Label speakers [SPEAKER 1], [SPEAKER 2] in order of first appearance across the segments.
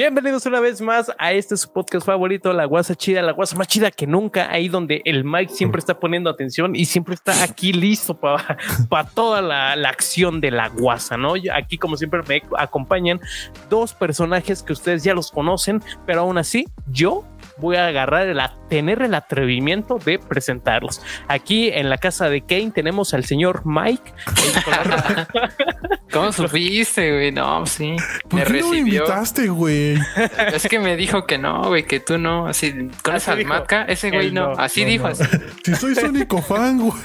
[SPEAKER 1] Bienvenidos una vez más a este su podcast favorito, La Guasa Chida, La Guasa más chida que nunca, ahí donde el Mike siempre está poniendo atención y siempre está aquí listo para pa toda la, la, acción de La Guasa, ¿no? Yo aquí como siempre me acompañan dos personajes que ustedes ya los conocen, pero aún así yo voy a agarrar el, a tener el atrevimiento de presentarlos. Aquí en la casa de Kane tenemos al señor Mike.
[SPEAKER 2] ¿Cómo supiste, güey? No, sí.
[SPEAKER 3] ¿Por me qué recibió. No me invitaste, güey?
[SPEAKER 2] Es que me dijo que no, güey, que tú no. Así, con
[SPEAKER 3] Ah,
[SPEAKER 2] así esa matca, ese güey no. no. Así no, dijo. No. Así.
[SPEAKER 3] Si soy su único fan, güey.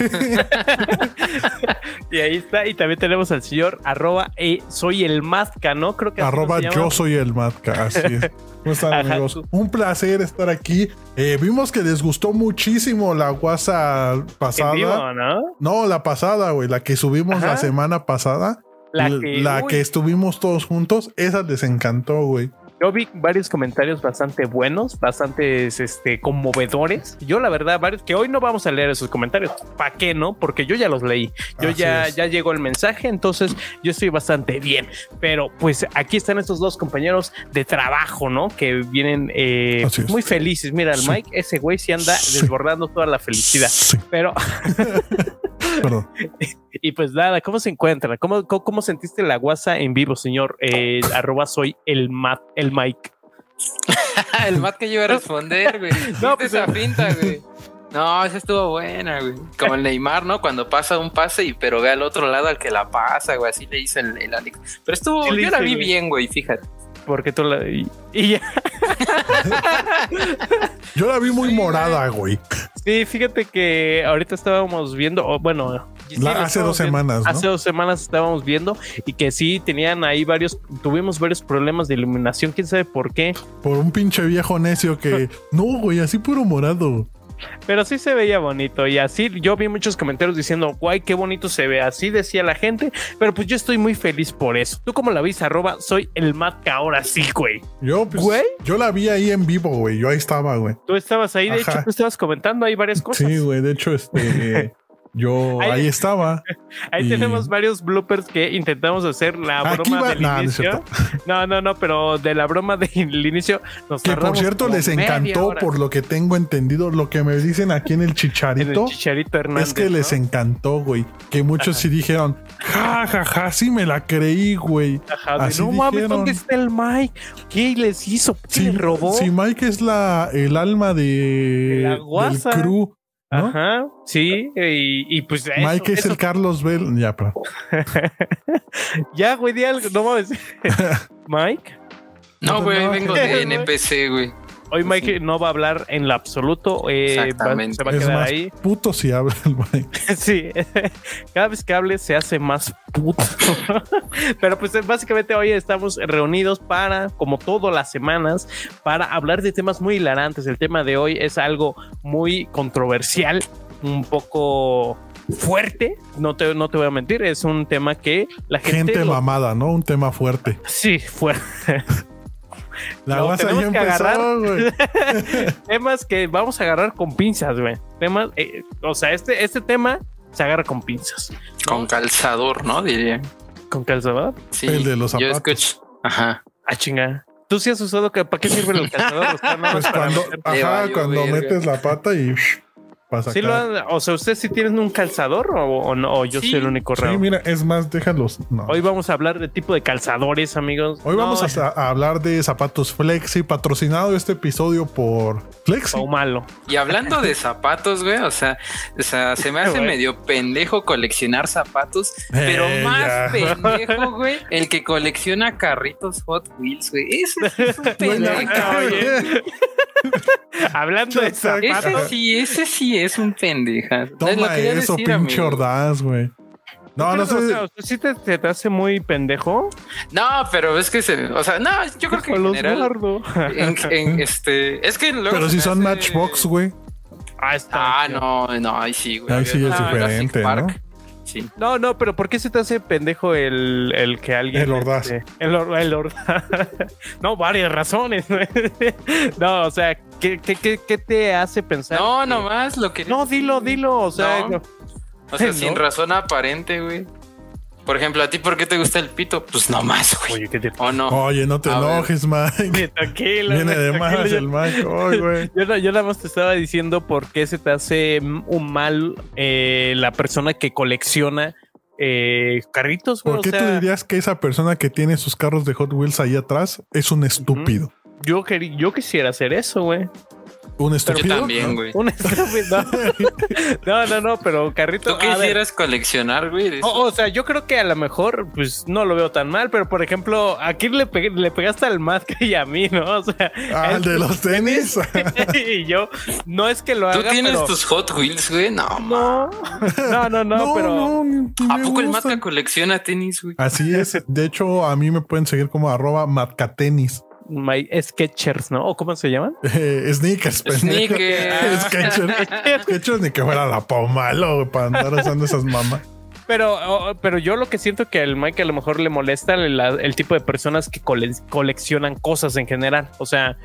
[SPEAKER 1] Y ahí está. Y también tenemos al señor arroba eh, soy el matca, ¿no? Creo que
[SPEAKER 3] arroba yo soy el matca, así es. ¿Cómo están, Ajá, amigos? Tú. Un placer estar aquí. Eh, vimos que les gustó muchísimo la guasa pasada.
[SPEAKER 1] Vivo, ¿no?
[SPEAKER 3] ¿no? la pasada, güey, la que subimos Ajá. la semana pasada. La, que, la que, estuvimos todos juntos, esa les encantó, güey.
[SPEAKER 1] Yo vi varios comentarios bastante buenos, bastante este, conmovedores. Yo, la verdad, varios que hoy no vamos a leer esos comentarios. ¿Para qué no? Porque yo ya los leí. Yo Así ya, es. ya llegó el mensaje, entonces yo estoy bastante bien. Pero pues aquí están estos dos compañeros de trabajo, ¿no? Que vienen eh, muy felices. Mira, el sí. Mike, ese güey sí anda sí. desbordando toda la felicidad. Sí. Pero.
[SPEAKER 3] Perdón.
[SPEAKER 1] Y pues nada, ¿cómo se encuentra? ¿Cómo, cómo, cómo sentiste la guasa en vivo, señor? Eh, arroba soy el mat, el Mike.
[SPEAKER 2] el mat que yo iba a responder, güey. No, pues
[SPEAKER 3] eh.
[SPEAKER 2] esa finta, güey. No, esa estuvo buena, güey. Como el Neymar, ¿no? Cuando pasa un pase y pero ve al otro lado al que la pasa, güey. Así le hizo el, el Alex. Pero estuvo, yo hice, la vi güey? bien, güey, fíjate.
[SPEAKER 1] Porque tú la. Y, y ya.
[SPEAKER 3] Yo la vi muy sí, morada, güey.
[SPEAKER 1] Sí, fíjate que ahorita estábamos viendo, oh, bueno,
[SPEAKER 3] la, hace dos semanas.
[SPEAKER 1] Viendo, ¿no? Hace dos semanas estábamos viendo y que sí tenían ahí varios, tuvimos varios problemas de iluminación, quién sabe por qué.
[SPEAKER 3] Por un pinche viejo necio que, no, güey, así puro morado.
[SPEAKER 1] Pero sí se veía bonito y así yo vi muchos comentarios diciendo, guay, qué bonito se ve, así decía la gente, pero pues yo estoy muy feliz por eso. ¿Tú cómo la viste, arroba? Soy el Matka ahora sí, güey.
[SPEAKER 3] Yo, pues, ¿Güey? yo la vi ahí en vivo, güey, yo ahí estaba, güey.
[SPEAKER 1] Tú estabas ahí, de Ajá. hecho, tú estabas comentando ahí varias cosas.
[SPEAKER 3] Sí, güey, de hecho, este... Yo ahí, ahí, estaba.
[SPEAKER 1] Ahí y... tenemos varios bloopers que intentamos hacer la Aquí broma va... del nah, inicio. No, no, no, pero de la broma del inicio nos
[SPEAKER 3] Que por cierto les encantó, por lo que tengo entendido, lo que me dicen aquí en el chicharito. en el
[SPEAKER 1] chicharito Hernández,
[SPEAKER 3] es que
[SPEAKER 1] ¿no?
[SPEAKER 3] les encantó, güey. Que muchos Ajá. sí dijeron, ja, ja, ja, sí me la creí, güey.
[SPEAKER 1] Ajá, Así no mames, ¿dónde está el Mike? ¿Qué les hizo? ¿Qué
[SPEAKER 3] si,
[SPEAKER 1] les robó?
[SPEAKER 3] Si Mike es la, el alma de,
[SPEAKER 1] la del
[SPEAKER 3] crew. ¿No?
[SPEAKER 1] Ajá, sí, y, y pues. Eso,
[SPEAKER 3] Mike es
[SPEAKER 1] eso.
[SPEAKER 3] el Carlos Bell. Ya, pero.
[SPEAKER 1] ya, güey, di algo. No mames. Mike.
[SPEAKER 2] No,
[SPEAKER 3] pues,
[SPEAKER 2] güey, no, vengo de NPC, güey.
[SPEAKER 1] Hoy Mike sí. no va a hablar en lo absoluto. Eh, Exactamente. se va a quedar es
[SPEAKER 3] más
[SPEAKER 1] ahí.
[SPEAKER 3] Puto si habla el Mike.
[SPEAKER 1] sí. Cada vez que hable se hace más puto. Pero pues básicamente hoy estamos reunidos para, como todas las semanas, para hablar de temas muy hilarantes. El tema de hoy es algo muy controversial, un poco fuerte, no te, no te voy a mentir, es un tema que la gente...
[SPEAKER 3] Gente lo... mamada, ¿no? Un tema fuerte.
[SPEAKER 1] Sí, fuerte.
[SPEAKER 3] La no, vas a que agarrar
[SPEAKER 1] temas que vamos a agarrar con pinzas, güey. Temas, eh, o sea, este, este tema se agarra con pinzas.
[SPEAKER 2] Con calzador, ¿no? Diría.
[SPEAKER 1] ¿Con calzador?
[SPEAKER 2] Sí.
[SPEAKER 3] El de los zapatos.
[SPEAKER 2] Yo escucho. Ajá.
[SPEAKER 1] Ah, chinga. ¿Tú sí has usado que, para qué sirve el calzador?
[SPEAKER 3] pues cuando, ajá, yo, cuando verga. metes la pata y pasa.
[SPEAKER 1] Sí o sea, ¿ustedes sí tienen un calzador o, o no? O yo sí. soy el único raro.
[SPEAKER 3] Sí, mira, es más, déjalos. No.
[SPEAKER 1] Hoy vamos a hablar de tipo de calzadores, amigos.
[SPEAKER 3] Hoy no, vamos a, a, hablar de zapatos Flexi, patrocinado este episodio por Flexi.
[SPEAKER 1] O malo.
[SPEAKER 2] Y hablando de zapatos, güey, o sea, o sea se me hace wey. medio pendejo coleccionar zapatos, pero eh, más ya. pendejo, güey, el que colecciona carritos Hot Wheels, güey. Ese es un pendejo,
[SPEAKER 3] eh,
[SPEAKER 2] oye.
[SPEAKER 1] Hablando de zapatos.
[SPEAKER 2] Ese sí, ese sí es un pendeja.
[SPEAKER 3] Toma no, eso, decir, pinche ordaz, güey.
[SPEAKER 1] No, no sé. O sea, ¿Sí te, te, te, hace muy pendejo?
[SPEAKER 2] No, pero es que se. O sea, no, yo creo que.
[SPEAKER 1] En general,
[SPEAKER 2] en, en este, es que luego
[SPEAKER 3] Pero si son hace... Matchbox, güey.
[SPEAKER 2] Ah, está. Ah, no, no, ahí sí, güey.
[SPEAKER 3] Ahí sí es ah, diferente, ¿no?
[SPEAKER 1] Sí. No, no, pero ¿por qué se te hace pendejo el, el que alguien.
[SPEAKER 3] El ordaz.
[SPEAKER 1] Este, el, el ordaz. no, varias razones. no, o sea, ¿qué, qué, qué, qué te hace pensar?
[SPEAKER 2] No, que... nomás lo que.
[SPEAKER 1] No, dilo, dilo. O sea, no.
[SPEAKER 2] No. O sea, no. sin razón aparente, güey. Por ejemplo, ¿a ti por qué te gusta el pito? Pues no más, güey.
[SPEAKER 1] Oye, ¿qué te pasa?
[SPEAKER 2] ¿O no?
[SPEAKER 3] Oye, no te
[SPEAKER 2] A ver.
[SPEAKER 3] enojes, Mike.
[SPEAKER 1] Tranquilo.
[SPEAKER 3] Viene
[SPEAKER 1] güey,
[SPEAKER 3] de
[SPEAKER 1] tranquilo,
[SPEAKER 3] más
[SPEAKER 1] yo-
[SPEAKER 3] el Mike. Ay, güey.
[SPEAKER 1] Yo, no- yo nada más te estaba diciendo por qué se te hace mm, un mal eh, la persona que colecciona eh, carritos, güey.
[SPEAKER 3] ¿Por
[SPEAKER 1] o
[SPEAKER 3] qué tú
[SPEAKER 1] sea,
[SPEAKER 3] dirías que esa persona que tiene sus carros de Hot Wheels ahí atrás es un estúpido?
[SPEAKER 1] yo, queri- yo quisiera hacer eso, güey.
[SPEAKER 3] ¿Un
[SPEAKER 2] Yo
[SPEAKER 3] estúpido?
[SPEAKER 2] también, güey.
[SPEAKER 1] Un estúpido. No, no, no, pero carrito.
[SPEAKER 2] ¿Tú
[SPEAKER 1] a ver, Oh,
[SPEAKER 2] quisieras coleccionar, güey?
[SPEAKER 1] o, o sea, yo creo que a lo mejor, pues no lo veo tan mal, pero por ejemplo, aquí le, pegué- le pegaste al Mazca y a mí, ¿no? O sea,
[SPEAKER 3] Ah, el de los tenis.
[SPEAKER 1] y yo, no es que lo
[SPEAKER 2] ¿Tú
[SPEAKER 1] haga,
[SPEAKER 2] tienes
[SPEAKER 1] pero-
[SPEAKER 2] tus Hot Wheels, güey? No, ma.
[SPEAKER 1] No, no, no, no, pero.
[SPEAKER 3] no,
[SPEAKER 2] ¿A
[SPEAKER 3] me
[SPEAKER 2] poco el
[SPEAKER 3] gustan. Ah,
[SPEAKER 2] Matka colecciona tenis, güey?
[SPEAKER 3] Así es. De hecho, a mí me pueden seguir como arroba matcatenis.
[SPEAKER 1] My Sketchers, ¿no? ¿O cómo se llaman?
[SPEAKER 3] Eh, sneakers, pendejo.
[SPEAKER 2] Sneakers.
[SPEAKER 3] Sketchers. Sketchers ni que fuera la pomalo güey, para andar usando esas mamas.
[SPEAKER 1] Pero, o- pero yo lo que siento que al Mike a lo mejor le molesta el, el tipo de personas que cole- coleccionan cosas en general. O sea,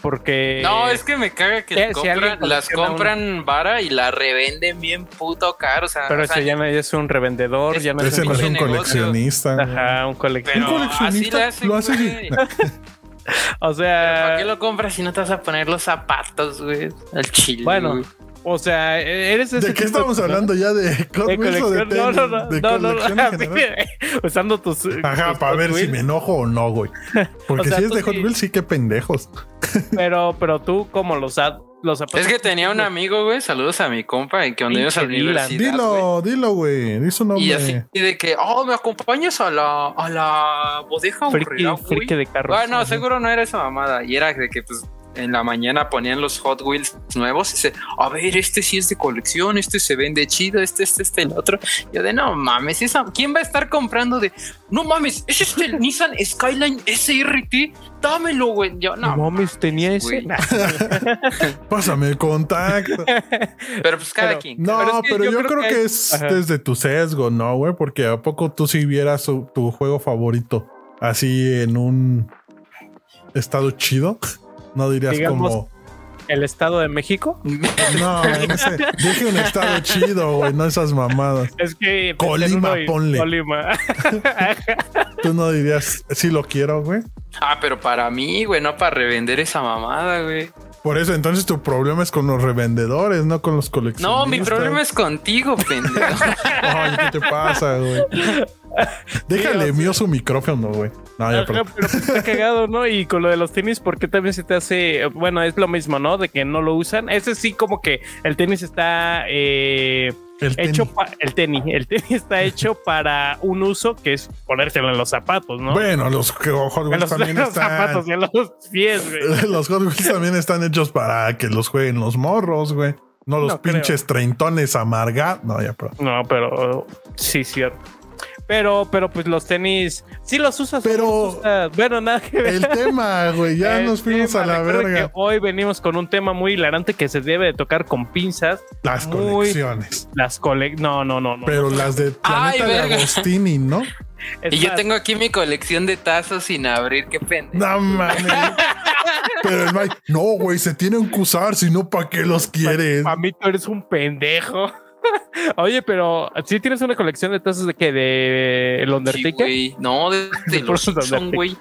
[SPEAKER 1] porque.
[SPEAKER 2] No, es que me caga que
[SPEAKER 1] si-
[SPEAKER 2] le
[SPEAKER 1] si
[SPEAKER 2] compran-
[SPEAKER 1] alguien
[SPEAKER 2] las
[SPEAKER 1] colecciona
[SPEAKER 2] compran vara y la revenden bien puto caro. O sea,
[SPEAKER 1] Pero
[SPEAKER 2] o sea,
[SPEAKER 1] ese ya no ya es un revendedor,
[SPEAKER 2] es-
[SPEAKER 1] ya no es
[SPEAKER 3] Ese
[SPEAKER 1] un
[SPEAKER 3] no es un
[SPEAKER 2] negocio.
[SPEAKER 3] coleccionista. güey.
[SPEAKER 1] Ajá, un
[SPEAKER 2] Pero
[SPEAKER 1] coleccionista.
[SPEAKER 3] Un coleccionista
[SPEAKER 2] así le hacen,
[SPEAKER 3] lo hace-
[SPEAKER 2] güey.
[SPEAKER 1] O
[SPEAKER 2] ¿Para
[SPEAKER 1] sea,
[SPEAKER 2] qué lo compras si no te vas a poner los zapatos, güey? Al chile.
[SPEAKER 1] Bueno,
[SPEAKER 2] güey.
[SPEAKER 1] o sea, e-, eres ese
[SPEAKER 3] ¿De
[SPEAKER 1] tipo
[SPEAKER 3] qué estamos
[SPEAKER 1] persona.
[SPEAKER 3] hablando ya? ¿De Hot
[SPEAKER 1] De
[SPEAKER 3] Wheels o de
[SPEAKER 1] colección. No, no, no,
[SPEAKER 3] tenis? ¿De
[SPEAKER 1] no, no,
[SPEAKER 3] colección en
[SPEAKER 1] así
[SPEAKER 3] general?
[SPEAKER 1] de- usando tus.
[SPEAKER 3] Ajá,
[SPEAKER 1] tus
[SPEAKER 3] para
[SPEAKER 1] Pues, Hot
[SPEAKER 3] ver si
[SPEAKER 1] Wheels.
[SPEAKER 3] me enojo o no, güey. Porque
[SPEAKER 1] O sea,
[SPEAKER 3] si es
[SPEAKER 1] tú
[SPEAKER 3] de Hot
[SPEAKER 1] sí.
[SPEAKER 3] Wheels, sí que pendejos.
[SPEAKER 1] Pero, pero tú, como los, ha- los zapatos.
[SPEAKER 2] Es que tenía un amigo, güey. Saludos a mi compa y que cuando íbamos a la
[SPEAKER 1] Pinche Dylan.
[SPEAKER 2] universidad. güey,
[SPEAKER 3] Dilo, dilo, güey. Dice un
[SPEAKER 2] Y así
[SPEAKER 3] nombre.
[SPEAKER 2] de que, oh, ¿me acompañas a la, a la bodega
[SPEAKER 1] friki,
[SPEAKER 2] aburrida, güey?"
[SPEAKER 1] friki de carros.
[SPEAKER 2] Bueno,
[SPEAKER 1] Ajá.
[SPEAKER 2] seguro no era esa mamada. Y era de que, pues, en la mañana ponían los Hot Wheels nuevos. Y dice, a ver, este sí es de colección, este se vende chido, este, este, este, el otro. Yo de, no mames, esa, ¿quién va a estar comprando de, no mames, ese es el Nissan Skyline SRT? Dámelo, güey. Yo,
[SPEAKER 1] No
[SPEAKER 2] no.
[SPEAKER 1] mames, tenía ese.
[SPEAKER 2] güey.
[SPEAKER 1] Nah.
[SPEAKER 3] Pásame el contacto.
[SPEAKER 2] Pero pues cada
[SPEAKER 1] Pero-
[SPEAKER 2] quien.
[SPEAKER 3] No, pero,
[SPEAKER 1] Pero es que
[SPEAKER 3] yo, creo, que, es
[SPEAKER 1] Ajá.
[SPEAKER 3] desde tu sesgo, ¿no, güey? Porque ¿a poco tú si vieras su- tu juego favorito así en un estado chido? No dirías
[SPEAKER 1] Digamos-
[SPEAKER 3] como...
[SPEAKER 1] El Estado de México.
[SPEAKER 3] No, en ese- dije un estado chido, güey, no esas mamadas.
[SPEAKER 1] Es que.
[SPEAKER 3] Colima,
[SPEAKER 1] uno y-
[SPEAKER 3] ponle.
[SPEAKER 1] Colima.
[SPEAKER 3] Tú no dirías, sí lo quiero, güey.
[SPEAKER 2] Ah, pero para mí, güey, no para revender esa mamada, güey.
[SPEAKER 3] Por eso, entonces tu problema es con los revendedores, no con los coleccionistas.
[SPEAKER 2] No, mi problema es contigo, pendejo.
[SPEAKER 3] Ay, ¿qué te pasa, güey? Déjale
[SPEAKER 1] Sí, o sea-
[SPEAKER 3] mío su micrófono, güey. No, ya,
[SPEAKER 1] Ajá,
[SPEAKER 3] pero...
[SPEAKER 1] pero pues está cagado, ¿no? Y con lo de los tenis, porque también se te hace. Bueno, es lo mismo, ¿no? De que no lo usan. Ese sí, como que el tenis está. eh,
[SPEAKER 3] El
[SPEAKER 1] Hecho
[SPEAKER 3] tenis.
[SPEAKER 1] pa- el tenis. El tenis está hecho para un uso que es ponértelo en los zapatos, ¿no?
[SPEAKER 3] Bueno, los que- Hot
[SPEAKER 1] en
[SPEAKER 3] Wheels
[SPEAKER 1] los,
[SPEAKER 3] también
[SPEAKER 1] en los
[SPEAKER 3] están...
[SPEAKER 1] zapatos y en los pies, güey.
[SPEAKER 3] los Hot Wheels también están hechos para que los jueguen los morros, güey. No los
[SPEAKER 1] No creo.
[SPEAKER 3] pinches treintones amargados. No, ya, pero.
[SPEAKER 1] No, pero sí, cierto. Pero, pero pues los tenis, sí los usas.
[SPEAKER 3] Pero-
[SPEAKER 1] sí los usas. bueno, nada que ver. Eh,
[SPEAKER 3] El tema, güey, ya
[SPEAKER 1] El
[SPEAKER 3] nos fuimos
[SPEAKER 1] tema,
[SPEAKER 3] a la
[SPEAKER 1] recuerden
[SPEAKER 3] verga.
[SPEAKER 1] que hoy venimos con un tema muy hilarante que se debe de tocar con pinzas.
[SPEAKER 3] Las
[SPEAKER 1] muy-
[SPEAKER 3] colecciones.
[SPEAKER 1] Las cole... No, no, no, no.
[SPEAKER 3] Pero las de
[SPEAKER 2] Ay,
[SPEAKER 3] Planeta de
[SPEAKER 2] verga.
[SPEAKER 3] Agostini, ¿no?
[SPEAKER 1] Es
[SPEAKER 2] y yo
[SPEAKER 1] más,
[SPEAKER 2] tengo aquí mi colección de tazos sin abrir, qué pendejo.
[SPEAKER 3] No mames. Este, Pero el Mike, no, güey, se tienen que usar, si no, ¿para qué los quieres?
[SPEAKER 1] Para mí tú eres un pendejo. Oye, pero si tienes una colección de tazas de que de el
[SPEAKER 2] Sí,
[SPEAKER 1] Undertaker.
[SPEAKER 2] güey. no, de, de los
[SPEAKER 1] Por
[SPEAKER 2] Simpson,
[SPEAKER 1] Undertaker. ¿Ah,
[SPEAKER 2] güey.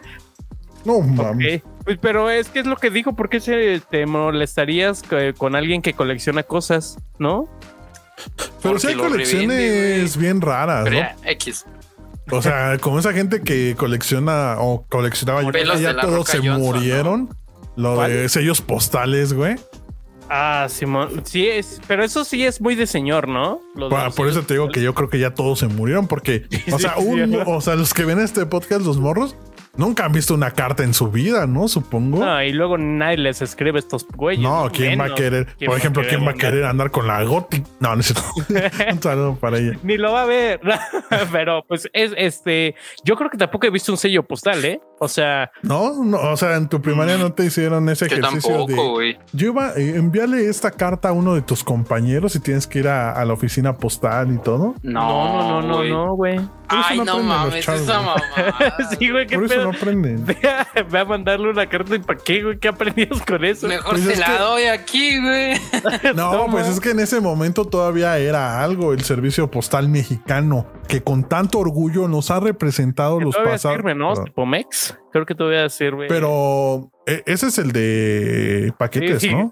[SPEAKER 3] No mames.
[SPEAKER 1] Ok. Pues, pero es que es lo que dijo, ¿por qué se te molestarías que- con alguien que colecciona cosas, no?
[SPEAKER 3] Pero
[SPEAKER 2] Porque
[SPEAKER 3] sí hay
[SPEAKER 2] lo
[SPEAKER 3] colecciones
[SPEAKER 2] revende, güey.
[SPEAKER 3] bien raras,
[SPEAKER 2] Pero
[SPEAKER 3] ¿no?
[SPEAKER 2] ya, X.
[SPEAKER 3] O sea, como esa gente que colecciona o coleccionaba, yo creo
[SPEAKER 2] Pelos
[SPEAKER 3] que ya
[SPEAKER 2] de la
[SPEAKER 3] todos
[SPEAKER 2] Roca
[SPEAKER 3] se
[SPEAKER 2] Johnson, ¿no?
[SPEAKER 3] murieron. Lo de sellos postales, güey.
[SPEAKER 1] Ah, Simón, sí es, pero eso sí es muy de señor, ¿no? Lo de
[SPEAKER 3] Pa-
[SPEAKER 1] los
[SPEAKER 3] por eso
[SPEAKER 1] sellos
[SPEAKER 3] te digo que
[SPEAKER 1] postales.
[SPEAKER 3] yo creo que ya todos se murieron porque, o
[SPEAKER 1] Sí,
[SPEAKER 3] sea,
[SPEAKER 1] sí,
[SPEAKER 3] un-
[SPEAKER 1] ajá.
[SPEAKER 3] o sea, los que ven este podcast, los morros, nunca han visto una carta en su vida, ¿no? Supongo.
[SPEAKER 1] No, y luego nadie les escribe estos güeyes.
[SPEAKER 3] no, ¿quién va a
[SPEAKER 1] Menos.
[SPEAKER 3] querer?
[SPEAKER 1] ¿Quién
[SPEAKER 3] Por
[SPEAKER 1] va a
[SPEAKER 3] ejemplo,
[SPEAKER 1] querer
[SPEAKER 3] ¿quién va a
[SPEAKER 1] mandar?
[SPEAKER 3] querer andar con la goti? No, no es cierto. Un saludo para ella.
[SPEAKER 1] Ni lo va a ver. pero pues es este. Yo creo que tampoco he visto un sello postal, ¿eh? O sea,
[SPEAKER 3] No, no, o sea, en tu primaria no te hicieron ese
[SPEAKER 2] Yo
[SPEAKER 3] ejercicio de
[SPEAKER 2] tampoco, güey.
[SPEAKER 3] Yo iba, eh, envíale esta carta a uno de tus compañeros y tienes que ir a, a la oficina postal y todo.
[SPEAKER 1] no, no,
[SPEAKER 2] No,
[SPEAKER 1] no,
[SPEAKER 2] güey.
[SPEAKER 1] no, no, güey.
[SPEAKER 3] Por eso
[SPEAKER 2] Ay,
[SPEAKER 3] no
[SPEAKER 2] no
[SPEAKER 3] aprenden los
[SPEAKER 2] mames,
[SPEAKER 3] chavos,
[SPEAKER 2] esa
[SPEAKER 3] güey.
[SPEAKER 2] mamada.
[SPEAKER 1] Sí, güey, qué
[SPEAKER 3] Ah, Por eso no
[SPEAKER 1] pedo.
[SPEAKER 3] aprenden.
[SPEAKER 1] Ve a mandarle una carta y para qué, güey, ¿qué aprendías con eso?
[SPEAKER 2] Mejor
[SPEAKER 3] Pues
[SPEAKER 2] te
[SPEAKER 3] es
[SPEAKER 2] la
[SPEAKER 3] que-
[SPEAKER 2] doy aquí, güey.
[SPEAKER 3] No, pues es que en ese momento todavía era algo el servicio postal mexicano. que con tanto orgullo nos ha representado
[SPEAKER 1] Que
[SPEAKER 3] los
[SPEAKER 1] todavía
[SPEAKER 3] pasados.
[SPEAKER 1] sirve, ¿no? Pomex. Creo que todavía sirve.
[SPEAKER 3] Pero eh, ese es el de paquetes,
[SPEAKER 1] Sí, sí.
[SPEAKER 3] ¿no?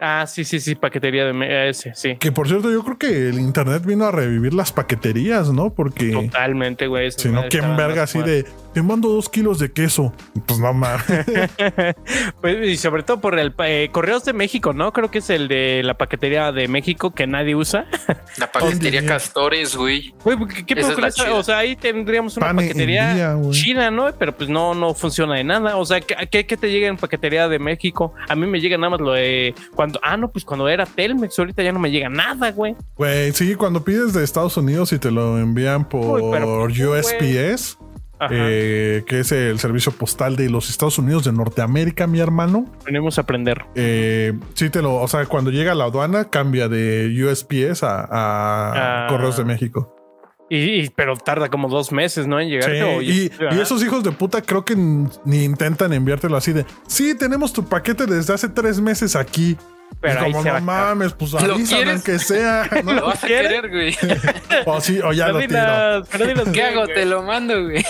[SPEAKER 1] Ah, sí, sí, sí, paquetería de me- eh, ese, sí.
[SPEAKER 3] Que por cierto, yo creo que el internet vino a revivir las paqueterías, ¿no? Porque
[SPEAKER 1] Totalmente, güey. esas
[SPEAKER 3] si no,
[SPEAKER 1] madres
[SPEAKER 3] ¿quién
[SPEAKER 1] estaban
[SPEAKER 3] verga
[SPEAKER 1] más
[SPEAKER 3] así de te mando dos kilos de queso? Pues no mames.
[SPEAKER 1] Pues, y sobre todo por el pa- eh, Correos de México, ¿no? Creo que es el de la paquetería de México que nadie usa.
[SPEAKER 2] La paquetería
[SPEAKER 3] Dios.
[SPEAKER 2] Castores, güey.
[SPEAKER 1] Güey, ¿qué, qué
[SPEAKER 2] Esa
[SPEAKER 1] pedo
[SPEAKER 2] es
[SPEAKER 1] con
[SPEAKER 2] la
[SPEAKER 1] esa?
[SPEAKER 2] chida.
[SPEAKER 1] O sea, ahí tendríamos una
[SPEAKER 3] Pan en
[SPEAKER 1] paquetería
[SPEAKER 3] día, güey.
[SPEAKER 1] china, ¿no? Pero pues no, no funciona de nada. O sea, ¿qué, qué- qué te llega en paquetería de México? A mí me llega nada más lo de cuando, ah, no, pues cuando era Telmex, ahorita ya no me llega nada, güey.
[SPEAKER 3] Güey, sí, cuando pides de Estados Unidos y te lo envían por
[SPEAKER 1] Uy, pero-
[SPEAKER 3] USPS,
[SPEAKER 1] Ajá.
[SPEAKER 3] eh, que es el servicio postal de los Estados Unidos de Norteamérica, mi hermano.
[SPEAKER 1] Tenemos a aprender.
[SPEAKER 3] Eh, sí, te lo, o sea, cuando llega a la aduana, cambia de USPS a,
[SPEAKER 1] Ah.
[SPEAKER 3] a Correos de México.
[SPEAKER 1] Y, y- pero tarda como dos meses, ¿no? En llegar.
[SPEAKER 3] Sí, y, y esos hijos de puta creo que n- ni intentan enviártelo así de sí, tenemos tu paquete desde hace tres meses aquí.
[SPEAKER 1] Pero
[SPEAKER 3] y
[SPEAKER 1] ahí
[SPEAKER 3] como
[SPEAKER 1] se va a
[SPEAKER 3] no
[SPEAKER 1] acabar".
[SPEAKER 3] mames, pues
[SPEAKER 2] ¿Lo
[SPEAKER 3] avísame
[SPEAKER 2] quieres?
[SPEAKER 3] aunque sea. ¿no?
[SPEAKER 2] Lo vas a
[SPEAKER 1] ¿Quieres?
[SPEAKER 2] querer, güey.
[SPEAKER 3] o sí, o ya lo
[SPEAKER 1] Perdí
[SPEAKER 3] tiro.
[SPEAKER 1] las- perdí las-
[SPEAKER 2] ¿Qué hago?
[SPEAKER 1] güey.
[SPEAKER 2] Te lo mando, güey.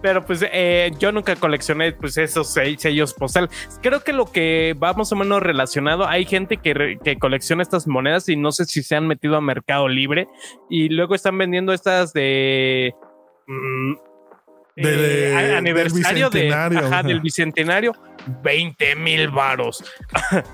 [SPEAKER 1] Pero pues eh, yo nunca coleccioné pues esos se- sellos postal. Creo que lo que va más o menos relacionado, hay gente que, re- que colecciona estas monedas y no sé si se han metido a Mercado Libre y luego están vendiendo estas de... mm, eh,
[SPEAKER 3] De- de-
[SPEAKER 1] a-
[SPEAKER 3] del
[SPEAKER 1] aniversario de-
[SPEAKER 3] bicentenario.
[SPEAKER 1] ajá, del bicentenario 20 mil varos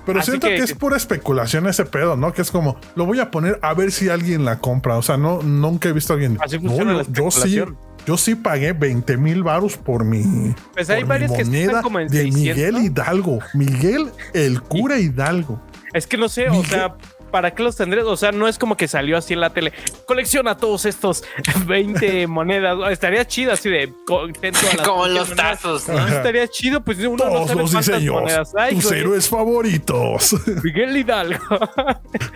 [SPEAKER 3] Pero
[SPEAKER 1] Así
[SPEAKER 3] siento que,
[SPEAKER 1] que-
[SPEAKER 3] es pura especulación ese pedo, ¿no? Que es como, lo voy a poner a ver si alguien la compra. O sea, no, nunca he visto a alguien.
[SPEAKER 1] Así
[SPEAKER 3] No,
[SPEAKER 1] funciona
[SPEAKER 3] yo-
[SPEAKER 1] la
[SPEAKER 3] yo sí,
[SPEAKER 1] especulación.
[SPEAKER 3] yo sí pagué 20 mil varos por mi,
[SPEAKER 1] pues hay
[SPEAKER 3] por mi
[SPEAKER 1] varias que
[SPEAKER 3] moneda
[SPEAKER 1] están como en
[SPEAKER 3] de
[SPEAKER 1] 600.
[SPEAKER 3] Miguel Hidalgo. Miguel el cura Hidalgo.
[SPEAKER 1] Es que no sé, o
[SPEAKER 3] Dije-
[SPEAKER 1] sea, ¿para qué los tendrías? O sea, no es como que salió así en la tele. Colecciona todos estos 20 monedas. Estaría chido así de. co- ten todas las
[SPEAKER 2] Como
[SPEAKER 1] 20
[SPEAKER 2] los
[SPEAKER 1] monedas.
[SPEAKER 2] tazos,
[SPEAKER 1] No,
[SPEAKER 2] ¿no?
[SPEAKER 1] Estaría chido, pues uno no
[SPEAKER 3] Todos
[SPEAKER 1] sabe
[SPEAKER 3] los
[SPEAKER 1] cuántas
[SPEAKER 3] diseños.
[SPEAKER 1] monedas hay.
[SPEAKER 3] tus
[SPEAKER 1] güey.
[SPEAKER 3] héroes favoritos.
[SPEAKER 1] Miguel Hidalgo.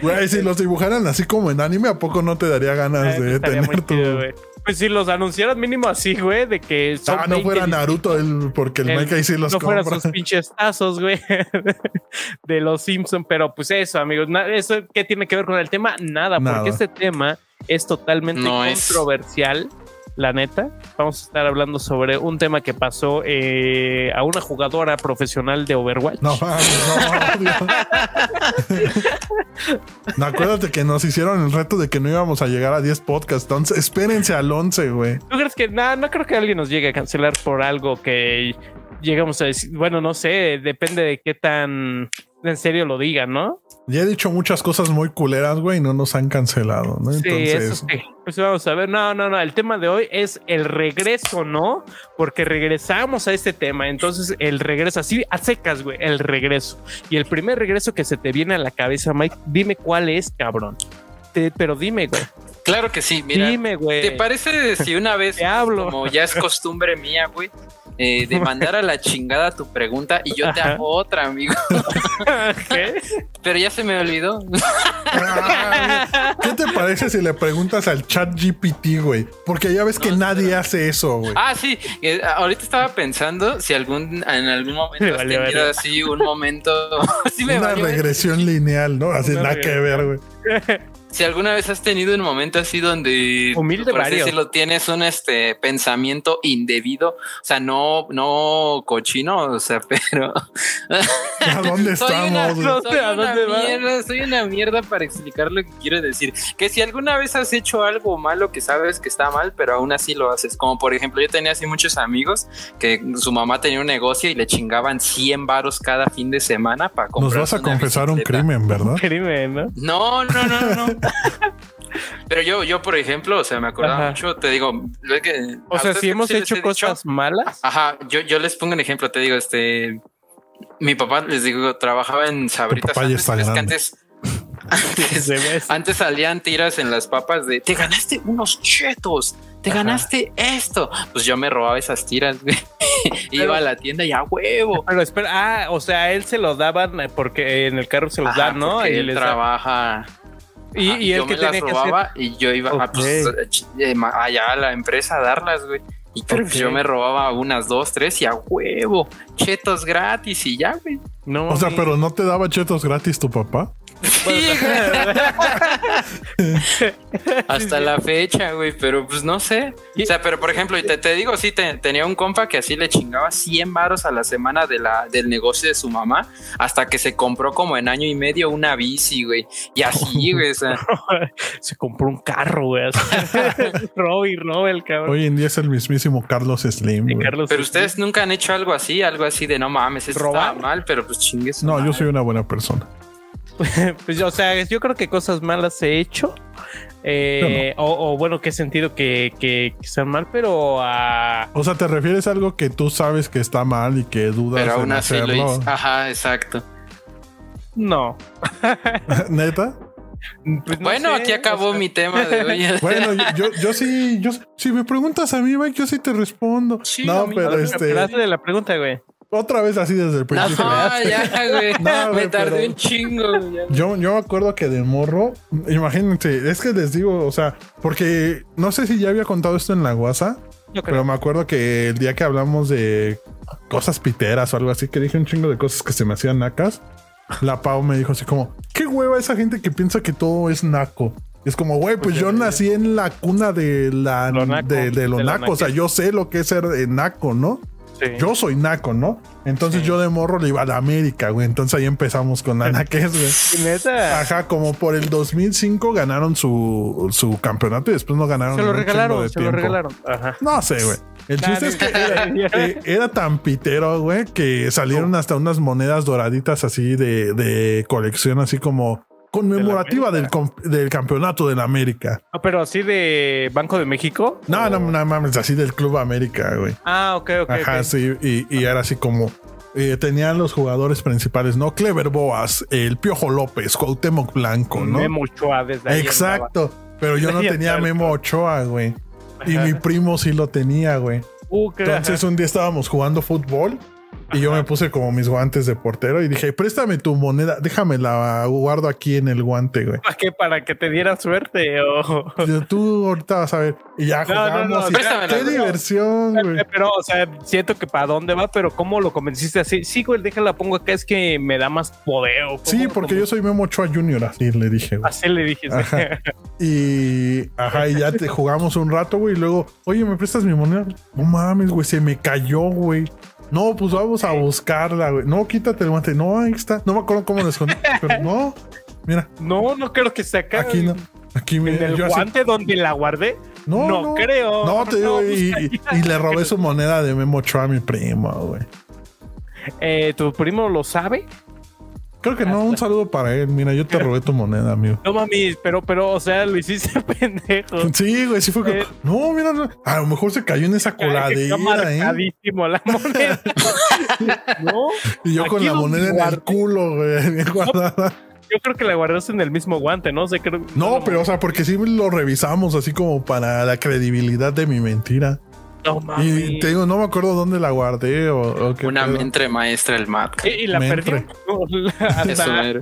[SPEAKER 3] Güey, si los dibujaran así como en anime, ¿a poco no te daría ganas de
[SPEAKER 1] Estaría muy
[SPEAKER 3] tener tu.
[SPEAKER 1] chido, güey. Pues si los anunciaran mínimo así, güey, de que son
[SPEAKER 3] Ah, no
[SPEAKER 1] 20
[SPEAKER 3] fuera
[SPEAKER 1] dis-
[SPEAKER 3] Naruto, el- porque el,
[SPEAKER 1] el-
[SPEAKER 3] Mike ahí sí los
[SPEAKER 1] no fueran
[SPEAKER 3] compra.
[SPEAKER 1] sus pinches tazos, güey, de los Simpson. Pero pues eso, amigos, na- eso qué tiene que ver con el tema, nada,
[SPEAKER 3] Nada.
[SPEAKER 1] porque este tema es totalmente
[SPEAKER 2] No es.
[SPEAKER 1] controversial. La neta, vamos a estar hablando sobre un tema que pasó eh, a una jugadora profesional de Overwatch.
[SPEAKER 3] No mames, no. Dios. no, acuérdate que nos hicieron el reto de que no íbamos a llegar a 10 podcasts. Entonces, espérense al 11, güey.
[SPEAKER 1] ¿Tú crees que nada? No creo que alguien nos llegue a cancelar por algo que llegamos a decir. Bueno, no sé, depende de qué tan en serio lo digan, ¿no?
[SPEAKER 3] Ya he dicho muchas cosas muy culeras, güey, y no nos han cancelado, ¿no?
[SPEAKER 1] sí,
[SPEAKER 3] Entonces,
[SPEAKER 1] eso sí. Pues vamos a ver. No, no, no. El tema de hoy es el regreso, ¿no? Porque regresamos a este tema. Entonces, el regreso, así a secas, güey, el regreso. Y el primer regreso que se te viene a la cabeza, Mike, dime cuál es, cabrón. Te- pero dime, güey.
[SPEAKER 2] Claro que sí, mira.
[SPEAKER 1] dime, güey.
[SPEAKER 2] ¿Te parece si una vez,
[SPEAKER 1] Te hablo.
[SPEAKER 2] como ya es costumbre mía, güey, eh, de mandar a la chingada tu pregunta y yo te
[SPEAKER 1] Ajá.
[SPEAKER 2] hago otra, amigo?
[SPEAKER 1] ¿Qué?
[SPEAKER 2] Pero ya se me olvidó.
[SPEAKER 3] Ay, ¿qué te parece si le preguntas al chat GPT, güey? Porque ya ves que nadie hace eso, güey.
[SPEAKER 2] Ah, sí. eh, ahorita estaba pensando si algún en algún
[SPEAKER 1] Le
[SPEAKER 2] momento has
[SPEAKER 1] valió
[SPEAKER 2] tenido
[SPEAKER 1] verga.
[SPEAKER 2] así un momento. sí me
[SPEAKER 3] Una
[SPEAKER 2] valió ¿eh? verga.
[SPEAKER 3] regresión lineal, ¿no? Así
[SPEAKER 1] Una
[SPEAKER 3] nada que ver, güey.
[SPEAKER 2] Si alguna vez has tenido un momento así donde
[SPEAKER 1] Humilde
[SPEAKER 2] por así
[SPEAKER 1] varios.
[SPEAKER 2] decirlo, tienes un este pensamiento indebido, o sea, no no cochino, o sea, pero
[SPEAKER 3] ¿A dónde
[SPEAKER 2] soy una,
[SPEAKER 3] estamos? güey?
[SPEAKER 1] No
[SPEAKER 2] soy
[SPEAKER 1] sé a
[SPEAKER 2] una
[SPEAKER 1] dónde va.
[SPEAKER 2] mierda, soy una mierda para explicar lo que quiero decir. Que si alguna vez has hecho algo malo que sabes que está mal, pero aún así lo haces. Como por ejemplo, yo tenía así muchos amigos que su mamá tenía un negocio y le chingaban 100 varos cada fin de semana para comprar.
[SPEAKER 3] Nos vas a confesar un crimen, ¿verdad?
[SPEAKER 1] Dime, ¿no?
[SPEAKER 2] No, no, no, no, no. Pero yo, yo, por ejemplo, o sea, me acordaba
[SPEAKER 1] Ajá.
[SPEAKER 2] mucho, te digo, es que- este
[SPEAKER 1] O
[SPEAKER 2] a
[SPEAKER 1] sea, si
[SPEAKER 2] ustedes creo que
[SPEAKER 1] hemos
[SPEAKER 2] sí les
[SPEAKER 1] hecho
[SPEAKER 2] he dicho-
[SPEAKER 1] cosas malas.
[SPEAKER 2] Ajá, yo, yo les pongo un ejemplo, te digo, este, mi papá, les digo, trabajaba en sabritas
[SPEAKER 3] papá ya
[SPEAKER 2] antes,
[SPEAKER 3] está
[SPEAKER 2] ves que
[SPEAKER 3] grande.
[SPEAKER 2] antes, antes, antes salían tiras en las papas de, te ganaste unos chetos, te
[SPEAKER 1] Ajá.
[SPEAKER 2] ganaste esto. Pues yo me robaba esas tiras, güey.
[SPEAKER 1] Pero-
[SPEAKER 2] Iba a la tienda y a huevo.
[SPEAKER 1] Pero espera, ah, o sea, a él se lo daban eh, porque eh, en el carro se los
[SPEAKER 2] Ajá,
[SPEAKER 1] dan, ¿no?
[SPEAKER 2] Ah, porque
[SPEAKER 1] Y
[SPEAKER 2] él
[SPEAKER 1] les da-
[SPEAKER 2] trabaja.
[SPEAKER 1] y,
[SPEAKER 2] Ajá,
[SPEAKER 1] y
[SPEAKER 2] yo
[SPEAKER 1] el que
[SPEAKER 2] me las
[SPEAKER 1] tenía que hacer.
[SPEAKER 2] robaba y yo iba a, pues,
[SPEAKER 1] Ok.
[SPEAKER 2] ch- eh, ma- allá a la empresa a darlas, güey. Y creo
[SPEAKER 1] Ok.
[SPEAKER 2] que yo me robaba unas dos, tres y a huevo, chetos gratis y ya, güey.
[SPEAKER 1] No,
[SPEAKER 3] O sea,
[SPEAKER 1] mami.
[SPEAKER 3] pero no te daba chetos gratis tu papá.
[SPEAKER 2] Sí, güey. Hasta la fecha, güey, pero pues no sé. O sea, pero por ejemplo, y te, te digo, sí, te- tenía un compa que así le chingaba 100 varos a la semana de la, del negocio de su mamá, hasta que se compró como en año y medio una bici, güey. Y así, güey, o sea,
[SPEAKER 1] Se compró un carro, güey. así. Robin, ¿no? El cabrón.
[SPEAKER 3] Hoy en día es el mismísimo Carlos Slim.
[SPEAKER 1] De
[SPEAKER 3] güey.
[SPEAKER 1] Carlos
[SPEAKER 2] Pero
[SPEAKER 1] Slim.
[SPEAKER 2] ustedes nunca han hecho algo así, algo así de no mames, esto
[SPEAKER 1] ¿Robar?
[SPEAKER 2] estaba mal, pero pues chingues.
[SPEAKER 3] No, yo soy una buena persona.
[SPEAKER 1] Pues, o sea, yo creo que cosas malas he hecho. Eh, o, o, bueno, qué sentido que, que, que sean mal, pero ah,
[SPEAKER 3] O sea, ¿te refieres a algo que tú sabes que está mal y que dudas
[SPEAKER 2] Pero
[SPEAKER 3] en
[SPEAKER 2] aún así lo
[SPEAKER 3] hacerlo?
[SPEAKER 2] hice. Ajá, exacto.
[SPEAKER 1] no.
[SPEAKER 3] ¿Neta?
[SPEAKER 1] Pues no
[SPEAKER 2] bueno,
[SPEAKER 1] sé,
[SPEAKER 2] aquí acabó
[SPEAKER 1] o sea,
[SPEAKER 2] mi tema de hoy.
[SPEAKER 3] Bueno, yo, yo, yo sí, yo, si me preguntas a mí, Mike, yo sí te respondo.
[SPEAKER 2] Sí,
[SPEAKER 3] no,
[SPEAKER 2] amigo.
[SPEAKER 3] pero
[SPEAKER 1] hazle-
[SPEAKER 3] este,
[SPEAKER 1] hazle de la pregunta, güey.
[SPEAKER 3] otra vez así desde el
[SPEAKER 2] no,
[SPEAKER 3] principio.
[SPEAKER 2] ya, güey.
[SPEAKER 3] Pues, No,
[SPEAKER 2] me
[SPEAKER 3] güey,
[SPEAKER 2] tardé
[SPEAKER 3] pero-
[SPEAKER 2] un chingo. güey, ya.
[SPEAKER 3] Yo, yo me acuerdo que de morro, imagínense, es que les digo, o sea, porque no sé si ya había contado esto en la guasa,
[SPEAKER 1] Yo creo.
[SPEAKER 3] pero me acuerdo que el día que hablamos de cosas piteras o algo así, que dije un chingo de cosas que se me hacían nacas, la Pau me dijo así como, qué hueva esa gente que piensa que todo es naco. Es como, güey, pues yo nací en la cuna de la
[SPEAKER 1] Lo naco,
[SPEAKER 3] de, de lo
[SPEAKER 1] de lo
[SPEAKER 3] naco. O sea, yo sé lo que es ser eh, naco, ¿no?
[SPEAKER 1] Sí.
[SPEAKER 3] Yo soy naco, ¿no? Entonces
[SPEAKER 2] Sí.
[SPEAKER 3] yo de morro le iba a la América, güey. Entonces ahí empezamos con la naquez, güey.
[SPEAKER 1] Y neta,
[SPEAKER 3] Ajá, como por el 2005 ganaron su, su campeonato y después no ganaron.
[SPEAKER 1] se lo
[SPEAKER 3] en un chingo
[SPEAKER 1] regalaron,
[SPEAKER 3] de
[SPEAKER 1] se lo
[SPEAKER 3] tiempo.
[SPEAKER 1] regalaron. Ajá.
[SPEAKER 3] No sé, güey. Pues, El chiste es que era, eh, era tan pitero, güey, que salieron hasta unas monedas doraditas así de, de colección, así como conmemorativa
[SPEAKER 1] De
[SPEAKER 3] del,
[SPEAKER 1] la
[SPEAKER 3] com- del campeonato de la América.
[SPEAKER 1] Ah, pero así de Banco de México.
[SPEAKER 3] No, no, no mames, así del Club América, güey.
[SPEAKER 1] Ah, ok, ok.
[SPEAKER 3] Ajá,
[SPEAKER 1] ok.
[SPEAKER 3] sí, y, y era así como eh, tenían los jugadores principales, ¿no? Clever Boas, el Piojo López, Cuauhtémoc Blanco, ¿no?
[SPEAKER 1] Memo Ochoa desde ahí
[SPEAKER 3] Exacto. Pero yo no
[SPEAKER 1] Ahí
[SPEAKER 3] tenía
[SPEAKER 1] andaba.
[SPEAKER 3] Memo Ochoa, güey.
[SPEAKER 1] andaba.
[SPEAKER 3] Y
[SPEAKER 1] Ajá.
[SPEAKER 3] mi primo sí lo tenía, güey.
[SPEAKER 1] Uh, qué-
[SPEAKER 3] Entonces un día estábamos jugando fútbol y yo me puse como mis guantes de portero y dije, préstame tu moneda, déjame la guardo aquí en el guante, güey.
[SPEAKER 1] ¿Para qué? Para que te diera suerte. o-
[SPEAKER 3] Y yo, Tú ahorita vas a ver. Y ya
[SPEAKER 1] No, no, no,
[SPEAKER 3] jugamos. y-
[SPEAKER 2] préstamela,
[SPEAKER 3] ¡Qué
[SPEAKER 2] güey.
[SPEAKER 3] diversión, güey!
[SPEAKER 1] Pero, o sea, siento que para dónde va, pero ¿cómo lo convenciste así? Sí, güey, déjala, pongo acá, es que me da más poder. o
[SPEAKER 3] Sí,
[SPEAKER 1] ¿cómo-
[SPEAKER 3] porque
[SPEAKER 1] cómo?
[SPEAKER 3] yo soy Memo Ochoa Junior, así le dije, güey.
[SPEAKER 1] Así le dije. sí.
[SPEAKER 3] Ajá. Y, ajá, y ya te jugamos un rato, güey. Y luego, oye, ¿me prestas mi moneda? No mames, güey, se me cayó, güey. No, pues vamos a buscarla, güey. No, quítate el guante. No, ahí está. No me acuerdo cómo la escondí, pero no. Mira,
[SPEAKER 1] No, no creo que se acabe.
[SPEAKER 3] aquí no. Aquí
[SPEAKER 1] En
[SPEAKER 3] mira,
[SPEAKER 1] el
[SPEAKER 3] yo así-
[SPEAKER 1] guante donde la guardé.
[SPEAKER 3] no,
[SPEAKER 1] no creo.
[SPEAKER 3] No, te digo,
[SPEAKER 1] No,
[SPEAKER 3] y,
[SPEAKER 1] busca
[SPEAKER 3] y- y le robé su moneda de Memo Ochoa a mi primo, güey.
[SPEAKER 1] Eh, ¿Tu primo lo sabe?
[SPEAKER 3] Creo que no, un saludo para él. Mira, yo te robé tu moneda, amigo.
[SPEAKER 1] No mami, pero, pero, o sea, lo hiciste pendejo.
[SPEAKER 3] Sí, güey, sí fue que.
[SPEAKER 1] Eh.
[SPEAKER 3] No, mira, no. a lo mejor se cayó en esa
[SPEAKER 1] Está
[SPEAKER 3] coladera, ¿eh?
[SPEAKER 1] marcadísimo la moneda. no,
[SPEAKER 3] Y yo con
[SPEAKER 1] Aquí
[SPEAKER 3] la
[SPEAKER 1] donde
[SPEAKER 3] moneda en el
[SPEAKER 1] guardé.
[SPEAKER 3] culo, güey. bien guardada.
[SPEAKER 1] yo creo que la guardaste en el mismo guante, ¿no? O sea, creo-
[SPEAKER 3] No, pero o sea, porque sí lo revisamos así como para la credibilidad de mi mentira.
[SPEAKER 1] No
[SPEAKER 3] Y
[SPEAKER 1] mami.
[SPEAKER 3] te digo, no me acuerdo dónde la guardé o, o qué.
[SPEAKER 2] Una
[SPEAKER 3] pedo.
[SPEAKER 2] mente maestra el Matt.
[SPEAKER 1] Y, y la
[SPEAKER 3] me
[SPEAKER 1] perdió.
[SPEAKER 3] entré.
[SPEAKER 1] No,
[SPEAKER 2] Eso eh.
[SPEAKER 1] hasta,
[SPEAKER 2] era.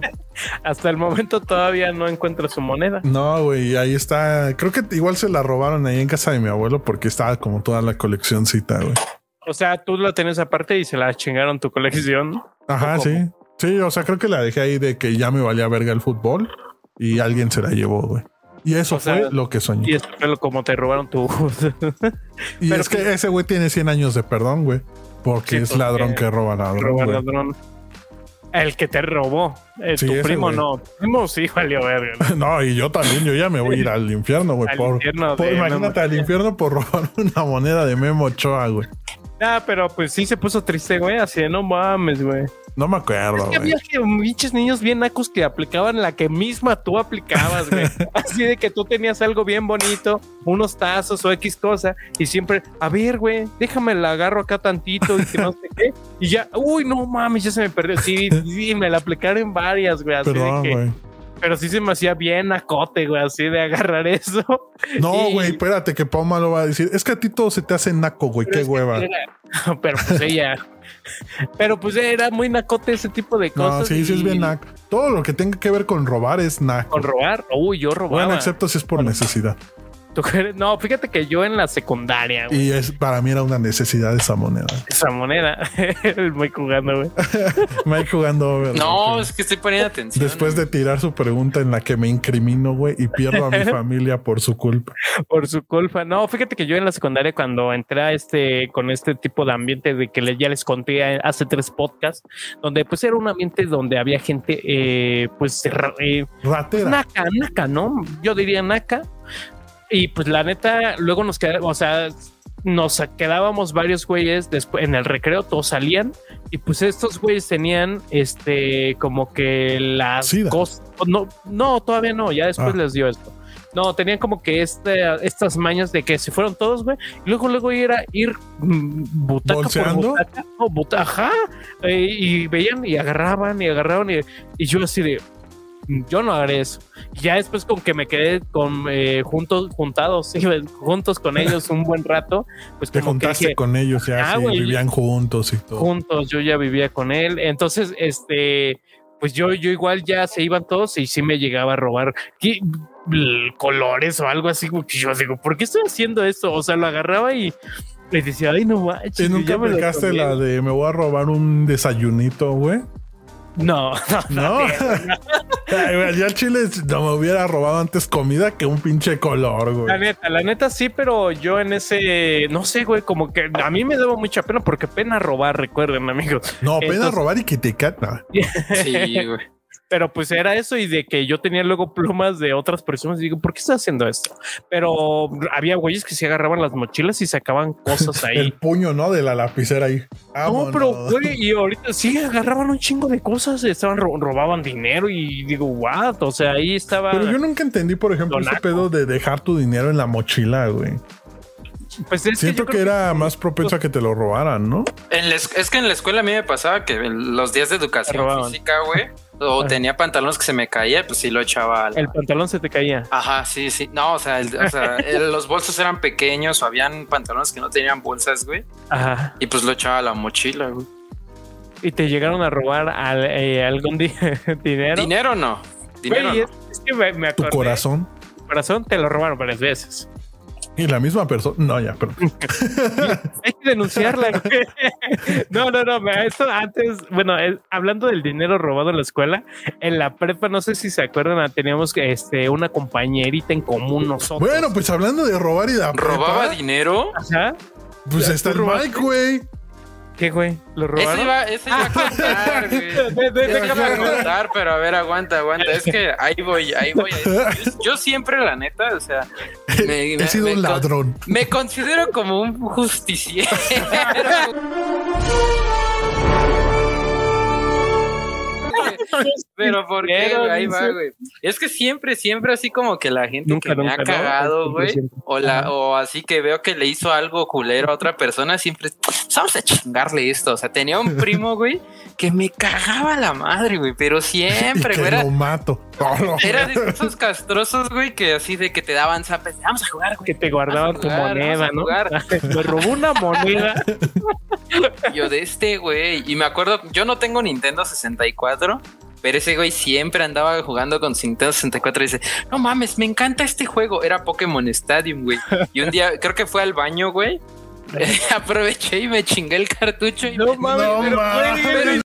[SPEAKER 1] hasta el momento todavía no encuentra su moneda.
[SPEAKER 3] No, güey, ahí está. Creo que igual se la robaron ahí en casa de mi abuelo porque estaba como toda la coleccioncita, güey.
[SPEAKER 1] O sea, tú la tenías aparte y se la chingaron tu colección.
[SPEAKER 3] Ajá,
[SPEAKER 1] ¿Cómo?
[SPEAKER 3] sí. Sí, o sea, creo que la dejé ahí de que ya me valía verga el fútbol y alguien se la llevó, güey. Y eso
[SPEAKER 1] O sea,
[SPEAKER 3] fue lo que soñé.
[SPEAKER 1] Y es como te robaron tu.
[SPEAKER 3] Y
[SPEAKER 1] Pero
[SPEAKER 3] es que ese güey tiene 100 años de perdón, güey. Porque
[SPEAKER 1] Sí,
[SPEAKER 3] es
[SPEAKER 1] porque
[SPEAKER 3] ladrón que roba ladrón.
[SPEAKER 1] roba
[SPEAKER 3] güey.
[SPEAKER 1] ladrón. El que te robó. Eh,
[SPEAKER 3] Sí,
[SPEAKER 1] tu
[SPEAKER 3] ese
[SPEAKER 1] primo
[SPEAKER 3] güey.
[SPEAKER 1] no. Tu primo sí, valió verga. ¿no?
[SPEAKER 3] No, y yo también, yo ya me voy a ir al infierno, güey.
[SPEAKER 1] Al
[SPEAKER 3] por-
[SPEAKER 1] infierno
[SPEAKER 3] por-
[SPEAKER 1] de-
[SPEAKER 3] imagínate
[SPEAKER 1] no,
[SPEAKER 3] al infierno por robar una moneda de Memo Ochoa, güey.
[SPEAKER 1] Ah, pero pues sí se puso triste, güey. Así de no mames, güey.
[SPEAKER 3] No me acuerdo,
[SPEAKER 1] Es que
[SPEAKER 3] güey.
[SPEAKER 1] había que pinches niños bien nacos que aplicaban la que misma tú aplicabas, güey. Así de que tú tenías algo bien bonito, unos tazos o X cosa, y siempre, a ver, güey, déjame la agarro acá tantito y que no sé qué. Y ya, uy, no mames, ya se me perdió. Sí, sí, me la aplicaron varias, güey. Así
[SPEAKER 3] Perdón,
[SPEAKER 1] de que,
[SPEAKER 3] güey.
[SPEAKER 1] pero sí se me hacía bien acote, güey, así de agarrar eso.
[SPEAKER 3] No,
[SPEAKER 1] Y-
[SPEAKER 3] güey, espérate que Pauma lo va a decir. Es que a ti todo se te hace naco, güey. Qué hueva.
[SPEAKER 1] Era- Pero pues ella. Pero pues era muy nacote ese tipo de cosas.
[SPEAKER 3] No, sí, sí es
[SPEAKER 1] y-
[SPEAKER 3] bien naco. Todo lo que tenga que ver con robar es naco.
[SPEAKER 1] Con robar. Uy, yo robaba.
[SPEAKER 3] Bueno, excepto si es por necesidad.
[SPEAKER 1] ¿Tú crees? No, fíjate que yo en la secundaria, güey,
[SPEAKER 3] Y es, para mí era una necesidad esa moneda.
[SPEAKER 1] esa moneda, el Mike jugando, güey.
[SPEAKER 3] Mike jugando over.
[SPEAKER 2] No,
[SPEAKER 3] güey.
[SPEAKER 2] es que estoy poniendo atención.
[SPEAKER 3] Después de tirar su pregunta en la que me incrimino, güey, y pierdo a mi familia por su culpa.
[SPEAKER 1] Por su culpa. No, fíjate que yo en la secundaria cuando entré a este, con este tipo de ambiente de que le- ya les conté a- hace tres podcasts, donde pues era un ambiente donde había gente, eh, pues, ra- eh, pues,
[SPEAKER 3] Ratera.
[SPEAKER 1] naca, naca, ¿no? Yo diría naca. Y pues la neta, luego nos quedábamos, o sea, nos quedábamos varios güeyes después en el recreo, todos salían y pues estos güeyes tenían este como que las
[SPEAKER 3] Sida.
[SPEAKER 1] cosas. No, no, todavía no, ya después
[SPEAKER 3] Ah.
[SPEAKER 1] les dio esto. No, tenían como que este, estas mañas de que se fueron todos, güey. y Luego, luego era ir mm, butaca
[SPEAKER 3] ¿Bolseando?
[SPEAKER 1] por butaca, no, buta- ajá, eh, y veían y agarraban y agarraban y, y yo así de, "Mm, yo no haré eso. Ya después con que me quedé con eh, juntos, juntados, sí, juntos con ellos un buen rato, pues
[SPEAKER 3] Te
[SPEAKER 1] como que
[SPEAKER 3] juntaste
[SPEAKER 1] dije,
[SPEAKER 3] con ellos ya,
[SPEAKER 1] Ah,
[SPEAKER 3] sí,
[SPEAKER 1] güey.
[SPEAKER 3] vivían juntos y todo.
[SPEAKER 1] juntos, yo ya vivía con él. Entonces, este, pues yo, yo igual ya se iban todos y sí me llegaba a robar ¿qué? L- colores o algo así. porque Yo digo, ¿por qué estoy haciendo esto? O sea, lo agarraba y le decía, ay, no manches.
[SPEAKER 3] ¿Y nunca
[SPEAKER 1] ya me lo
[SPEAKER 3] aplicaste
[SPEAKER 1] comí".
[SPEAKER 3] la de me voy a robar un desayunito, güey?
[SPEAKER 1] No,
[SPEAKER 3] No. Ay, güey, ya el chile es- no me hubiera robado antes comida que un pinche color,
[SPEAKER 1] La
[SPEAKER 3] güey.
[SPEAKER 1] neta, la neta sí, pero yo en ese, no sé, güey, como que a mí me debo mucha pena porque pena robar, recuerden, amigos.
[SPEAKER 3] No, apenas
[SPEAKER 1] Entonces-
[SPEAKER 3] robar y que te cata.
[SPEAKER 2] Sí, güey.
[SPEAKER 1] Pero pues era eso y de que yo tenía luego plumas de otras personas y digo, ¿por qué estás haciendo esto? Pero había güeyes que se agarraban las mochilas y sacaban cosas ahí.
[SPEAKER 3] El puño, ¿no? De la lapicera ahí.
[SPEAKER 1] No,
[SPEAKER 3] Vámonos.
[SPEAKER 1] pero güey, y ahorita sí agarraban un chingo de cosas, estaban ro- robaban dinero y digo, what? O sea, ahí estaba.
[SPEAKER 3] Pero yo nunca entendí, por ejemplo,
[SPEAKER 1] Donaco.
[SPEAKER 3] ese pedo de dejar tu dinero en la mochila, güey.
[SPEAKER 1] pues es
[SPEAKER 3] Siento
[SPEAKER 1] yo
[SPEAKER 3] que,
[SPEAKER 1] creo
[SPEAKER 3] era más propenso a que te lo robaran, ¿no?
[SPEAKER 2] En la es es que en la escuela a mí me pasaba que en los días de
[SPEAKER 1] Te
[SPEAKER 2] educación
[SPEAKER 1] robaban.
[SPEAKER 2] física, güey, o
[SPEAKER 1] Ajá.
[SPEAKER 2] tenía pantalones que se me caía, pues sí lo echaba a la-
[SPEAKER 1] el pantalón se te caía.
[SPEAKER 2] Ajá, sí, sí. No, o sea, el- o sea, el- los bolsos eran pequeños o habían pantalones que no tenían bolsas, güey.
[SPEAKER 1] Ajá.
[SPEAKER 2] Y pues lo echaba a la mochila, güey.
[SPEAKER 1] Y te llegaron a robar al- eh, algún di- dinero.
[SPEAKER 2] Dinero no. Dinero.
[SPEAKER 1] Güey,
[SPEAKER 2] no.
[SPEAKER 1] es, es que me, me
[SPEAKER 3] Tu
[SPEAKER 1] acordé.
[SPEAKER 3] corazón.
[SPEAKER 1] Tu corazón te lo robaron varias veces.
[SPEAKER 3] Y la misma persona. No, ya, pero
[SPEAKER 1] Hay que denunciarla. güey. no, no, no. me- Esto antes, bueno, eh, hablando del dinero robado en la escuela, en la prepa, no sé si se acuerdan, ah, teníamos este, una compañerita en común nosotros.
[SPEAKER 3] Bueno, pues hablando de robar y de
[SPEAKER 2] ¿Robaba
[SPEAKER 3] prepa,
[SPEAKER 2] dinero?
[SPEAKER 1] Ajá.
[SPEAKER 3] pues
[SPEAKER 1] Ya,
[SPEAKER 3] está
[SPEAKER 1] tú
[SPEAKER 3] el
[SPEAKER 1] robaste.
[SPEAKER 3] Mike, güey.
[SPEAKER 1] ¿Qué, güey? ¿Lo
[SPEAKER 2] Eso
[SPEAKER 1] robaron?
[SPEAKER 2] iba, eso iba a contar, güey.
[SPEAKER 1] Ve- ve-
[SPEAKER 2] Eso iba
[SPEAKER 1] déjame
[SPEAKER 2] a
[SPEAKER 1] acordar.
[SPEAKER 2] contar, pero a ver, aguanta, aguanta. Es que ahí voy, ahí voy. Yo, yo siempre, la neta, o sea, me-
[SPEAKER 3] He
[SPEAKER 2] me-
[SPEAKER 3] sido
[SPEAKER 2] me
[SPEAKER 3] un
[SPEAKER 2] con-
[SPEAKER 3] ladrón.
[SPEAKER 2] me considero como un justiciero. Pero por qué,
[SPEAKER 1] Pero
[SPEAKER 2] güey? ahí va,
[SPEAKER 1] dice-
[SPEAKER 2] güey. Es que siempre, siempre así como que la gente
[SPEAKER 1] Nunca,
[SPEAKER 2] que me
[SPEAKER 1] nunca,
[SPEAKER 2] ha
[SPEAKER 1] ¿no? Este,
[SPEAKER 2] cagado,
[SPEAKER 1] Siempre,
[SPEAKER 2] güey.
[SPEAKER 1] siempre.
[SPEAKER 2] O la, o así que veo que le hizo algo culero a otra persona, siempre es, vamos a chingarle esto. O sea, tenía un primo, güey, que me cagaba la madre, güey. Pero
[SPEAKER 3] Y
[SPEAKER 2] siempre,
[SPEAKER 3] que
[SPEAKER 2] güey. Era,
[SPEAKER 3] lo mato. No, no.
[SPEAKER 2] era de esos castrosos, güey, que así de que te daban zapes. Vamos a jugar, güey.
[SPEAKER 1] Que te guardaban
[SPEAKER 2] Vas a
[SPEAKER 1] tu
[SPEAKER 2] jugar,
[SPEAKER 1] moneda,
[SPEAKER 2] vas a
[SPEAKER 1] ¿no?
[SPEAKER 2] jugar.
[SPEAKER 1] Me robó una moneda.
[SPEAKER 2] Yo de este güey. Y me acuerdo, yo no tengo Nintendo 64, pero ese güey siempre andaba jugando con su Nintendo 64 y dice, no mames, me encanta este juego. Era Pokémon Stadium, güey. Y un día, creo que fue al baño, güey. Aproveché y me chingué el cartucho y
[SPEAKER 1] No
[SPEAKER 2] me-
[SPEAKER 1] mames,
[SPEAKER 3] No
[SPEAKER 1] pero
[SPEAKER 3] mames.
[SPEAKER 1] güey, eres-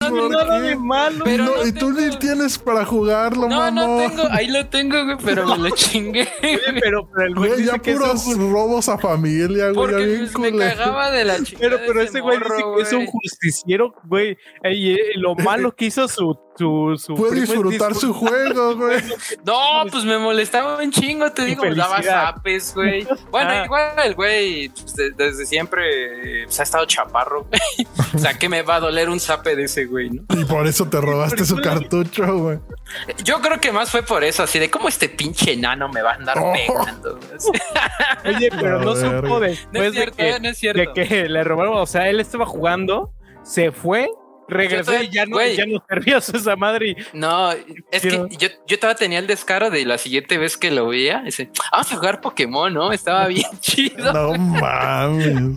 [SPEAKER 1] no,
[SPEAKER 3] ¿Por
[SPEAKER 1] nada
[SPEAKER 3] qué?
[SPEAKER 1] de malo.
[SPEAKER 2] Pero
[SPEAKER 3] No,
[SPEAKER 2] no
[SPEAKER 3] y tú
[SPEAKER 2] tengo-
[SPEAKER 3] ni tienes para jugarlo,
[SPEAKER 2] No, no
[SPEAKER 3] mamón.
[SPEAKER 2] tengo, ahí lo tengo, güey, pero me lo chingué.
[SPEAKER 1] Oye, pero, pero el güey
[SPEAKER 3] Güey,
[SPEAKER 1] dice
[SPEAKER 3] ya
[SPEAKER 1] que es un
[SPEAKER 3] puros robos a familia, güey. Ya
[SPEAKER 2] Porque
[SPEAKER 3] bien
[SPEAKER 2] pues, me
[SPEAKER 3] culero.
[SPEAKER 2] cagaba de la chingada.
[SPEAKER 1] Pero, pero ese güey dice
[SPEAKER 2] morro,
[SPEAKER 1] que es un justiciero, güey. Ey, eh, lo malo que hizo su. su, su
[SPEAKER 3] Puede
[SPEAKER 1] primo es
[SPEAKER 3] disfrutar su juego, güey.
[SPEAKER 2] No, pues me molestaba un chingo, te digo, me daba
[SPEAKER 1] Infelicidad.
[SPEAKER 2] zapes, güey. Bueno,
[SPEAKER 1] Ah.
[SPEAKER 2] igual el güey pues, de- desde siempre eh, pues, ha estado chaparro, güey. O sea, que me va a doler un zape de ese güey, ¿no?
[SPEAKER 3] Y por eso te robaste su
[SPEAKER 1] eso-
[SPEAKER 3] cartucho, güey.
[SPEAKER 2] Yo creo que más fue por eso, así de cómo este pinche enano me va a andar
[SPEAKER 3] Oh.
[SPEAKER 2] pegando. güey. O sea,
[SPEAKER 1] Oye, pero
[SPEAKER 3] La
[SPEAKER 1] no
[SPEAKER 3] verga.
[SPEAKER 1] supo
[SPEAKER 2] No es
[SPEAKER 1] después Pues de,
[SPEAKER 2] cierto,
[SPEAKER 1] que,
[SPEAKER 2] eh, no es
[SPEAKER 1] de
[SPEAKER 2] cierto.
[SPEAKER 1] que le robaron. O sea, él estaba jugando, se fue, regresó
[SPEAKER 2] Yo
[SPEAKER 1] y ya no,
[SPEAKER 2] güey.
[SPEAKER 1] ya no servía su esa madre. y-
[SPEAKER 2] No, es que
[SPEAKER 1] Quiero-
[SPEAKER 2] yo, yo todavía tenía el descaro de la siguiente vez que lo veía, dice, vamos a jugar Pokémon, ¿no? Estaba bien chido.
[SPEAKER 3] No mames.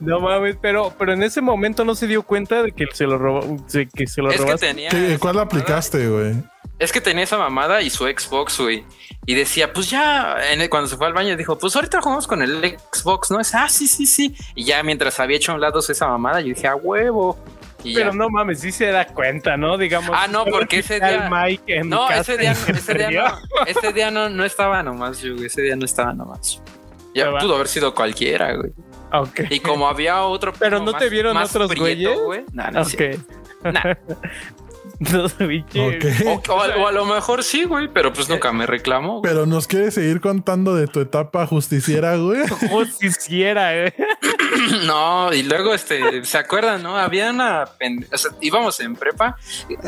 [SPEAKER 1] No mames, pero, pero en ese momento no se dio cuenta de que se lo robó. de que se lo
[SPEAKER 2] es que
[SPEAKER 1] robaste.
[SPEAKER 2] tenía...
[SPEAKER 3] ¿Qué-
[SPEAKER 2] esa
[SPEAKER 3] ¿Cuál
[SPEAKER 2] mamada.
[SPEAKER 3] aplicaste, güey?
[SPEAKER 2] Es que tenía esa mamada y su Xbox, güey. Y decía, pues ya, en el- cuando se fue al baño, dijo, pues ahorita jugamos con el Xbox, ¿no? Es, ah, sí, sí, sí. Y ya mientras había hecho a un lado esa mamada, yo dije, a huevo. Y
[SPEAKER 1] Pero
[SPEAKER 2] ya.
[SPEAKER 1] no mames, sí se da cuenta, ¿no? Digamos.
[SPEAKER 2] Ah, no, porque ese
[SPEAKER 1] está el
[SPEAKER 2] día-
[SPEAKER 1] Mike en
[SPEAKER 2] No,
[SPEAKER 1] casa
[SPEAKER 2] ese día,
[SPEAKER 1] y se
[SPEAKER 2] ese día
[SPEAKER 1] perdió.
[SPEAKER 2] no, ese día no, no estaba nomás yo, güey, ese día no estaba nomás. Ya
[SPEAKER 1] Pero va.
[SPEAKER 2] pudo haber sido cualquiera, güey.
[SPEAKER 1] Ok.
[SPEAKER 2] Y como había otro
[SPEAKER 1] Pero
[SPEAKER 2] primo
[SPEAKER 1] no te vieron otros güeyes?
[SPEAKER 2] güey. Nah, no es cierto.
[SPEAKER 1] Ok.
[SPEAKER 2] Nah.
[SPEAKER 1] No, pinche-
[SPEAKER 3] Ok.
[SPEAKER 2] O, o a, o a lo mejor sí, güey, pero pues nunca me reclamó. güey.
[SPEAKER 3] Pero nos quieres seguir contando de tu etapa justiciera, güey.
[SPEAKER 1] Como si hiciera, eh. güey.
[SPEAKER 2] No, y luego, este, ¿se acuerdan, no? Había una... pen- o sea, íbamos en prepa.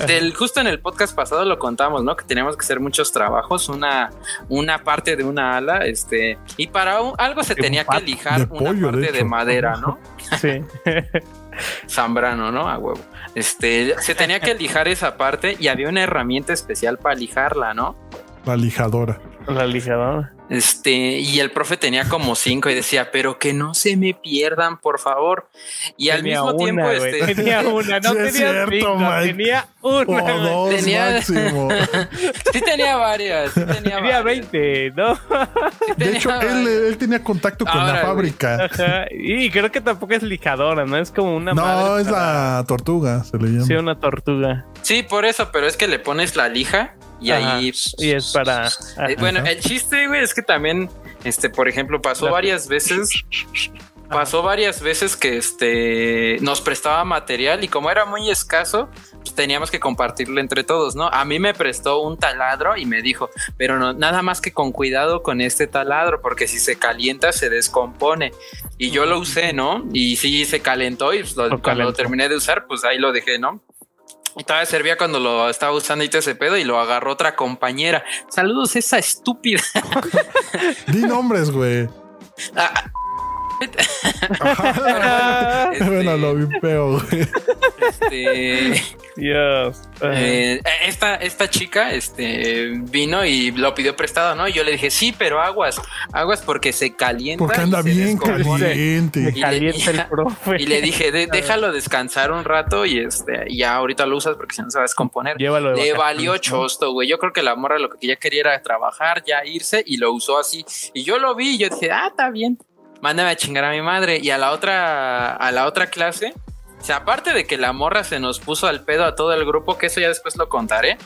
[SPEAKER 2] Del, justo en el podcast pasado lo contamos, ¿no? Que teníamos que hacer muchos trabajos, una, una parte de una ala, este... Y para un- algo se
[SPEAKER 1] De
[SPEAKER 2] tenía que
[SPEAKER 1] pato,
[SPEAKER 2] lijar
[SPEAKER 3] de
[SPEAKER 2] una
[SPEAKER 3] pollo, de
[SPEAKER 2] parte de,
[SPEAKER 3] hecho.
[SPEAKER 2] madera, ¿no?
[SPEAKER 1] Sí.
[SPEAKER 2] Zambrano, ¿no? A huevo. Este, se tenía que lijar esa parte y había una herramienta especial para lijarla, ¿no?
[SPEAKER 3] La lijadora.
[SPEAKER 1] La lijadora.
[SPEAKER 2] Este, y el profe tenía como cinco y decía, pero que no se me pierdan, por favor. Y al
[SPEAKER 1] Tenía
[SPEAKER 2] mismo
[SPEAKER 1] una,
[SPEAKER 2] tiempo,
[SPEAKER 1] güey.
[SPEAKER 2] este,
[SPEAKER 1] Tenía una, no
[SPEAKER 3] Sí,
[SPEAKER 1] tenía
[SPEAKER 3] es cierto,
[SPEAKER 1] cinco,
[SPEAKER 3] Mike. Oh,
[SPEAKER 1] tenía una.
[SPEAKER 3] O
[SPEAKER 1] güey.
[SPEAKER 3] dos
[SPEAKER 2] Tenía-
[SPEAKER 3] máximo.
[SPEAKER 2] sí tenía varias, sí tenía,
[SPEAKER 1] Tenía
[SPEAKER 2] varias,
[SPEAKER 1] 20, ¿no?
[SPEAKER 2] sí
[SPEAKER 3] De
[SPEAKER 2] tenía
[SPEAKER 3] hecho,
[SPEAKER 2] varias.
[SPEAKER 3] él, él tenía contacto con
[SPEAKER 2] Ahora,
[SPEAKER 3] la
[SPEAKER 2] güey.
[SPEAKER 3] fábrica.
[SPEAKER 1] Ajá. Y creo que tampoco es lijadora, ¿no? Es como una
[SPEAKER 3] No,
[SPEAKER 1] madre
[SPEAKER 3] es
[SPEAKER 1] para-
[SPEAKER 3] la tortuga, se le llama.
[SPEAKER 1] Sí, una tortuga.
[SPEAKER 2] Sí, por eso, pero es que le pones la lija y
[SPEAKER 1] Ajá.
[SPEAKER 2] ahí.
[SPEAKER 1] Y es para. ah, ajá.
[SPEAKER 2] Eh, Bueno, el chiste, güey, es que también, este, por ejemplo, pasó
[SPEAKER 1] La-
[SPEAKER 2] varias veces.
[SPEAKER 1] Ajá.
[SPEAKER 2] Pasó varias veces que este nos prestaba material y como era muy escaso, pues, teníamos que compartirlo entre todos, ¿no? A mí me prestó un taladro y me dijo, pero no, nada más que con cuidado con este taladro, porque si se calienta se descompone. Y yo lo usé, ¿no? Y sí se calentó y pues, lo-
[SPEAKER 1] Lo
[SPEAKER 2] cuando
[SPEAKER 1] calentó.
[SPEAKER 2] lo terminé de usar, pues ahí lo dejé, ¿no? Y todavía servía cuando lo estaba usando y todo ese pedo y lo agarró otra compañera. Saludos, esa estúpida.
[SPEAKER 3] Di nombres, güey.
[SPEAKER 2] Ah,
[SPEAKER 3] Ajá.
[SPEAKER 1] Ah,
[SPEAKER 2] este,
[SPEAKER 3] Bueno, lo vi peo, güey.
[SPEAKER 2] este,
[SPEAKER 1] Dios. ah, Ajá.
[SPEAKER 2] eh, esta, esta chica este, vino y lo pidió prestado, ¿no? Y yo le dije, sí, pero aguas, aguas porque se calienta.
[SPEAKER 3] Porque
[SPEAKER 2] y
[SPEAKER 3] anda
[SPEAKER 2] se
[SPEAKER 3] bien
[SPEAKER 2] descompone".
[SPEAKER 1] Me
[SPEAKER 3] caliente.
[SPEAKER 2] le-
[SPEAKER 1] calienta el profe.
[SPEAKER 2] Y le dije, "De- déjalo descansar un rato y este, y ya ahorita lo usas porque si no se va a descomponer.
[SPEAKER 1] Llévalo de
[SPEAKER 2] Le
[SPEAKER 1] vacaciones,
[SPEAKER 2] valió
[SPEAKER 1] ¿no?
[SPEAKER 2] chosto, güey. Yo creo que la morra lo que ella quería era trabajar, ya irse y lo usó así. Y yo lo vi y yo dije, ah, está bien. Mándame a chingar a mi madre. Y a la otra, a la otra clase, o sea, aparte de que la morra se nos puso al pedo a todo el grupo, que eso ya después lo contaré.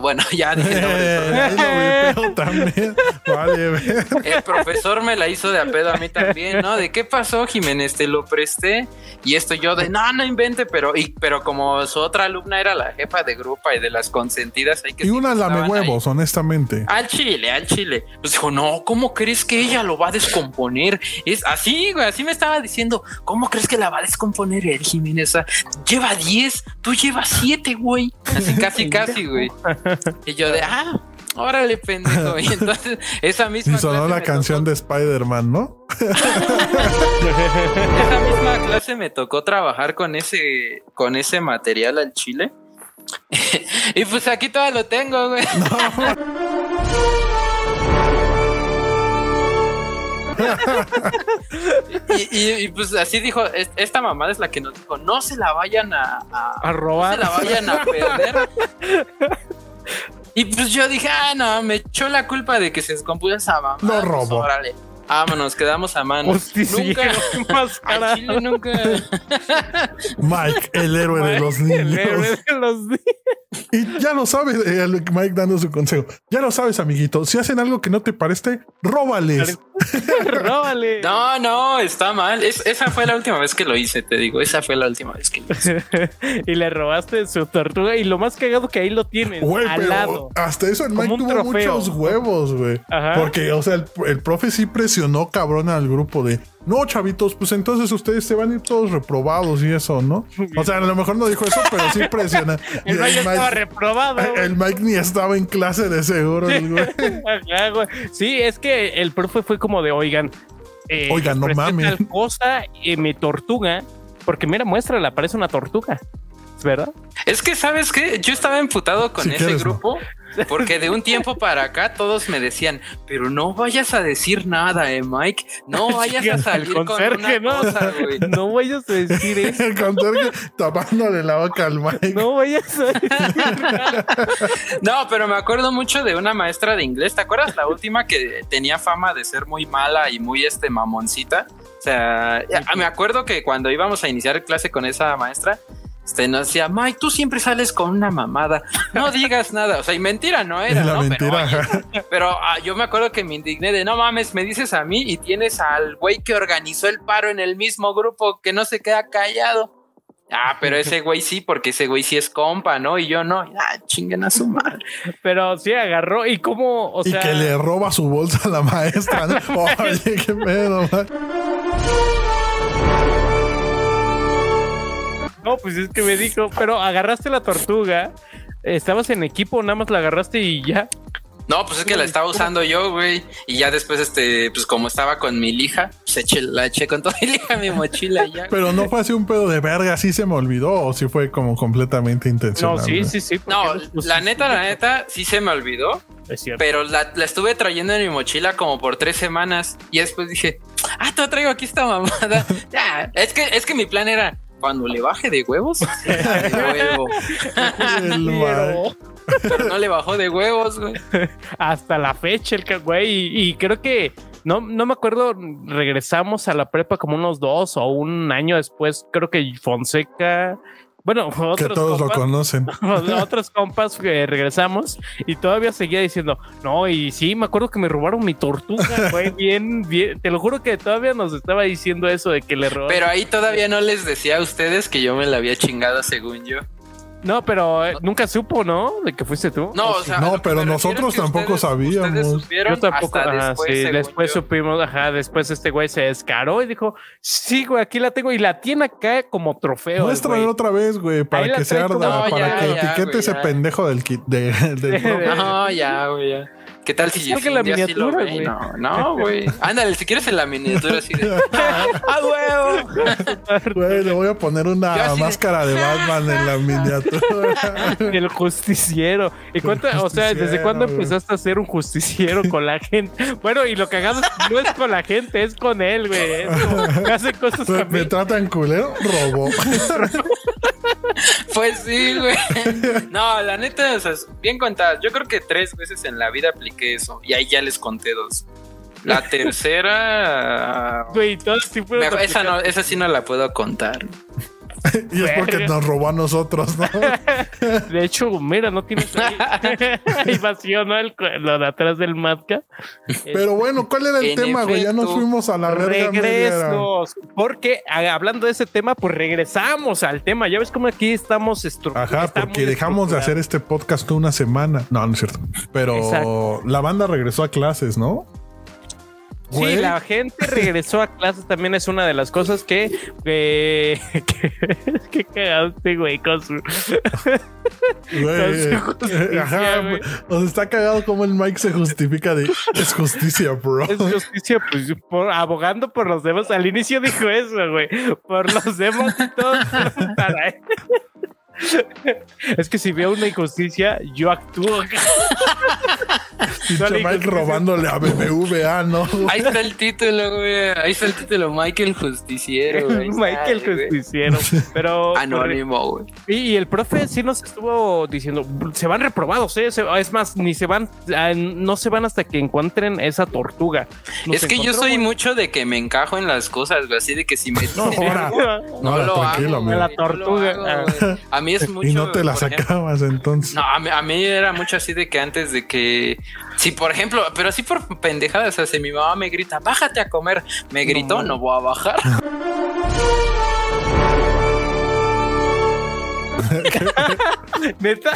[SPEAKER 2] Bueno, ya dije, no,
[SPEAKER 3] Eh, ahí lo vi peo también. Vale, ve.
[SPEAKER 2] el profesor me la hizo de a pedo a mí también, ¿no? ¿De qué pasó, Jiménez? Te lo presté. Y esto yo de, no, no invente, pero, y, pero como su otra alumna era la jefa de grupo y de las consentidas, hay que
[SPEAKER 3] Y
[SPEAKER 2] sí
[SPEAKER 3] una
[SPEAKER 2] que estaban
[SPEAKER 3] lame huevos, honestamente.
[SPEAKER 2] ahí. Ah, Al chile, al chile. Pues dijo, no, ¿cómo crees que ella lo va a descomponer? Es así, güey, así me estaba diciendo, ¿cómo crees que la va a descomponer el Jiménez? Ah, Lleva 10, tú llevas 7, güey. Así casi, casi, güey. Y yo de, ah, órale, pendejo. Y entonces, esa misma...
[SPEAKER 3] Y sonó
[SPEAKER 2] clase
[SPEAKER 3] la
[SPEAKER 2] me
[SPEAKER 3] canción
[SPEAKER 2] tocó-
[SPEAKER 3] de Spider-Man, ¿no?
[SPEAKER 2] Esa misma clase me tocó trabajar con ese, con ese material al chile. y pues aquí todavía lo tengo, güey. y, y- y, pues así dijo, "Es- esta mamada es la que nos dijo, no se la vayan a, a-
[SPEAKER 1] A
[SPEAKER 2] no se
[SPEAKER 1] robar.
[SPEAKER 2] la vayan a perder. y pues yo dije, ah, no, me echó la culpa de que se descompuso esa mamada.
[SPEAKER 3] Lo
[SPEAKER 2] Pues,
[SPEAKER 3] robó.
[SPEAKER 2] órale. Vámonos, quedamos a mano.
[SPEAKER 1] Justiciero,
[SPEAKER 2] Nunca, al
[SPEAKER 1] máscara.
[SPEAKER 2] chile nunca.
[SPEAKER 3] Mike, el héroe de los
[SPEAKER 1] El héroe
[SPEAKER 3] niños.
[SPEAKER 1] de los niños.
[SPEAKER 3] Y ya lo sabes, eh, Mike dando su consejo. Ya lo sabes, amiguito. Si hacen algo que no te parece, róbales.
[SPEAKER 1] Róbale.
[SPEAKER 2] No, no, está mal. Es- esa fue la última vez que lo hice, te digo. Esa fue la última vez que lo hice.
[SPEAKER 1] y le robaste su tortuga. Y lo más cagado que ahí lo tienes.
[SPEAKER 3] Güey,
[SPEAKER 1] al
[SPEAKER 3] pero
[SPEAKER 1] lado.
[SPEAKER 3] hasta eso el
[SPEAKER 1] Como
[SPEAKER 3] Mike
[SPEAKER 1] un
[SPEAKER 3] tuvo
[SPEAKER 1] trofeo.
[SPEAKER 3] muchos huevos, güey.
[SPEAKER 1] Ajá.
[SPEAKER 3] Porque, o sea, el, el profe sí presionó cabrón al grupo de no, chavitos, pues entonces ustedes se van a ir todos reprobados y eso, ¿no? O sea, a lo mejor no dijo eso, pero sí presiona. Y
[SPEAKER 1] El baño estaba
[SPEAKER 3] Mike,
[SPEAKER 1] reprobado.
[SPEAKER 3] el Mike ni estaba en clase de seguro, el güey.
[SPEAKER 1] Ajá, güey. Sí, es que el profe fue como de, oigan, eh,
[SPEAKER 3] Oigan,
[SPEAKER 1] les
[SPEAKER 3] no
[SPEAKER 1] presté
[SPEAKER 3] mames.
[SPEAKER 1] Tal cosa, eh, mi tortuga, porque mira, muéstrala, parece una tortuga. ¿Es verdad?
[SPEAKER 2] Es que, ¿sabes qué? Yo estaba emputado con
[SPEAKER 3] Si
[SPEAKER 2] ese
[SPEAKER 3] quieres,
[SPEAKER 2] grupo Porque de un tiempo para acá todos me decían, pero no vayas a decir nada, eh, Mike. No vayas a salir con una
[SPEAKER 1] ¿no?
[SPEAKER 2] cosa, güey.
[SPEAKER 1] No vayas a decir eso.
[SPEAKER 3] El conserje tapándole la boca al Mike.
[SPEAKER 1] No vayas a decir
[SPEAKER 2] No, pero me acuerdo mucho de una maestra de inglés. ¿Te acuerdas la última que tenía fama de ser muy mala y muy este mamoncita? O sea, ya- me acuerdo que cuando íbamos a iniciar clase con esa maestra, este nos decía, Mike, tú siempre sales con una mamada. No digas nada. O sea, y mentira no era,
[SPEAKER 3] la
[SPEAKER 2] ¿no? Pero,
[SPEAKER 3] mentira.
[SPEAKER 2] oye,
[SPEAKER 3] ajá.
[SPEAKER 2] pero ah, yo me acuerdo que me indigné de no mames, me dices a mí y tienes al güey que organizó el paro en el mismo grupo que no se queda callado. Ah, pero ese güey sí, porque ese güey sí es compa, ¿no? Y yo no. Ah, chinguen a su madre.
[SPEAKER 1] Pero sí agarró y cómo, o sea,
[SPEAKER 3] y que le roba su bolsa a la maestra. ¿no? Oye, qué pedo, man.
[SPEAKER 1] no, pues es que me dijo, pero agarraste la tortuga, estabas en equipo, nada más la agarraste y ya.
[SPEAKER 2] No, pues es que la estaba usando yo, güey. Y ya después, este, pues como estaba con mi lija, se eché, la eché con toda mi lija a mi mochila y ya.
[SPEAKER 3] Pero no fue así un pedo de verga, así se me olvidó o si fue como completamente intencional.
[SPEAKER 1] No, sí,
[SPEAKER 3] ¿no?
[SPEAKER 1] sí, sí. porque
[SPEAKER 2] No,
[SPEAKER 1] los- los-
[SPEAKER 2] la neta, la neta, sí se me olvidó,
[SPEAKER 1] Es cierto.
[SPEAKER 2] pero la, la estuve trayendo en mi mochila como por tres semanas y después dije, ah, te traigo aquí esta mamada. Ya, es que, es que mi plan era, cuando le baje de huevos, de huevo.
[SPEAKER 3] El
[SPEAKER 1] Pero
[SPEAKER 3] Mike.
[SPEAKER 2] Pero no le bajó de huevos, güey.
[SPEAKER 1] hasta la fecha, el ca- güey, y, y creo que no, no me acuerdo, regresamos a la prepa como unos dos o un año después, creo que Fonseca, bueno, otros
[SPEAKER 3] que todos lo
[SPEAKER 1] compas-
[SPEAKER 3] conocen.
[SPEAKER 1] otros compas que regresamos y todavía seguía diciendo, no, y sí, me acuerdo que me robaron mi tortuga, güey, bien, bien, te lo juro que todavía nos estaba diciendo eso de que le robaron.
[SPEAKER 2] Pero ahí todavía no les decía a ustedes que yo me la había chingado según yo.
[SPEAKER 1] no, pero eh, nunca supo, ¿no? De que fuiste tú.
[SPEAKER 2] No, o sea, lo
[SPEAKER 3] No,
[SPEAKER 2] que
[SPEAKER 3] pero
[SPEAKER 2] me refiero
[SPEAKER 3] nosotros
[SPEAKER 2] es que
[SPEAKER 3] tampoco
[SPEAKER 2] ustedes-
[SPEAKER 3] sabíamos.
[SPEAKER 2] ustedes supieron
[SPEAKER 1] Yo tampoco,
[SPEAKER 2] hasta
[SPEAKER 1] ajá,
[SPEAKER 2] después,
[SPEAKER 1] sí,
[SPEAKER 2] según
[SPEAKER 1] después
[SPEAKER 2] yo.
[SPEAKER 1] supimos, ajá, después este güey se descaró y dijo, sí, güey, aquí la tengo y la tiene acá como trofeo. el
[SPEAKER 3] Muéstrala
[SPEAKER 1] güey.
[SPEAKER 3] otra vez, güey,
[SPEAKER 1] Ahí
[SPEAKER 3] para
[SPEAKER 1] la
[SPEAKER 3] que se
[SPEAKER 1] trae como-
[SPEAKER 3] arda,
[SPEAKER 2] No,
[SPEAKER 3] para
[SPEAKER 2] ya,
[SPEAKER 3] que
[SPEAKER 2] ya,
[SPEAKER 3] etiquete
[SPEAKER 2] güey,
[SPEAKER 3] ese
[SPEAKER 2] ya.
[SPEAKER 3] pendejo del kit de, del profe.
[SPEAKER 2] No, ya, güey. ya. ¿Qué tal si
[SPEAKER 1] Creo que la
[SPEAKER 2] Yesenia sí lo
[SPEAKER 1] miniatura,
[SPEAKER 2] ve?
[SPEAKER 1] güey.
[SPEAKER 2] No, no, güey. Ándale, si quieres en la miniatura así de. ¡Ah, huevo!
[SPEAKER 3] Güey, le voy a poner
[SPEAKER 2] Yo
[SPEAKER 3] una
[SPEAKER 2] así de-
[SPEAKER 3] máscara de Batman en la miniatura.
[SPEAKER 1] El justiciero. ¿Y cuánto, o sea, desde
[SPEAKER 3] justiciero,
[SPEAKER 1] cuándo
[SPEAKER 3] güey.
[SPEAKER 1] empezaste a ser un justiciero con la gente? Bueno, y lo cagado es que no es con la gente, es con él, güey. Es como, me hace cosas a mí.
[SPEAKER 3] Me tratan culero, robó.
[SPEAKER 2] Pues sí, güey. No, la neta, o sea, bien contadas. Yo creo que tres veces en la vida apliqué eso. Y ahí ya les conté dos. La tercera.
[SPEAKER 1] Güey, todo sí fueron
[SPEAKER 2] me- esa, no,
[SPEAKER 1] aplicadas.
[SPEAKER 2] esa sí no la puedo contar.
[SPEAKER 3] Y es porque
[SPEAKER 1] Verga.
[SPEAKER 3] nos robó a nosotros, ¿no?
[SPEAKER 1] De hecho, mira, no tienes ahí, ahí vacío, ¿no? El, cu- lo de atrás del matka.
[SPEAKER 3] Pero bueno, ¿cuál era el
[SPEAKER 2] En
[SPEAKER 3] tema, güey? Ya nos
[SPEAKER 2] efecto,
[SPEAKER 3] fuimos a la verga. media hora.
[SPEAKER 1] Regresos, porque a- hablando de ese tema, pues regresamos al tema. Ya ves cómo aquí estamos estructurados.
[SPEAKER 3] Ajá, porque dejamos de hacer este podcast una semana. No, no es cierto. Pero
[SPEAKER 1] Exacto.
[SPEAKER 3] la banda regresó a clases, ¿no?
[SPEAKER 1] Sí,
[SPEAKER 3] Güey,
[SPEAKER 1] la gente regresó a clases también es una de las cosas que eh, que, que cagaste, güey, con su
[SPEAKER 3] güey.
[SPEAKER 1] con su justicia,
[SPEAKER 3] Ajá,
[SPEAKER 1] güey.
[SPEAKER 3] o sea, está cagado como el Mike se justifica de es justicia, bro.
[SPEAKER 1] es justicia, pues por, abogando por los demás. Al inicio dijo eso, güey, por los demás y todos fueron para él. Es que si veo una injusticia, yo actúo.
[SPEAKER 3] Pinche Mike robándole a BBVA, ¿no?
[SPEAKER 2] Ahí está el título, güey. Ahí está el título, Michael Justiciero, güey. Ahí está,
[SPEAKER 1] Michael
[SPEAKER 2] güey.
[SPEAKER 1] Justiciero, pero
[SPEAKER 2] Anónimo, güey.
[SPEAKER 1] Y, y el profe sí nos estuvo diciendo, se van reprobados, ¿eh? Se- es más, ni se van, ah, no se van hasta que encuentren esa tortuga. Nos
[SPEAKER 2] es que yo
[SPEAKER 1] encontró,
[SPEAKER 2] soy
[SPEAKER 1] güey.
[SPEAKER 2] mucho de que me encajo en las cosas, güey. Así de que si me dicen
[SPEAKER 3] No,
[SPEAKER 2] algo,
[SPEAKER 3] ahora.
[SPEAKER 2] no
[SPEAKER 3] Ahora,
[SPEAKER 2] lo
[SPEAKER 3] tranquilo,
[SPEAKER 2] hago,
[SPEAKER 3] amigo.
[SPEAKER 2] güey,
[SPEAKER 1] La
[SPEAKER 2] no lo
[SPEAKER 1] tortuga.
[SPEAKER 2] hago, güey. a mí es mucho.
[SPEAKER 3] y no te la
[SPEAKER 2] por ejemplo-
[SPEAKER 3] sacabas entonces.
[SPEAKER 2] No, a mí, a mí era mucho así de que antes de que. Si, por ejemplo, pero así por pendejadas. O sea, si mi mamá me grita, bájate a comer, me gritó, no, voy a bajar.
[SPEAKER 1] ¿Neta?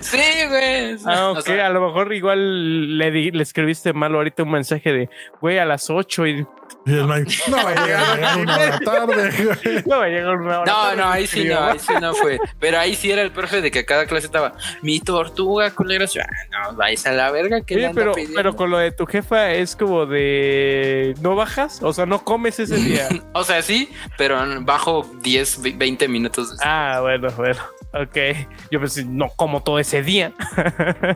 [SPEAKER 2] sí, güey.
[SPEAKER 1] Ah,
[SPEAKER 2] O
[SPEAKER 1] ok,
[SPEAKER 2] sea,
[SPEAKER 1] a lo mejor igual le, di- le escribiste mal ahorita un mensaje de, güey, a las 8 y
[SPEAKER 3] Y el Mike, no va a llegar, a una hora tarde. güey.
[SPEAKER 1] No, me llegó una hora
[SPEAKER 2] No,
[SPEAKER 1] tarde,
[SPEAKER 2] no, ahí sí
[SPEAKER 1] digo,
[SPEAKER 2] no, ahí sí no fue. Pero ahí sí era el profe de que cada clase estaba, mi tortuga, culeros. Yo, Ah, no, vais a la verga que le
[SPEAKER 1] Oye,
[SPEAKER 2] ando
[SPEAKER 1] pero,
[SPEAKER 2] pidiendo".
[SPEAKER 1] pero con lo de tu jefa es como de no bajas, o sea, no comes ese día.
[SPEAKER 2] O sea, sí, pero bajo 10, 20 minutos. después.
[SPEAKER 1] ah, bueno, bueno, ok. Yo pensé, no como todo ese día.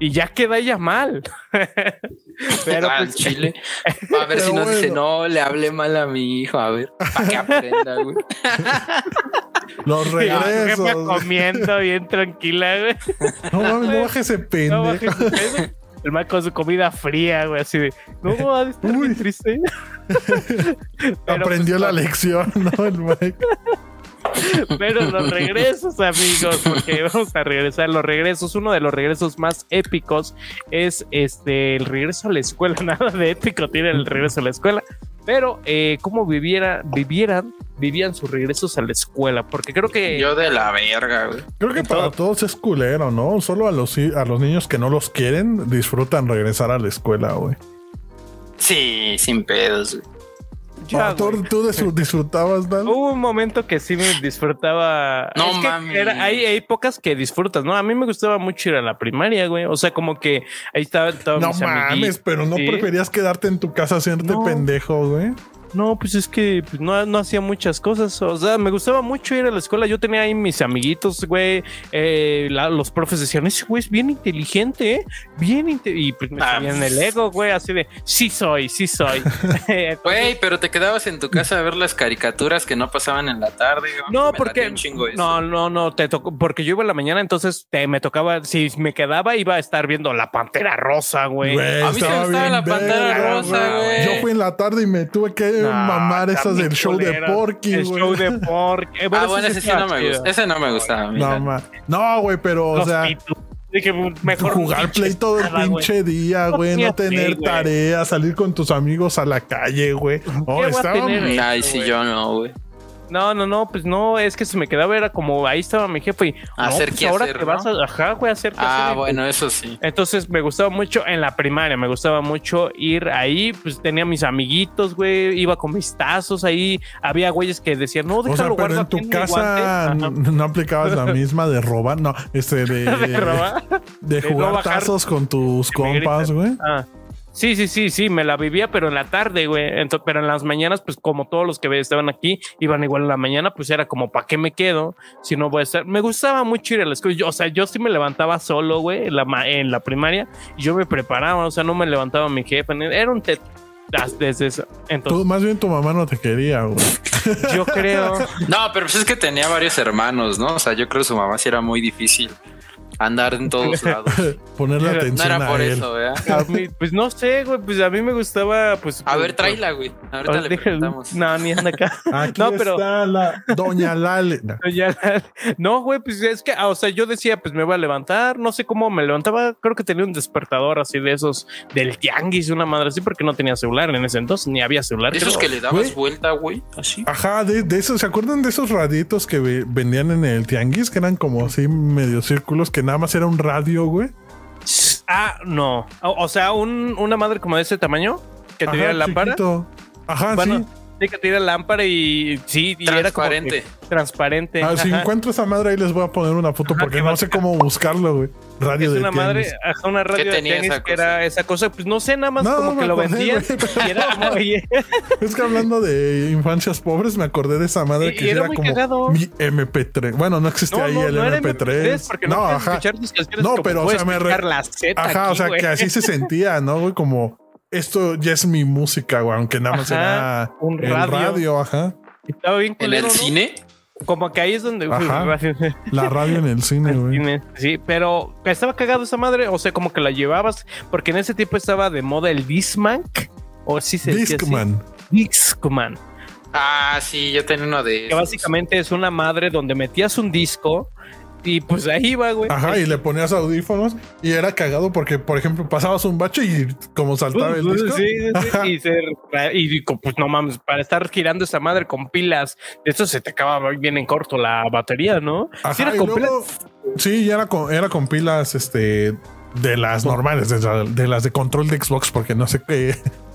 [SPEAKER 1] y ya queda ella mal. pero
[SPEAKER 2] Al
[SPEAKER 1] pues,
[SPEAKER 2] chile. A ver si
[SPEAKER 3] Pero
[SPEAKER 2] no dice,
[SPEAKER 3] bueno.
[SPEAKER 2] no, le hablé mal a mi hijo, a ver, para que aprenda, güey.
[SPEAKER 3] Los
[SPEAKER 1] sí, la
[SPEAKER 3] regresos.
[SPEAKER 1] jefa
[SPEAKER 3] No,
[SPEAKER 1] comiendo bien tranquila, güey.
[SPEAKER 3] mames, no bajes ese
[SPEAKER 1] No
[SPEAKER 3] pendejo.
[SPEAKER 1] bajes de peso. El mal con su comida fría, güey, así de no va a estar bien
[SPEAKER 3] Uy.
[SPEAKER 1] triste. Pero,
[SPEAKER 3] Aprendió
[SPEAKER 1] pues,
[SPEAKER 3] la lección, ¿no? El Mike.
[SPEAKER 1] Pero los regresos, amigos, porque vamos a regresar los regresos. Uno de los regresos más épicos es este el regreso a la escuela. Nada de épico tiene el regreso a la escuela. Pero eh, cómo viviera, vivieran, vivían sus regresos a la escuela, porque creo que
[SPEAKER 2] Yo de la verga, güey.
[SPEAKER 3] Creo que
[SPEAKER 1] Y
[SPEAKER 3] para
[SPEAKER 1] todo.
[SPEAKER 3] todos es culero, ¿no? Solo a los, a los niños que no los quieren disfrutan regresar a la escuela, güey.
[SPEAKER 2] Sí, sin pedos, güey.
[SPEAKER 1] Ya,
[SPEAKER 3] Ah, ¿Tú,
[SPEAKER 1] güey.
[SPEAKER 3] tú desu- disfrutabas, Dan?
[SPEAKER 1] Hubo un momento que sí me disfrutaba.
[SPEAKER 2] No
[SPEAKER 1] Es que
[SPEAKER 2] mames.
[SPEAKER 1] era- hay, hay épocas que disfrutas, ¿no? A mí me gustaba mucho ir a la primaria, güey. O sea, como que ahí estaba todo
[SPEAKER 3] No mames, pero no preferías quedarte en tu casa hacerte
[SPEAKER 1] No.
[SPEAKER 3] pendejo, güey.
[SPEAKER 1] No, pues es que pues, no, no hacía muchas cosas. O sea, me gustaba mucho ir a la escuela. Yo tenía ahí mis amiguitos, güey. Eh, la- los profes decían, ese güey es bien inteligente, ¿eh? Bien inte-". Y pues me
[SPEAKER 2] Ah,
[SPEAKER 1] salían
[SPEAKER 2] pues.
[SPEAKER 1] el ego, güey, así de, sí soy, sí soy. Entonces,
[SPEAKER 2] Güey, pero te quedabas en tu casa a ver las caricaturas que no pasaban en la tarde. güey.
[SPEAKER 1] No,
[SPEAKER 2] Me
[SPEAKER 1] porque
[SPEAKER 2] latía un chingo eso.
[SPEAKER 1] no, no, no, te tocó, porque yo iba en la mañana, entonces te, me tocaba, si me quedaba, iba a estar viendo la pantera rosa, güey.
[SPEAKER 3] Güey,
[SPEAKER 2] A mí sí me
[SPEAKER 3] estaba
[SPEAKER 2] gustaba
[SPEAKER 3] bien
[SPEAKER 2] la Pantera
[SPEAKER 3] verga,
[SPEAKER 2] Rosa,
[SPEAKER 3] güey.
[SPEAKER 2] güey.
[SPEAKER 3] Yo fui en la tarde y me tuve que
[SPEAKER 1] No,
[SPEAKER 3] mamar
[SPEAKER 1] está
[SPEAKER 3] esas
[SPEAKER 1] bien
[SPEAKER 3] del show de
[SPEAKER 1] culera.
[SPEAKER 3] Porky,
[SPEAKER 1] El show
[SPEAKER 3] güey.
[SPEAKER 1] de Porky. Eh,
[SPEAKER 2] Ah,
[SPEAKER 1] bueno,
[SPEAKER 2] bueno,
[SPEAKER 1] sí,
[SPEAKER 2] ese sí
[SPEAKER 1] estaba
[SPEAKER 2] no me
[SPEAKER 1] chido.
[SPEAKER 2] gusta. Ese no me gustaba. a mí, la
[SPEAKER 3] No, ma- no, güey, pero, o
[SPEAKER 1] Los
[SPEAKER 3] sea,
[SPEAKER 1] pitu- Dije, mejor
[SPEAKER 3] jugar
[SPEAKER 1] pinche
[SPEAKER 3] play todo el
[SPEAKER 1] espada, güey.
[SPEAKER 3] pinche día,
[SPEAKER 1] No
[SPEAKER 3] güey.
[SPEAKER 1] tenía
[SPEAKER 3] No tener
[SPEAKER 1] play, güey.
[SPEAKER 3] tareas, salir con tus amigos a la calle, güey.
[SPEAKER 1] voy
[SPEAKER 3] No,
[SPEAKER 1] a
[SPEAKER 3] estaba
[SPEAKER 1] tener?
[SPEAKER 2] neta. Ay,
[SPEAKER 1] Eso,
[SPEAKER 2] sí,
[SPEAKER 1] güey.
[SPEAKER 2] yo no, güey.
[SPEAKER 1] No, no, no, pues no, es que se me quedaba, era como ahí estaba mi jefe y no,
[SPEAKER 2] Hacer
[SPEAKER 1] pues
[SPEAKER 2] que
[SPEAKER 1] ahora
[SPEAKER 2] hacer,
[SPEAKER 1] te vas a, ajá, güey, a hacer que
[SPEAKER 2] Ah,
[SPEAKER 1] hacer.
[SPEAKER 2] bueno, eso sí.
[SPEAKER 1] Entonces me gustaba mucho en la primaria, me gustaba mucho ir ahí, pues tenía mis amiguitos, güey, iba con mis tazos ahí, había güeyes que decían, no,
[SPEAKER 3] O sea,
[SPEAKER 1] déjalo
[SPEAKER 3] pero
[SPEAKER 1] guardo
[SPEAKER 3] en
[SPEAKER 1] aquí
[SPEAKER 3] tu
[SPEAKER 1] mi
[SPEAKER 3] casa
[SPEAKER 1] guante".
[SPEAKER 3] n- no aplicabas la misma de robar, no, este de,
[SPEAKER 1] Ajá. De robar.
[SPEAKER 3] de
[SPEAKER 1] no
[SPEAKER 3] jugar
[SPEAKER 1] bajar.
[SPEAKER 3] tazos con tus
[SPEAKER 1] me
[SPEAKER 3] compas, güey.
[SPEAKER 1] Ah, Sí, sí, sí, sí, me la vivía, pero en la tarde, güey. Ento- pero en las mañanas, pues como todos los que estaban aquí iban igual en la mañana, pues era como, ¿para qué me quedo? Si no voy a estar. Me gustaba mucho ir a la escuela. Yo- o sea, yo sí me levantaba solo, güey, en la, ma- en la primaria. y Yo me preparaba, o sea, no me levantaba mi jefe. ni- Era un te das- desde eso. Entonces,
[SPEAKER 3] Tú, más bien tu mamá no te quería, güey.
[SPEAKER 1] yo creo.
[SPEAKER 2] No, pero pues es que tenía varios hermanos, ¿no? O sea, yo creo que su mamá sí era muy difícil andar en todos lados.
[SPEAKER 3] Ponerle
[SPEAKER 1] Pero no
[SPEAKER 2] No
[SPEAKER 3] atención
[SPEAKER 2] era por
[SPEAKER 3] a él.
[SPEAKER 2] eso, ¿verdad?
[SPEAKER 1] a mí- pues no sé, güey, pues a mí me gustaba, pues.
[SPEAKER 2] A ver, tráela, güey. Ahorita le
[SPEAKER 1] Deja-
[SPEAKER 2] preguntamos.
[SPEAKER 1] No, ni anda acá.
[SPEAKER 3] Aquí
[SPEAKER 1] No, pero-
[SPEAKER 3] está la doña Lale. No.
[SPEAKER 1] Pero ya la- no, güey, pues es que, ah, o sea, yo decía, pues me voy a levantar, no sé cómo me levantaba, creo que tenía un despertador así de esos del tianguis, una madre así, porque no tenía celular en ese entonces, ni había celular.
[SPEAKER 2] De esos
[SPEAKER 1] creo.
[SPEAKER 2] que le dabas
[SPEAKER 3] Güey.
[SPEAKER 2] vuelta, güey, así.
[SPEAKER 3] Ajá, de, de esos, ¿se acuerdan de esos raditos que ve- vendían en el tianguis? Que eran como así medio círculos, que nada más era un radio, güey.
[SPEAKER 1] Ah, no. O, o sea, un- una madre como de ese tamaño, que
[SPEAKER 3] Ajá,
[SPEAKER 1] tenía lámpara.
[SPEAKER 3] chiquito. Ajá,
[SPEAKER 1] Bueno,
[SPEAKER 3] sí.
[SPEAKER 1] sí, que tenía lámpara y sí, y era como
[SPEAKER 2] Transparente.
[SPEAKER 1] que transparente.
[SPEAKER 3] Ah, si
[SPEAKER 1] ajá.
[SPEAKER 3] encuentro esa madre, ahí les voy a poner una foto
[SPEAKER 1] Ajá,
[SPEAKER 3] porque
[SPEAKER 1] que
[SPEAKER 3] no
[SPEAKER 1] va-
[SPEAKER 3] sé cómo buscarlo, güey. Radio
[SPEAKER 1] Es
[SPEAKER 3] de
[SPEAKER 1] una madre,
[SPEAKER 3] tianguis.
[SPEAKER 1] ajá, una radio de
[SPEAKER 2] tenía
[SPEAKER 1] tianguis
[SPEAKER 2] esa
[SPEAKER 1] que era esa cosa, pues no sé, nada más
[SPEAKER 3] No,
[SPEAKER 1] como
[SPEAKER 3] me
[SPEAKER 1] que lo
[SPEAKER 3] acordé,
[SPEAKER 1] vendían
[SPEAKER 3] güey,
[SPEAKER 1] y era, oye,
[SPEAKER 3] Es que hablando de infancias pobres, me acordé de esa madre
[SPEAKER 1] Y-
[SPEAKER 3] que
[SPEAKER 1] y era
[SPEAKER 3] era
[SPEAKER 1] muy
[SPEAKER 3] como
[SPEAKER 1] cagado.
[SPEAKER 3] mi MP3. Bueno, no existía
[SPEAKER 1] No,
[SPEAKER 3] Este ahí
[SPEAKER 1] no,
[SPEAKER 3] el
[SPEAKER 1] no era
[SPEAKER 3] MP3.
[SPEAKER 1] porque no, puedes escuchar tus canciones
[SPEAKER 3] No,
[SPEAKER 1] como
[SPEAKER 3] pero, o
[SPEAKER 1] puedes
[SPEAKER 3] sea, me re-
[SPEAKER 1] escuchar la Z
[SPEAKER 3] Ajá, o
[SPEAKER 1] aquí,
[SPEAKER 3] sea,
[SPEAKER 1] güey.
[SPEAKER 3] que así se sentía, ¿no, güey? Como esto ya es mi música, güey, aunque nada más
[SPEAKER 1] Ajá,
[SPEAKER 3] era
[SPEAKER 1] un
[SPEAKER 3] el
[SPEAKER 1] radio.
[SPEAKER 3] radio. ajá.
[SPEAKER 1] Estaba bien
[SPEAKER 2] ¿En el
[SPEAKER 1] culero, ¿no?
[SPEAKER 2] cine?
[SPEAKER 1] Como que ahí es donde...
[SPEAKER 3] Ajá. La radio en el cine, güey.
[SPEAKER 1] Sí, pero estaba cagado esa madre, o sea, como que la llevabas, porque en ese tiempo estaba de moda el Discman, o si se decía así.
[SPEAKER 3] Discman.
[SPEAKER 1] Discman.
[SPEAKER 2] Ah, sí, yo tenía uno de
[SPEAKER 1] Que
[SPEAKER 2] esos.
[SPEAKER 1] básicamente es una madre donde metías un disco y pues ahí iba, güey.
[SPEAKER 3] Ajá, y le ponías audífonos y era cagado porque, por ejemplo, pasabas un bache y como saltaba el
[SPEAKER 1] Sí,
[SPEAKER 3] disco.
[SPEAKER 1] sí, sí,
[SPEAKER 3] Ajá.
[SPEAKER 1] y, se- y digo, pues no mames, para estar girando esa madre con pilas, de eso se te acaba bien en corto la batería, ¿no?
[SPEAKER 3] Ajá,
[SPEAKER 1] Sí, era
[SPEAKER 3] y
[SPEAKER 1] con
[SPEAKER 3] luego- sí, ya era con, era con pilas este de las normales, de, la- de las de control de Xbox, porque no sé qué,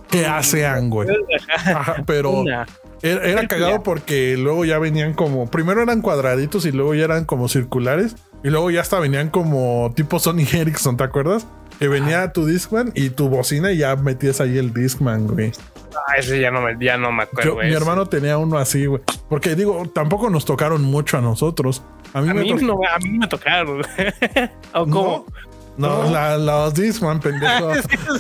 [SPEAKER 3] que asean, güey. Ajá, pero
[SPEAKER 1] Una.
[SPEAKER 3] era, era cagado porque luego ya venían como. Primero eran cuadraditos y luego ya eran como circulares. Y luego ya hasta venían como tipo Sony Ericsson, ¿te acuerdas? Que venía tu Discman y tu bocina y ya metías ahí el Discman, güey.
[SPEAKER 1] Ah, ese ya no me, ya no me acuerdo.
[SPEAKER 3] Yo- mi
[SPEAKER 1] ese.
[SPEAKER 3] hermano tenía uno así, güey. Porque digo, tampoco nos tocaron mucho a nosotros. A mí
[SPEAKER 1] A
[SPEAKER 3] me
[SPEAKER 1] mí,
[SPEAKER 3] tocó-
[SPEAKER 1] no, a mí no me tocaron. ¿O cómo?
[SPEAKER 3] No,
[SPEAKER 1] ¿No?
[SPEAKER 3] la- los Discman, pendejo.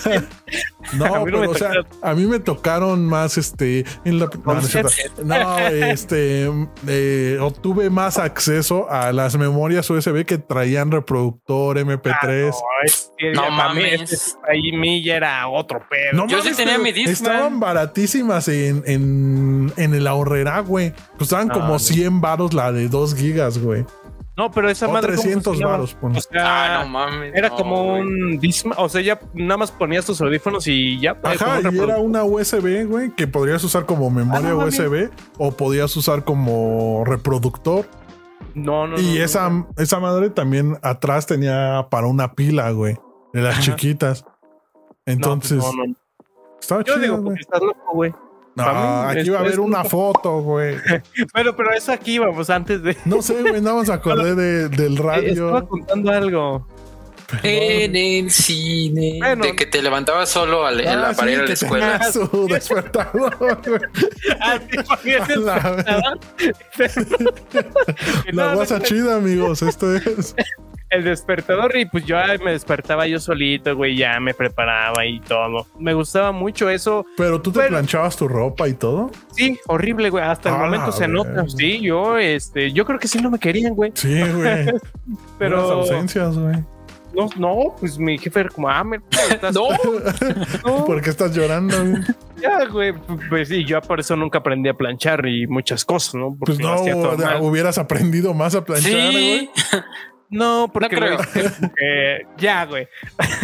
[SPEAKER 3] No,
[SPEAKER 1] A mí no me
[SPEAKER 3] pero, o sea,
[SPEAKER 1] tocaron.
[SPEAKER 3] a mí me tocaron más este en la no, no, es cierto. No, este eh, obtuve más acceso a las memorias USB que traían reproductor MP3.
[SPEAKER 1] No, es que
[SPEAKER 2] No
[SPEAKER 1] ya para mí,
[SPEAKER 2] mames.
[SPEAKER 1] este- ahí mí ya era otro pedo.
[SPEAKER 3] No
[SPEAKER 2] Yo sí
[SPEAKER 3] mames,
[SPEAKER 2] tenía
[SPEAKER 3] pero
[SPEAKER 2] mi Discman.
[SPEAKER 3] Estaban baratísimas en, en, en el ahorrera, güey. Costaban como
[SPEAKER 1] no.
[SPEAKER 3] 100 varos la de 2 gigas, güey.
[SPEAKER 1] No, pero esa
[SPEAKER 3] O
[SPEAKER 1] madre. ¿cómo
[SPEAKER 3] 300
[SPEAKER 1] funcionaba?
[SPEAKER 3] varos, pon.
[SPEAKER 1] O sea,
[SPEAKER 2] Ah, no mames.
[SPEAKER 1] era
[SPEAKER 2] no,
[SPEAKER 1] como
[SPEAKER 2] güey.
[SPEAKER 1] un Discman. O sea, ya nada más ponías tus audífonos y ya. eh, como
[SPEAKER 3] Ajá,
[SPEAKER 1] un
[SPEAKER 3] y era
[SPEAKER 1] reproductor.
[SPEAKER 3] una USB, güey, que podrías usar como memoria
[SPEAKER 1] Ah, no,
[SPEAKER 3] USB o podías usar como reproductor.
[SPEAKER 1] No, no. no,
[SPEAKER 3] y
[SPEAKER 1] no.
[SPEAKER 3] esa, esa madre también atrás tenía para una pila, güey, de las
[SPEAKER 1] Ajá.
[SPEAKER 3] chiquitas.
[SPEAKER 1] No,
[SPEAKER 3] Entonces,
[SPEAKER 1] pues no, no.
[SPEAKER 3] estaba
[SPEAKER 1] Yo
[SPEAKER 3] chido,
[SPEAKER 1] digo,
[SPEAKER 3] güey.
[SPEAKER 1] porque estás loco, güey.
[SPEAKER 3] No,
[SPEAKER 1] para mí,
[SPEAKER 3] aquí va a
[SPEAKER 1] es-
[SPEAKER 3] haber
[SPEAKER 1] es-
[SPEAKER 3] una foto, güey.
[SPEAKER 1] Bueno, pero eso aquí íbamos antes de.
[SPEAKER 3] No sé, güey, nada más acordé de- del
[SPEAKER 1] Estaba
[SPEAKER 3] radio.
[SPEAKER 1] contando algo.
[SPEAKER 2] En el cine.
[SPEAKER 1] Bueno.
[SPEAKER 2] de que te levantabas solo al, en
[SPEAKER 3] Ah,
[SPEAKER 2] la
[SPEAKER 3] sí,
[SPEAKER 2] pared de la
[SPEAKER 3] que
[SPEAKER 2] escuela.
[SPEAKER 3] tenía su despertador, güey.
[SPEAKER 1] Ah, sí, porque es
[SPEAKER 3] A
[SPEAKER 1] el-
[SPEAKER 3] La, la
[SPEAKER 1] No, no,
[SPEAKER 3] guasa chida, amigos. Esto es.
[SPEAKER 1] el despertador y pues yo ay, me despertaba yo solito, güey, ya me preparaba y todo. Me gustaba mucho eso.
[SPEAKER 3] Pero tú te
[SPEAKER 1] Bueno.
[SPEAKER 3] planchabas tu ropa y todo.
[SPEAKER 1] Sí, horrible, güey, hasta el
[SPEAKER 3] Ah,
[SPEAKER 1] momento se
[SPEAKER 3] güey.
[SPEAKER 1] nota. Sí, yo este, yo creo que sí no me querían, güey,
[SPEAKER 3] Sí, güey. Unas
[SPEAKER 1] pero
[SPEAKER 3] ausencias, güey.
[SPEAKER 1] no, no, pues mi jefe era como, ah, me estás-
[SPEAKER 2] No,
[SPEAKER 1] no,
[SPEAKER 3] ¿Por qué estás llorando? güey?
[SPEAKER 1] ya, güey, pues y yo por eso nunca aprendí a planchar y muchas cosas, ¿no? Porque
[SPEAKER 3] Pues
[SPEAKER 1] lo
[SPEAKER 3] no,
[SPEAKER 1] hacía todo
[SPEAKER 3] hubieras-
[SPEAKER 1] mal.
[SPEAKER 3] hubieras aprendido más a planchar, güey.
[SPEAKER 2] sí.
[SPEAKER 1] No, porque
[SPEAKER 2] No creo.
[SPEAKER 1] luego dije, como que, ya, güey.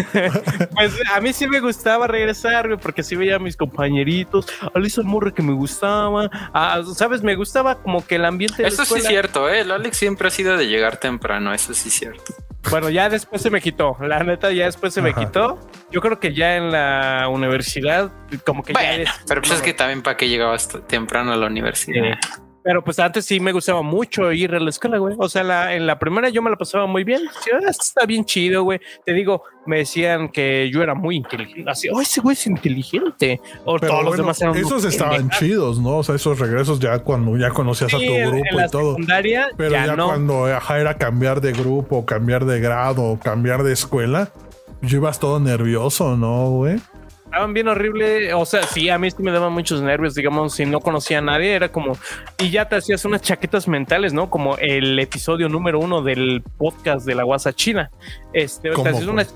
[SPEAKER 1] pues a mí sí me gustaba regresar, güey, porque sí veía a mis compañeritos, Ah, a Luis Morro que me gustaba, a- ¿sabes? Me gustaba como que el ambiente de la
[SPEAKER 2] Eso sí es
[SPEAKER 1] escuela.
[SPEAKER 2] cierto, ¿eh? El Alex siempre ha sido de llegar temprano, eso sí es cierto.
[SPEAKER 1] Bueno, ya después se me quitó, la neta ya después se me
[SPEAKER 3] Ajá.
[SPEAKER 1] quitó. Yo creo que ya en la universidad, como que ya
[SPEAKER 2] Bueno,
[SPEAKER 1] eres-
[SPEAKER 2] Pero pues es que también para qué llegabas t- temprano a la universidad.
[SPEAKER 1] Pero pues antes sí me gustaba mucho ir a la escuela, güey. O sea, la- en la primera yo me la pasaba muy bien. Sí, ah, esto está bien chido, güey. Te digo, me decían que yo era muy inteligente. Así, oh, ese güey es inteligente. O
[SPEAKER 3] Pero
[SPEAKER 1] todos los
[SPEAKER 3] bueno,
[SPEAKER 1] demás eran unos
[SPEAKER 3] esos estaban
[SPEAKER 1] pendejos.
[SPEAKER 3] chidos, ¿no? O sea, esos regresos ya cuando ya conocías a
[SPEAKER 1] Sí,
[SPEAKER 3] tu
[SPEAKER 1] en-
[SPEAKER 3] grupo
[SPEAKER 1] en la
[SPEAKER 3] y todo.
[SPEAKER 1] secundaria
[SPEAKER 3] Pero ya,
[SPEAKER 1] ya, no.
[SPEAKER 3] cuando ajá, era cambiar de grupo, cambiar de grado, cambiar de escuela, pues, yo ibas todo nervioso, ¿no, güey?
[SPEAKER 1] Estaban bien horrible. O sea, sí, a mí sí me daban muchos nervios, digamos, si no conocía a nadie, era como. Y ya te hacías unas chaquetas mentales, ¿no? Como el episodio número uno del podcast de la guasa china. Este,
[SPEAKER 3] ¿Cómo,
[SPEAKER 1] te hacías
[SPEAKER 3] güey?
[SPEAKER 1] unas,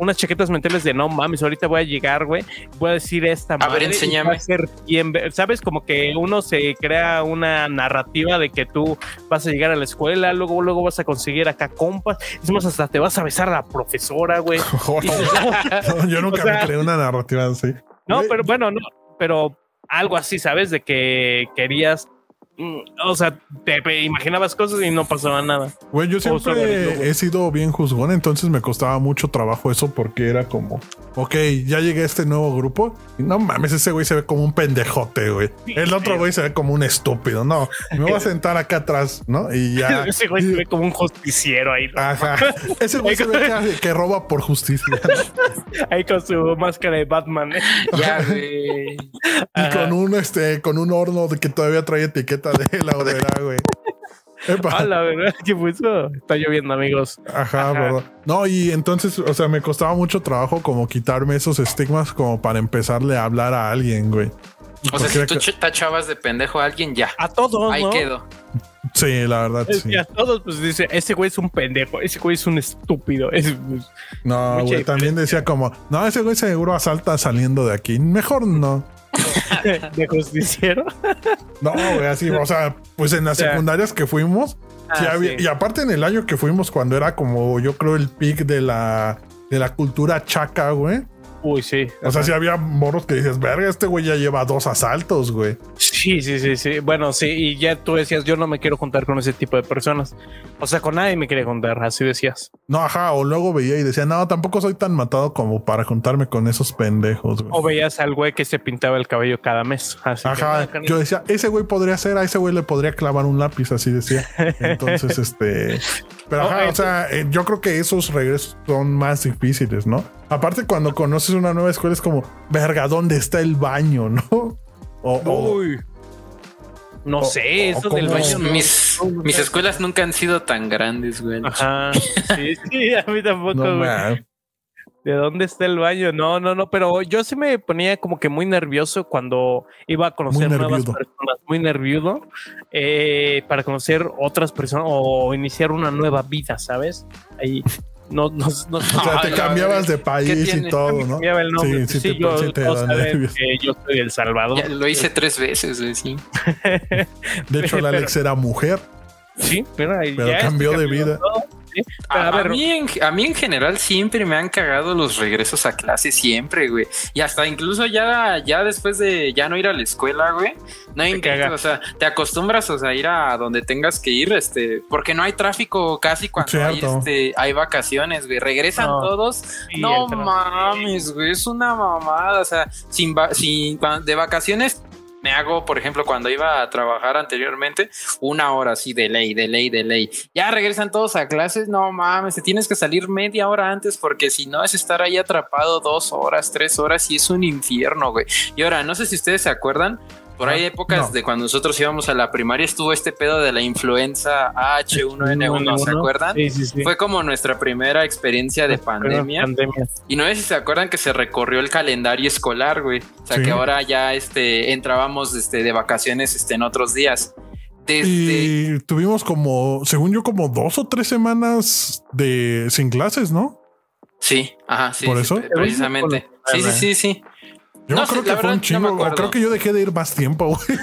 [SPEAKER 1] unas chaquetas mentales de no mames, ahorita voy a llegar, güey. Voy a decir esta
[SPEAKER 2] ver,
[SPEAKER 1] madre y
[SPEAKER 2] enséñame.
[SPEAKER 1] va a ser bien ver- ¿Sabes? Como que uno se crea una narrativa de que tú vas a llegar a la escuela, luego, luego vas a conseguir acá compas. Decimos, hasta te vas a besar a la profesora, güey.
[SPEAKER 3] No, yo nunca
[SPEAKER 1] O sea-
[SPEAKER 3] me creé una narrativa así.
[SPEAKER 1] No,
[SPEAKER 3] Güey.
[SPEAKER 1] pero bueno, no, pero algo así, ¿sabes? De que querías, mm, o sea, te pe- imaginabas cosas y no pasaba nada.
[SPEAKER 3] Güey, yo
[SPEAKER 1] O sea, de-
[SPEAKER 3] siempre he sido bien juzgón, entonces me costaba mucho trabajo eso porque era como, ok, ya llegué a este nuevo grupo. y no mames, ese güey se ve como un pendejote, güey. El otro güey se ve como un estúpido. No, me voy a sentar acá atrás, ¿no? Y ya.
[SPEAKER 1] Ese güey se ve como un justiciero ahí, ¿no?
[SPEAKER 3] Ajá. Ese güey se ve que, hace- que roba por justicia
[SPEAKER 1] ahí con su máscara de Batman. ¿eh?
[SPEAKER 2] Ya, güey.
[SPEAKER 3] y
[SPEAKER 1] Ajá.
[SPEAKER 3] con un este, con un horno de que todavía trae etiqueta de la horrera, güey. Epa.
[SPEAKER 1] Ah, la verdad, ¿qué puso? Está lloviendo, amigos.
[SPEAKER 3] Ajá,
[SPEAKER 1] Ajá.
[SPEAKER 3] ¿verdad? No, y entonces, o sea, me costaba mucho trabajo como quitarme esos estigmas como para empezarle a hablar a alguien, güey.
[SPEAKER 2] O sea,
[SPEAKER 3] Porque
[SPEAKER 2] si
[SPEAKER 3] era
[SPEAKER 2] tú
[SPEAKER 3] que-
[SPEAKER 2] ch- tachabas de pendejo a alguien, ya.
[SPEAKER 1] A todos,
[SPEAKER 2] Ahí
[SPEAKER 1] ¿no?
[SPEAKER 2] quedó.
[SPEAKER 3] Sí, la verdad,
[SPEAKER 1] Es
[SPEAKER 3] sí.
[SPEAKER 1] que a todos, pues dice, ese güey es un pendejo, ese güey es un estúpido. es-
[SPEAKER 3] No,
[SPEAKER 1] mucha
[SPEAKER 3] güey, también decía como, no, ese güey seguro asalta saliendo de aquí. Mejor no.
[SPEAKER 1] de justiciero.
[SPEAKER 3] No, güey, así, o sea, pues en las
[SPEAKER 1] O sea,
[SPEAKER 3] secundarias que fuimos, sí
[SPEAKER 1] Ah,
[SPEAKER 3] había-
[SPEAKER 1] sí.
[SPEAKER 3] y aparte en el año que fuimos, cuando era como, yo creo, el pic de la, de la cultura chaca, güey.
[SPEAKER 1] Uy, sí.
[SPEAKER 3] O sea, si había moros que dices, verga, este güey ya lleva dos asaltos, güey.
[SPEAKER 1] Sí, sí, sí, sí. Bueno, sí, y ya tú decías, yo no me quiero juntar con ese tipo de personas. O sea, con nadie me quería juntar, así decías.
[SPEAKER 3] No, ajá, o luego veía y decía, no, tampoco soy tan matado como para juntarme con esos pendejos, güey.
[SPEAKER 1] O veías al güey que se pintaba el cabello cada mes. Así que,
[SPEAKER 3] Ajá,
[SPEAKER 1] no, canijo.
[SPEAKER 3] yo decía, ese güey podría ser, a ese güey le podría clavar un lápiz, así decía. Entonces, este, pero
[SPEAKER 1] No,
[SPEAKER 3] ajá, o
[SPEAKER 1] eso-
[SPEAKER 3] sea, eh, yo creo que esos regresos son más difíciles, ¿no? Aparte, cuando conoces una nueva escuela es como, verga, ¿dónde está el baño, no? O, o-
[SPEAKER 1] No
[SPEAKER 3] o-
[SPEAKER 1] sé,
[SPEAKER 3] o
[SPEAKER 1] eso del
[SPEAKER 3] cómo-
[SPEAKER 1] baño. no-
[SPEAKER 2] mis, mis escuelas nunca han sido tan grandes, güey.
[SPEAKER 1] Ajá, sí, sí, a mí tampoco,
[SPEAKER 3] no,
[SPEAKER 1] güey.
[SPEAKER 3] man.
[SPEAKER 1] ¿De dónde está el baño? No, no, no, pero yo sí me ponía como que muy nervioso cuando iba a conocer
[SPEAKER 3] Muy
[SPEAKER 1] nuevas
[SPEAKER 3] nerviudo.
[SPEAKER 1] personas, muy nervioso eh, para conocer otras personas o iniciar una nueva vida, ¿sabes? Ahí no, no, no,
[SPEAKER 3] O sea,
[SPEAKER 2] Ah,
[SPEAKER 3] te
[SPEAKER 2] la
[SPEAKER 3] cambiabas
[SPEAKER 2] verga.
[SPEAKER 3] de país y
[SPEAKER 2] tiene?
[SPEAKER 3] todo, ¿no?
[SPEAKER 1] cambiaba el nombre.
[SPEAKER 3] Sí, sí,
[SPEAKER 1] Sí,
[SPEAKER 3] te,
[SPEAKER 1] yo,
[SPEAKER 3] sí te
[SPEAKER 1] todos
[SPEAKER 3] da
[SPEAKER 1] saben
[SPEAKER 3] nervios.
[SPEAKER 1] que yo soy del Salvador.
[SPEAKER 2] Ya lo hice tres veces, güey, sí.
[SPEAKER 3] De hecho,
[SPEAKER 1] pero-
[SPEAKER 3] la Alex era mujer.
[SPEAKER 1] Sí, pero, ahí
[SPEAKER 3] Pero
[SPEAKER 1] ya
[SPEAKER 3] cambió
[SPEAKER 1] este
[SPEAKER 3] de
[SPEAKER 1] cambió
[SPEAKER 3] vida.
[SPEAKER 1] todo, sí. Pero
[SPEAKER 2] A,
[SPEAKER 1] a
[SPEAKER 2] a
[SPEAKER 1] ver,
[SPEAKER 2] mí en, a mí en general siempre me han cagado los regresos a clase, siempre, güey. Y hasta incluso ya, ya después de ya no ir a la escuela, güey. No hay
[SPEAKER 1] caga.
[SPEAKER 2] o sea, te acostumbras o sea, a ir a donde tengas que ir, este, porque no hay tráfico casi cuando hay,
[SPEAKER 3] Cierto.
[SPEAKER 2] este, hay vacaciones, güey. Regresan
[SPEAKER 1] No.
[SPEAKER 2] todos
[SPEAKER 1] sí,
[SPEAKER 2] no
[SPEAKER 1] el tra-
[SPEAKER 2] mames, güey, es una mamada. O sea, sin, va- sin cua- de vacaciones me hago, por ejemplo, cuando iba a trabajar anteriormente, una hora así de ley, de ley, de ley. Ya regresan todos a clases, no mames, te tienes que salir media hora antes porque si no es estar ahí atrapado dos horas, tres horas y es un infierno, güey. Y ahora, no sé si ustedes se acuerdan. Por ahí
[SPEAKER 3] Ah,
[SPEAKER 2] épocas
[SPEAKER 3] no.
[SPEAKER 2] de cuando nosotros íbamos a la primaria estuvo este pedo de la influenza H1N1, ¿se acuerdan?
[SPEAKER 1] Sí, sí, sí.
[SPEAKER 2] Fue como nuestra primera experiencia de pandemia.
[SPEAKER 1] pandemia.
[SPEAKER 2] Y no sé si se acuerdan que se recorrió el calendario escolar, güey. O sea,
[SPEAKER 3] Sí.
[SPEAKER 2] que ahora ya este, entrábamos este, de vacaciones este, en otros días. Desde...
[SPEAKER 3] Y tuvimos como, según yo, como dos o tres semanas de sin clases, ¿no?
[SPEAKER 2] Sí, ajá, sí.
[SPEAKER 3] ¿Por
[SPEAKER 2] sí,
[SPEAKER 3] eso?
[SPEAKER 2] pre- Precisamente. Sí, sí, sí, sí.
[SPEAKER 3] Yo
[SPEAKER 2] No sé,
[SPEAKER 3] creo
[SPEAKER 2] la
[SPEAKER 3] que fue
[SPEAKER 2] verdad,
[SPEAKER 3] un
[SPEAKER 2] no me
[SPEAKER 3] chingo. o
[SPEAKER 2] acuerdo.
[SPEAKER 3] creo que yo dejé de ir más tiempo, güey.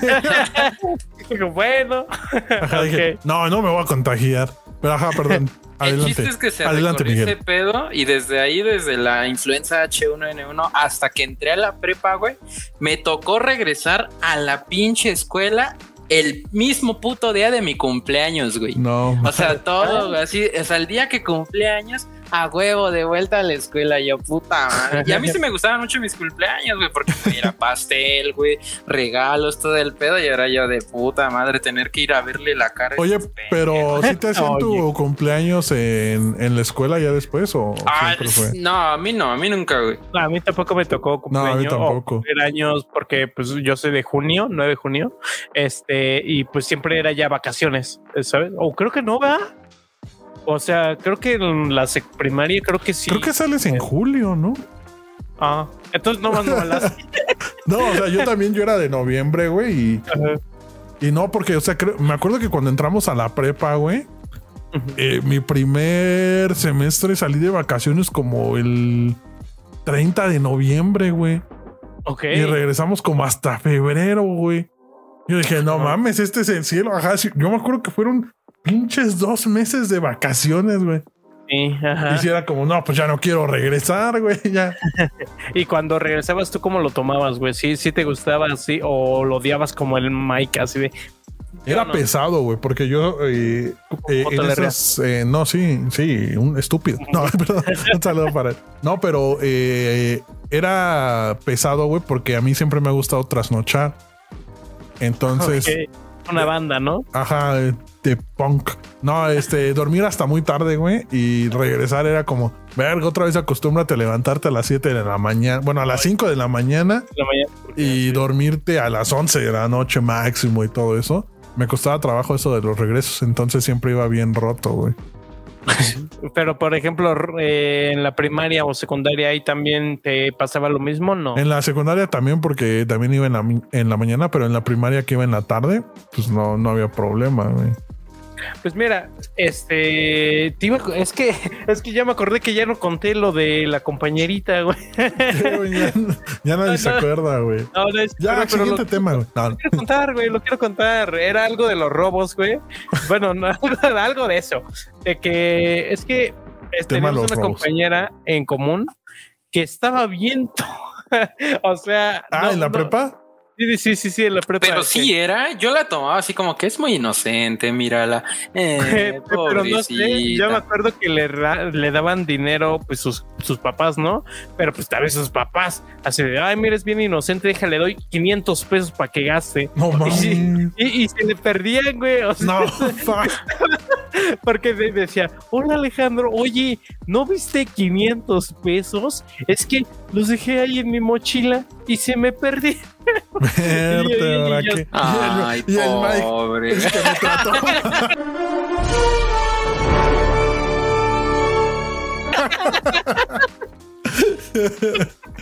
[SPEAKER 1] Digo, Bueno,
[SPEAKER 3] Ajá, dije,
[SPEAKER 1] Ok.
[SPEAKER 3] no, no me voy a contagiar. Pero ajá, perdón.
[SPEAKER 2] El
[SPEAKER 3] Adelante.
[SPEAKER 2] chiste es que se
[SPEAKER 3] Adelante,
[SPEAKER 2] recorrió
[SPEAKER 3] Miguel.
[SPEAKER 2] ese pedo y desde ahí, desde la influenza H1N1 hasta que entré a la prepa, güey, me tocó regresar a la pinche escuela el mismo puto día de mi cumpleaños, güey.
[SPEAKER 3] No.
[SPEAKER 2] O sea, todo, güey, así, o sea, el día que cumplí años, a huevo, de vuelta a la escuela, yo puta madre. Y a mí sí me gustaban mucho mis cumpleaños, güey, porque güey, era pastel, güey, regalos, todo el pedo, y ahora yo de puta madre tener que ir a verle la cara. a
[SPEAKER 3] Oye,
[SPEAKER 2] estos pendejos.
[SPEAKER 3] pero si te hacían tu cumpleaños en, en la escuela ya después o
[SPEAKER 2] Ah,
[SPEAKER 3] siempre fue.
[SPEAKER 2] no, a mí no, a mí nunca, güey.
[SPEAKER 1] a mí tampoco me tocó
[SPEAKER 3] No, a mí
[SPEAKER 1] cumpleaños. o
[SPEAKER 2] oh,
[SPEAKER 3] tampoco.
[SPEAKER 1] cumpleaños porque pues yo soy de junio, 9 de junio, este, y pues siempre era ya vacaciones, ¿sabes? O creo que no, ¿verdad? O sea, creo que en la sec- primaria creo que sí.
[SPEAKER 3] Creo que sales en julio, ¿no?
[SPEAKER 1] Ah, entonces no mando balas.
[SPEAKER 3] No, o sea, yo también yo era de noviembre, güey, y, y no, porque, o sea, creo- me acuerdo que cuando entramos a la prepa, güey, eh, mi primer semestre salí de vacaciones como el 30 de noviembre, güey.
[SPEAKER 1] ok.
[SPEAKER 3] Y regresamos como hasta febrero, güey. Yo dije, no
[SPEAKER 1] Ajá.
[SPEAKER 3] mames, este es el cielo. Ajá, sí, yo me acuerdo que fueron pinches dos meses de vacaciones, güey.
[SPEAKER 1] Sí,
[SPEAKER 3] Y
[SPEAKER 1] ajá.
[SPEAKER 3] si era como, no, pues ya no quiero regresar, güey. Ya.
[SPEAKER 1] Y cuando regresabas, ¿tú cómo lo tomabas, güey? ¿Sí, sí te gustaba así o lo odiabas como el Mike, así de...
[SPEAKER 3] Era
[SPEAKER 1] no.
[SPEAKER 3] pesado, güey, porque yo eh, eh,
[SPEAKER 1] ¿Cómo te
[SPEAKER 3] en
[SPEAKER 1] le
[SPEAKER 3] esas, eh, no, sí, sí, un estúpido. No, perdón, un saludo para él. No, pero eh, era pesado, güey, porque a mí siempre me ha gustado trasnochar. Entonces,
[SPEAKER 1] Ok, Una banda, ¿no?
[SPEAKER 3] Ajá, de punk. No, este, dormir hasta muy tarde, güey, y regresar era como, verga, otra vez acostúmbrate a levantarte a las 7 de la mañana, bueno, a las 5 de la mañana
[SPEAKER 1] En la mañana, porque-
[SPEAKER 3] y dormirte a las 11 de la noche máximo y todo eso. Me costaba trabajo eso de los regresos, entonces siempre iba bien roto, güey.
[SPEAKER 1] Pero, por ejemplo, r- eh, en la primaria o secundaria ahí también te pasaba lo mismo, ¿no?
[SPEAKER 3] En la secundaria también, porque también iba en la, mi- en la mañana, pero en la primaria que iba en la tarde, pues no, no había problema, güey.
[SPEAKER 1] Pues mira, este, te iba- es que es que ya me acordé que ya no conté lo de la compañerita, güey.
[SPEAKER 3] ya, ya nadie se
[SPEAKER 1] No, no.
[SPEAKER 3] acuerda, güey.
[SPEAKER 1] No, no es-
[SPEAKER 3] Ya,
[SPEAKER 1] pero- pero
[SPEAKER 3] siguiente
[SPEAKER 1] lo
[SPEAKER 3] tema, güey. No, no.
[SPEAKER 1] quiero contar, güey, lo quiero contar. Era algo de los robos, güey. Bueno, no, algo de eso, de que es que eh,
[SPEAKER 3] Tema
[SPEAKER 1] tenemos
[SPEAKER 3] los
[SPEAKER 1] una
[SPEAKER 3] robos.
[SPEAKER 1] compañera en común que estaba viento. o sea.
[SPEAKER 3] Ah,
[SPEAKER 1] no,
[SPEAKER 3] ¿en la
[SPEAKER 1] no.
[SPEAKER 3] prepa?
[SPEAKER 1] Sí, sí, sí, sí, en la prepa.
[SPEAKER 2] Pero sí era, yo la tomaba así como que es muy inocente, mírala. Eh,
[SPEAKER 1] pero no sé, yo me
[SPEAKER 2] pobrecita.
[SPEAKER 1] acuerdo que le, ra- le daban dinero pues sus, sus papás, ¿no? Pero pues tal vez sus papás, así de, ay, mira, es bien inocente, déjale, doy 500 pesos para que gaste.
[SPEAKER 3] No
[SPEAKER 1] Y, sí,
[SPEAKER 3] mames.
[SPEAKER 1] y, y se le perdían, güey, o sea,
[SPEAKER 3] No, fuck.
[SPEAKER 1] porque de- decía, hola Alejandro, oye, ¿no viste 500 pesos? Es que los dejé ahí en mi mochila y se me perdí.
[SPEAKER 3] Verte, ahora
[SPEAKER 1] yo-
[SPEAKER 3] que- y el-
[SPEAKER 2] Ay,
[SPEAKER 3] y el Mike.
[SPEAKER 2] pobre.
[SPEAKER 3] Es que me trató.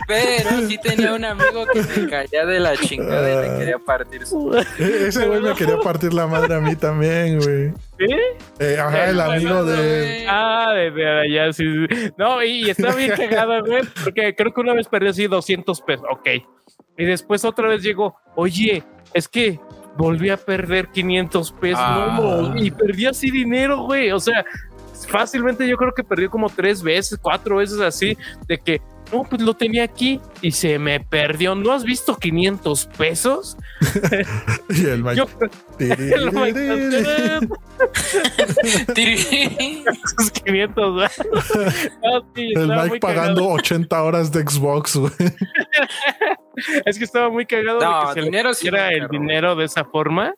[SPEAKER 2] Pero sí tenía un amigo que se caía de la chingada y le quería partir su.
[SPEAKER 3] E- Ese güey me quería partir la madre a mí también, güey.
[SPEAKER 1] ¿Eh?
[SPEAKER 3] Eh, ajá, el amigo de.
[SPEAKER 1] Ah, de, de allá, sí, sí. No, y, y está bien cagada, güey, porque creo que una vez perdió así 200 pesos, ok. Y después otra vez llegó, oye, es que volví a perder 500 pesos
[SPEAKER 2] Ah.
[SPEAKER 1] no, y perdí así dinero, güey. O sea, fácilmente yo creo que perdió como tres veces, cuatro veces así, de que, no, pues lo tenía aquí y se me perdió. ¿No has visto 500 pesos?
[SPEAKER 3] Y el Mike.
[SPEAKER 1] Yo
[SPEAKER 2] Tiri.
[SPEAKER 1] esos 500, güey. No, sí,
[SPEAKER 3] El
[SPEAKER 1] estaba
[SPEAKER 3] Mike
[SPEAKER 1] muy cagado.
[SPEAKER 3] pagando 80 horas de Xbox, güey.
[SPEAKER 1] Es que estaba muy cagado
[SPEAKER 2] No,
[SPEAKER 1] de que se le
[SPEAKER 2] dinero sí.
[SPEAKER 1] diera
[SPEAKER 2] me
[SPEAKER 1] el
[SPEAKER 2] robó.
[SPEAKER 1] dinero de esa forma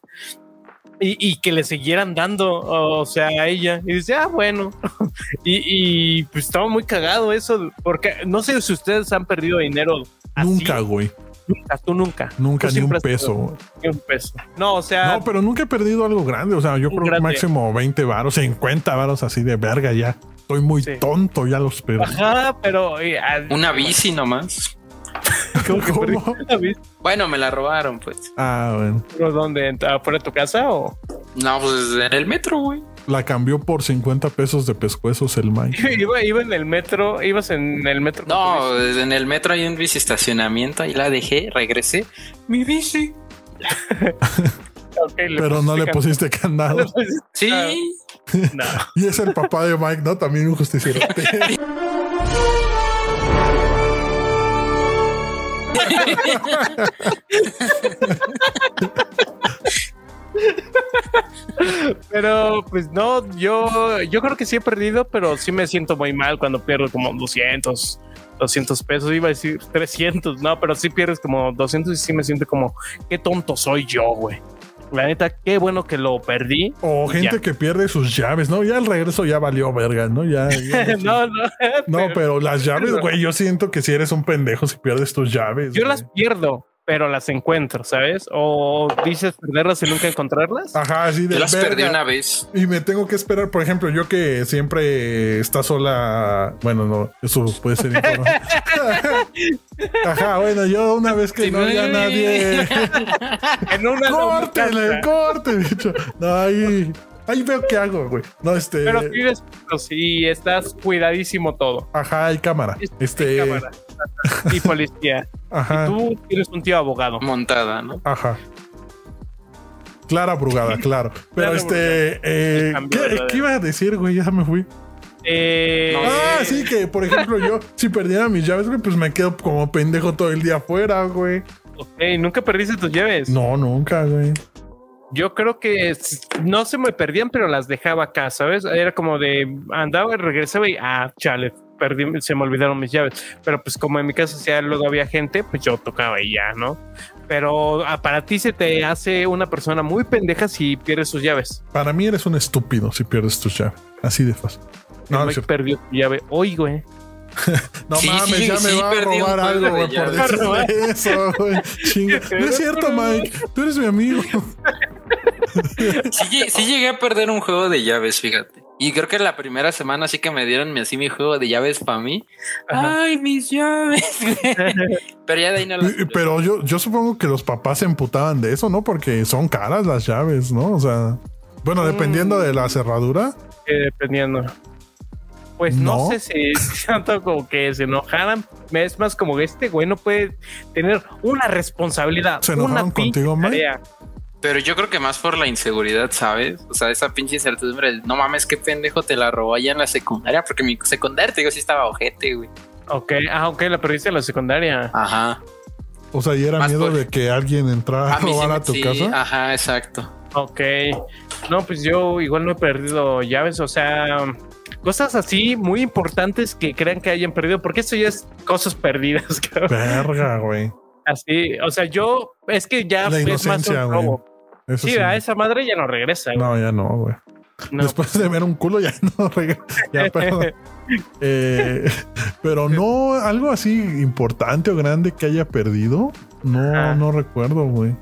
[SPEAKER 1] y, y que le siguieran dando, o sea, a ella. Y dice, ah, bueno. y, y, pues estaba muy cagado eso, porque no sé si ustedes han perdido dinero. así.
[SPEAKER 3] Nunca, güey.
[SPEAKER 1] Nunca, tú nunca.
[SPEAKER 3] Nunca,
[SPEAKER 1] Tú
[SPEAKER 3] ni un
[SPEAKER 1] siempre has
[SPEAKER 3] peso.
[SPEAKER 1] perdido
[SPEAKER 3] güey.
[SPEAKER 1] Ni un peso. No, o sea,
[SPEAKER 3] No, pero nunca he perdido algo grande. O sea, yo creo que
[SPEAKER 1] grande.
[SPEAKER 3] máximo 20 varos, 50 varos así de verga ya. Estoy muy
[SPEAKER 1] Sí.
[SPEAKER 3] tonto, ya los perdí.
[SPEAKER 1] ajá, pero. eh, ah,
[SPEAKER 2] Una bici nomás.
[SPEAKER 1] como Ah, que perdí
[SPEAKER 3] ¿Cómo?
[SPEAKER 1] una bici,
[SPEAKER 2] Bueno, me la robaron, pues.
[SPEAKER 3] Ah, bueno.
[SPEAKER 1] pero ¿Dónde? ¿En- ¿Afuera de tu casa o?
[SPEAKER 2] No, pues en el metro, güey.
[SPEAKER 3] La cambió por 50 pesos de pescuezos el Mike.
[SPEAKER 1] Iba, iba en el metro, ibas en el metro.
[SPEAKER 2] No, en el metro hay un bici estacionamiento, ahí la dejé, regresé. Mi bici.
[SPEAKER 1] Ok, le
[SPEAKER 3] Pero no le
[SPEAKER 1] pusiste
[SPEAKER 3] pusiste
[SPEAKER 1] can- le
[SPEAKER 3] candado.
[SPEAKER 1] pusiste-
[SPEAKER 2] Sí.
[SPEAKER 1] No.
[SPEAKER 3] Y es el papá de Mike, ¿no? También un justiciero.
[SPEAKER 1] Pero pues no, yo, yo creo que sí he perdido, pero sí me siento muy mal cuando pierdo como 200, 200 pesos, iba a decir 300, no, pero sí pierdes como 200 y sí me siento como, qué tonto soy yo, güey. La neta, qué bueno que lo perdí.
[SPEAKER 3] O gente
[SPEAKER 1] Ya.
[SPEAKER 3] que pierde sus llaves, ¿no? Ya el regreso ya valió verga, ¿no? Ya. ya-
[SPEAKER 1] No, no,
[SPEAKER 3] No,
[SPEAKER 1] pero
[SPEAKER 3] pero las llaves, güey, yo siento que si eres un pendejo si pierdes tus llaves.
[SPEAKER 1] yo
[SPEAKER 3] güey.
[SPEAKER 1] las pierdo, pero las encuentro, ¿sabes? O dices perderlas y nunca encontrarlas.
[SPEAKER 3] Ajá, así de
[SPEAKER 2] Yo las
[SPEAKER 3] verga.
[SPEAKER 2] perdí una vez.
[SPEAKER 3] Y me tengo que esperar, por ejemplo, yo que siempre está sola. Bueno, no, eso puede ser información. Ajá, bueno, yo una vez que
[SPEAKER 2] Sí,
[SPEAKER 3] no haya
[SPEAKER 2] güey.
[SPEAKER 3] nadie.
[SPEAKER 1] En una no
[SPEAKER 3] ¡Córtele,
[SPEAKER 1] alcanza,
[SPEAKER 3] corte! bicho! No, ahí, ahí veo qué hago, güey. No, este.
[SPEAKER 1] Pero vives y estás cuidadísimo todo.
[SPEAKER 3] Ajá, hay cámara.
[SPEAKER 1] Es-
[SPEAKER 3] Este.
[SPEAKER 1] Cámara. Y policía.
[SPEAKER 3] Ajá.
[SPEAKER 1] Tú tienes un tío abogado.
[SPEAKER 2] Mm. Montada, ¿no?
[SPEAKER 3] Ajá. Clara Brugada, claro. Pero
[SPEAKER 1] Clara
[SPEAKER 3] este. eh,
[SPEAKER 1] Cambió
[SPEAKER 3] ¿qué,
[SPEAKER 1] la de-
[SPEAKER 3] qué iba a decir, güey? Ya me fui.
[SPEAKER 1] Eh,
[SPEAKER 2] No,
[SPEAKER 3] Ah,
[SPEAKER 2] Eh.
[SPEAKER 3] sí, que por ejemplo, yo, si perdiera mis llaves, güey, pues me quedo como pendejo todo el día afuera, güey.
[SPEAKER 1] ok, nunca perdiste tus llaves.
[SPEAKER 3] No, nunca, güey.
[SPEAKER 1] Yo creo que s- no se me perdían, pero las dejaba acá, ¿sabes? Era como de andaba, y regresaba y ah, chale, perdí, se me olvidaron mis llaves. Pero pues como en mi casa ya luego había gente, pues yo tocaba y ya, ¿no? Pero ah, para ti se te hace una persona muy pendeja si pierdes sus llaves.
[SPEAKER 3] Para mí eres un estúpido si pierdes tus llaves. Así de fácil. No, no,
[SPEAKER 1] Mike
[SPEAKER 3] es cierto.
[SPEAKER 1] perdió su llave eh. hoy, güey.
[SPEAKER 3] No
[SPEAKER 2] Sí,
[SPEAKER 3] mames,
[SPEAKER 2] sí,
[SPEAKER 3] ya me
[SPEAKER 2] sí,
[SPEAKER 3] va a
[SPEAKER 2] perdí un
[SPEAKER 3] robar
[SPEAKER 2] juego
[SPEAKER 3] algo,
[SPEAKER 2] de
[SPEAKER 3] güey, por
[SPEAKER 2] llaves.
[SPEAKER 3] decir eso, güey. Chinga. No es cierto, Mike. Tú eres mi amigo.
[SPEAKER 2] Sí, lle- sí llegué a perder un juego de llaves, fíjate. Y creo que la primera semana sí que me dieron mi- así mi juego de llaves para mí.
[SPEAKER 1] Ajá.
[SPEAKER 2] Ay, mis llaves. Pero ya de ahí no las.
[SPEAKER 3] Pero yo, yo supongo que los papás se emputaban de eso, ¿no? Porque son caras las llaves, ¿no? O sea, bueno,
[SPEAKER 2] Mm.
[SPEAKER 3] dependiendo de la cerradura.
[SPEAKER 1] Eh, dependiendo. Pues no,
[SPEAKER 3] No.
[SPEAKER 1] sé si si tanto como que se enojaran. Es más como que este güey no puede tener una responsabilidad.
[SPEAKER 3] ¿Se enojaron
[SPEAKER 1] una pinche
[SPEAKER 3] contigo, Mike?
[SPEAKER 1] tarea.
[SPEAKER 2] Pero yo creo que más por la inseguridad, ¿sabes? O sea, esa pinche incertidumbre, del, no mames, qué pendejo te la robó allá en la secundaria, porque mi secundaria, te digo, sí estaba ojete, güey.
[SPEAKER 1] Ok, ah, ok, la perdiste en la secundaria.
[SPEAKER 2] Ajá.
[SPEAKER 3] O sea, y era
[SPEAKER 2] Más
[SPEAKER 3] miedo
[SPEAKER 2] por-
[SPEAKER 3] de que alguien entrara a,
[SPEAKER 2] mí sí
[SPEAKER 3] robar
[SPEAKER 2] me-
[SPEAKER 3] a tu
[SPEAKER 2] sí,
[SPEAKER 3] casa.
[SPEAKER 2] Ajá, exacto.
[SPEAKER 1] Ok. No, pues yo igual no he perdido llaves, o sea, cosas así muy importantes que crean que hayan perdido, porque esto ya es cosas perdidas, cabrón.
[SPEAKER 3] Verga, güey.
[SPEAKER 1] Así, o sea, yo es que ya
[SPEAKER 3] La
[SPEAKER 1] es más un
[SPEAKER 3] inocencia, güey.
[SPEAKER 1] robo.
[SPEAKER 3] Eso
[SPEAKER 1] Sí,
[SPEAKER 3] sí.
[SPEAKER 1] a esa madre ya no regresa. güey.
[SPEAKER 3] No, ya no, güey.
[SPEAKER 1] No.
[SPEAKER 3] Después de ver un culo ya no rega- ya, perdón. Eh, pero no algo así importante o grande que haya perdido. No,
[SPEAKER 1] Ajá.
[SPEAKER 3] no recuerdo, güey.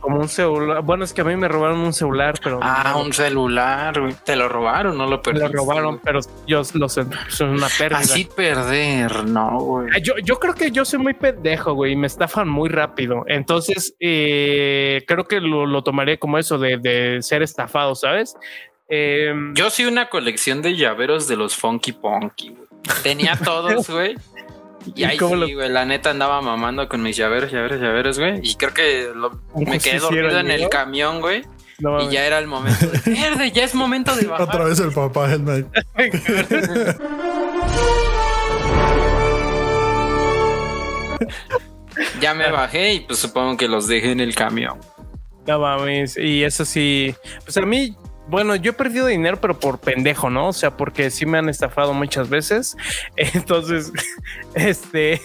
[SPEAKER 1] Como un celular. Bueno, es que a mí me robaron un celular, pero
[SPEAKER 2] Ah, un celular, güey. Te lo robaron, no lo
[SPEAKER 1] me
[SPEAKER 2] perdiste. Ah,
[SPEAKER 1] lo robaron, pero yo lo sé, son una pérdida.
[SPEAKER 2] Así perder, no, güey.
[SPEAKER 1] Ah, Yo, yo creo que yo soy muy pendejo, güey, y me estafan muy rápido. Entonces, eh, creo que lo, lo tomaré como eso de, de ser estafado, ¿sabes? Eh,
[SPEAKER 2] Yo sí una colección de llaveros de los Funky Punky, güey. Tenía todos, güey. Y
[SPEAKER 1] ¿Y
[SPEAKER 2] ahí
[SPEAKER 1] cómo
[SPEAKER 2] sí, güey, la neta andaba mamando con mis llaveros, llaveros, llaveros, güey. Y creo que lo-
[SPEAKER 1] Un
[SPEAKER 2] me quedé
[SPEAKER 1] justiciero
[SPEAKER 2] dormido en el
[SPEAKER 1] llegó.
[SPEAKER 2] camión, güey.
[SPEAKER 1] no
[SPEAKER 2] Y
[SPEAKER 1] mames.
[SPEAKER 2] ya era el momento. de, Verde, ya es momento de bajar.
[SPEAKER 3] Otra vez el papá del Mike.
[SPEAKER 1] Eh,
[SPEAKER 2] Ya me bajé y pues supongo que los dejé en el camión.
[SPEAKER 1] No mames, y eso sí, pues a mí, bueno, yo he perdido dinero, pero por pendejo, ¿no? O sea, porque sí me han estafado muchas veces. Entonces, este,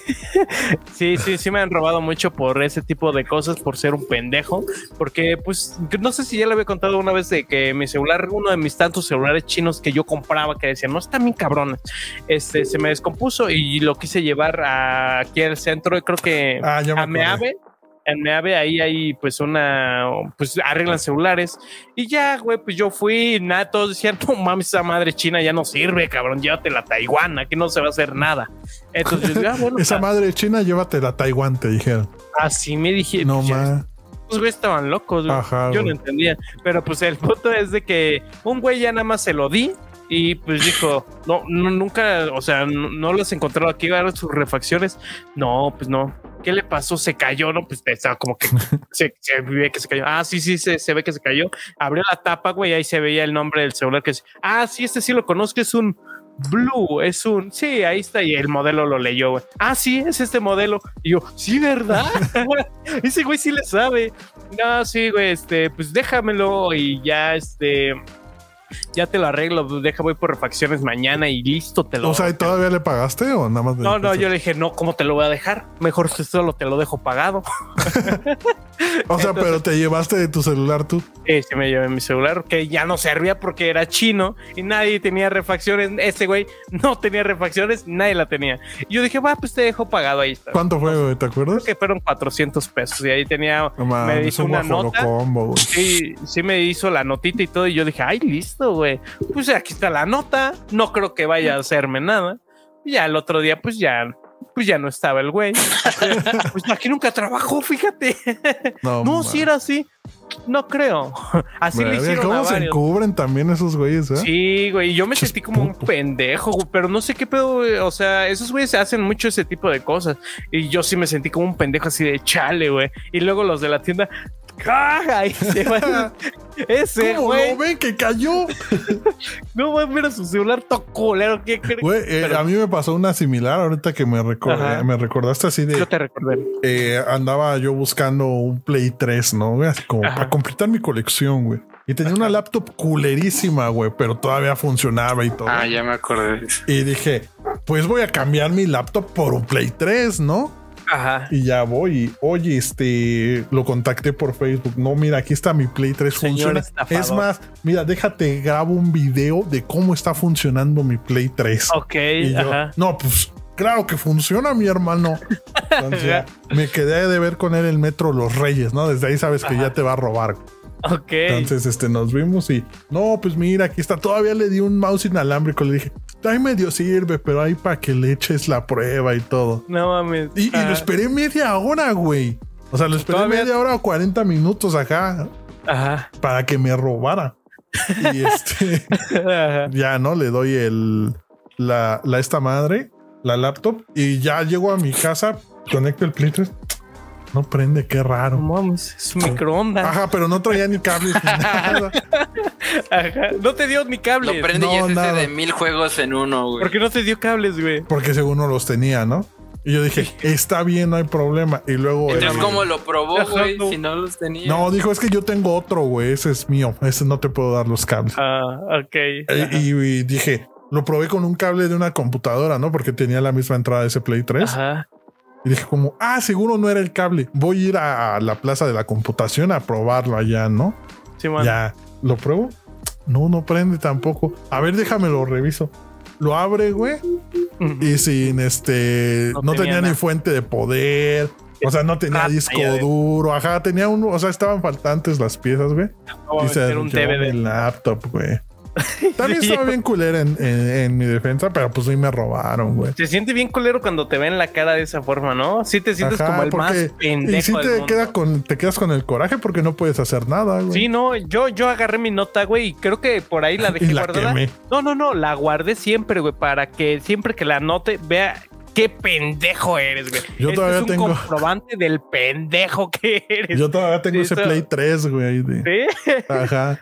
[SPEAKER 1] sí, sí, sí me han robado mucho por ese tipo de cosas, por ser un pendejo, porque pues no sé si ya le había contado una vez de que mi celular, uno de mis tantos celulares chinos que yo compraba, que decían, no, están bien cabrones, este, se me descompuso y lo quise llevar a- aquí al centro, y creo que
[SPEAKER 3] Ah, ya me
[SPEAKER 1] a
[SPEAKER 3] acordé.
[SPEAKER 1] Meave. En Meave ahí hay pues una, pues arreglan celulares. Y ya, güey, pues yo fui, nada, todos decían, no mames, esa madre china ya no sirve, cabrón, llévatela a Taiwán, aquí no se va a hacer nada. Entonces yo, ah, bueno,
[SPEAKER 3] Esa madre china, llévatela a Taiwán, te dijeron.
[SPEAKER 1] así me dije,
[SPEAKER 3] No
[SPEAKER 1] pues, ya
[SPEAKER 3] más.
[SPEAKER 1] estos güeyes estaban locos, güey.
[SPEAKER 3] Ajá,
[SPEAKER 1] yo
[SPEAKER 3] güey.
[SPEAKER 1] no entendía. Pero pues el punto es de que un güey ya nada más se lo di y pues dijo, no, no, nunca, o sea, no, no los encontró aquí, eran sus refacciones. No, pues no. ¿Qué le pasó? Se cayó, ¿no? Pues estaba como que se, se ve que se cayó. Ah, sí, sí, se, se ve que se cayó. Abrió la tapa, güey, ahí se veía el nombre del celular que es, ah, sí, este sí lo conozco, es un Blue, es un, sí, ahí está, y el modelo lo leyó, güey. Ah, sí, es este modelo. Y yo, sí, ¿verdad? Ese güey sí le sabe. No, sí, güey, este, pues déjamelo y ya, este, ya te lo arreglo, pues, deja, voy por refacciones mañana y listo, te lo...
[SPEAKER 3] O sea, ¿y ¿todavía le pagaste o nada más? le
[SPEAKER 1] no, no,
[SPEAKER 3] dijiste?
[SPEAKER 1] yo le dije, no, ¿cómo te lo voy a dejar? Mejor si solo te lo dejo pagado.
[SPEAKER 3] O sea, pero te llevaste de tu celular tú.
[SPEAKER 1] Eh, se me llevé mi celular, que ya no servía porque era chino y nadie tenía refacciones. Ese güey no tenía refacciones, nadie la tenía. Y yo dije, va, pues te dejo pagado, ahí está.
[SPEAKER 3] ¿Cuánto fue, güey? ¿Te acuerdas?
[SPEAKER 1] Creo que fueron 400 pesos y ahí tenía...
[SPEAKER 3] No mames,
[SPEAKER 1] me hizo
[SPEAKER 3] un
[SPEAKER 1] una
[SPEAKER 3] guajolocombo,
[SPEAKER 1] nota.
[SPEAKER 3] güey.
[SPEAKER 1] Sí, sí me hizo la notita y todo y yo dije, ay, listo, güey. Pues aquí está la nota, no creo que vaya a hacerme nada. Y ya el otro día, pues ya, pues ya no estaba el güey. pues aquí nunca trabajó, fíjate.
[SPEAKER 3] No,
[SPEAKER 1] No,
[SPEAKER 3] mames.
[SPEAKER 1] si era así, no creo. Así
[SPEAKER 3] Verga,
[SPEAKER 1] le hicieron a
[SPEAKER 3] ¿Cómo se
[SPEAKER 1] varios.
[SPEAKER 3] encubren también esos güeyes, eh?
[SPEAKER 1] Sí, güey, y yo me
[SPEAKER 3] Pinches
[SPEAKER 1] sentí como un
[SPEAKER 3] putos.
[SPEAKER 1] pendejo, güey, pero no sé qué pedo, güey, o sea, esos güeyes hacen mucho ese tipo de cosas y yo sí me sentí como un pendejo así de chale, güey, y luego los de la tienda, caga, y se van. ese
[SPEAKER 3] ¿Cómo
[SPEAKER 1] güey,
[SPEAKER 3] lo ven que cayó?
[SPEAKER 1] no va a ver a su celular todo culero, ¿qué crees?
[SPEAKER 3] Güey, eh,
[SPEAKER 1] Pero-
[SPEAKER 3] a mí me pasó una similar ahorita que me, recor-
[SPEAKER 1] Ajá.
[SPEAKER 3] eh, me recordaste así de
[SPEAKER 1] Yo te recordé.
[SPEAKER 3] eh, andaba yo buscando un Play 3, ¿no? güey? Así como
[SPEAKER 1] Ajá.
[SPEAKER 3] para completar mi colección, güey. Y tenía una laptop culerísima, güey, pero todavía funcionaba y todo.
[SPEAKER 2] Ah, ya me acordé de eso.
[SPEAKER 3] Y dije, pues voy a cambiar mi laptop por un Play 3, ¿no?
[SPEAKER 1] Ajá.
[SPEAKER 3] Y ya voy. y, Oye, este lo contacté por Facebook. No, mira, aquí está mi Play 3
[SPEAKER 1] Señor
[SPEAKER 3] funciona.
[SPEAKER 1] estafador.
[SPEAKER 3] Es más, mira, déjate, grabo un video de cómo está funcionando mi Play 3.
[SPEAKER 1] Ok,
[SPEAKER 3] Y yo,
[SPEAKER 1] ajá.
[SPEAKER 3] no, pues claro que funciona, mi hermano. Entonces, ya me quedé de ver con él el metro Los Reyes, ¿no? Desde ahí sabes que ya te va a robar.
[SPEAKER 1] Ok.
[SPEAKER 3] Entonces, este, nos vimos y no, pues mira, aquí está. Todavía le di un mouse inalámbrico. Le dije, ahí medio sirve, pero ahí para que le eches la prueba y todo.
[SPEAKER 1] no mames.
[SPEAKER 3] Y, y
[SPEAKER 1] Ajá.
[SPEAKER 3] lo esperé media hora, güey. O sea, lo esperé
[SPEAKER 1] Todavía-
[SPEAKER 3] media hora o 40 minutos acá
[SPEAKER 1] Ajá.
[SPEAKER 3] para que me robara. Y este.
[SPEAKER 1] Ajá.
[SPEAKER 3] ya no le doy el la, la esta madre, la laptop y ya llego a mi casa, conecto el Play 3. No prende, qué
[SPEAKER 1] No
[SPEAKER 3] raro. Ah.
[SPEAKER 1] mames, es un microondas.
[SPEAKER 3] Ajá, pero no traía ni cables ni nada.
[SPEAKER 1] Ajá. No te dio ni
[SPEAKER 2] Lo
[SPEAKER 1] cables.
[SPEAKER 2] prende y es
[SPEAKER 3] No,
[SPEAKER 2] ese
[SPEAKER 3] nada.
[SPEAKER 2] de mil juegos en uno, güey.
[SPEAKER 1] ¿Por qué no te dio cables, güey?
[SPEAKER 3] Porque según no los tenía, ¿no? Y yo dije, está bien, no hay problema. Y luego.
[SPEAKER 2] Entonces,
[SPEAKER 3] eh,
[SPEAKER 2] ¿cómo lo probó,
[SPEAKER 1] Ajá,
[SPEAKER 2] güey?
[SPEAKER 1] no.
[SPEAKER 2] Si no los tenía.
[SPEAKER 3] No, dijo, es que yo tengo otro, güey. Ese es mío. Ese no te puedo dar los cables.
[SPEAKER 1] Ah, ok.
[SPEAKER 3] Eh,
[SPEAKER 1] Ajá.
[SPEAKER 3] Y, y dije, lo probé con un cable de una computadora, ¿no? Porque tenía la misma entrada de ese Play 3.
[SPEAKER 1] Ajá.
[SPEAKER 3] Y dije como, ah, seguro no era el cable. Voy a ir a la plaza de la computación a probarlo allá, ¿no?
[SPEAKER 1] Sí, man.
[SPEAKER 3] Ya, ¿lo pruebo? No, no prende tampoco. A ver, déjame lo reviso. Lo abre, güey.
[SPEAKER 1] Ujú.
[SPEAKER 3] Y sin este, no,
[SPEAKER 1] No
[SPEAKER 3] tenía,
[SPEAKER 1] tenía
[SPEAKER 3] ni
[SPEAKER 1] nada.
[SPEAKER 3] fuente de poder. O sea, no tenía
[SPEAKER 1] Ah,
[SPEAKER 3] disco
[SPEAKER 1] ya ves.
[SPEAKER 3] duro. Ajá, tenía uno. O sea, estaban faltantes las piezas, güey.
[SPEAKER 1] Vamos a
[SPEAKER 3] Y se
[SPEAKER 1] meter un
[SPEAKER 3] llevó
[SPEAKER 1] DVD.
[SPEAKER 3] mi laptop, güey. También estaba bien culera en, en- en mi defensa, pero pues sí me robaron, güey.
[SPEAKER 1] Se siente bien culero cuando te ven la cara de esa forma, ¿no? Sí te sientes
[SPEAKER 3] Ajá,
[SPEAKER 1] como el más
[SPEAKER 3] porque-
[SPEAKER 1] pendejo
[SPEAKER 3] Y sí
[SPEAKER 1] del
[SPEAKER 3] te,
[SPEAKER 1] mundo.
[SPEAKER 3] queda con, te quedas con el coraje porque no puedes hacer nada, güey.
[SPEAKER 1] Sí, no, yo, yo agarré mi nota, güey, y creo que por ahí la dejé
[SPEAKER 3] Y la
[SPEAKER 1] guardada.
[SPEAKER 3] quemé.
[SPEAKER 1] No, no, no, la guardé siempre, güey, para que siempre que la note vea qué pendejo eres, güey.
[SPEAKER 3] Yo
[SPEAKER 1] Este
[SPEAKER 3] todavía
[SPEAKER 1] es un
[SPEAKER 3] tengo-
[SPEAKER 1] comprobante del pendejo que eres.
[SPEAKER 3] Yo todavía tengo
[SPEAKER 1] Sí,
[SPEAKER 3] ese
[SPEAKER 1] eso-
[SPEAKER 3] Play 3, güey. ahí de-
[SPEAKER 1] ¿Sí?
[SPEAKER 3] Ajá.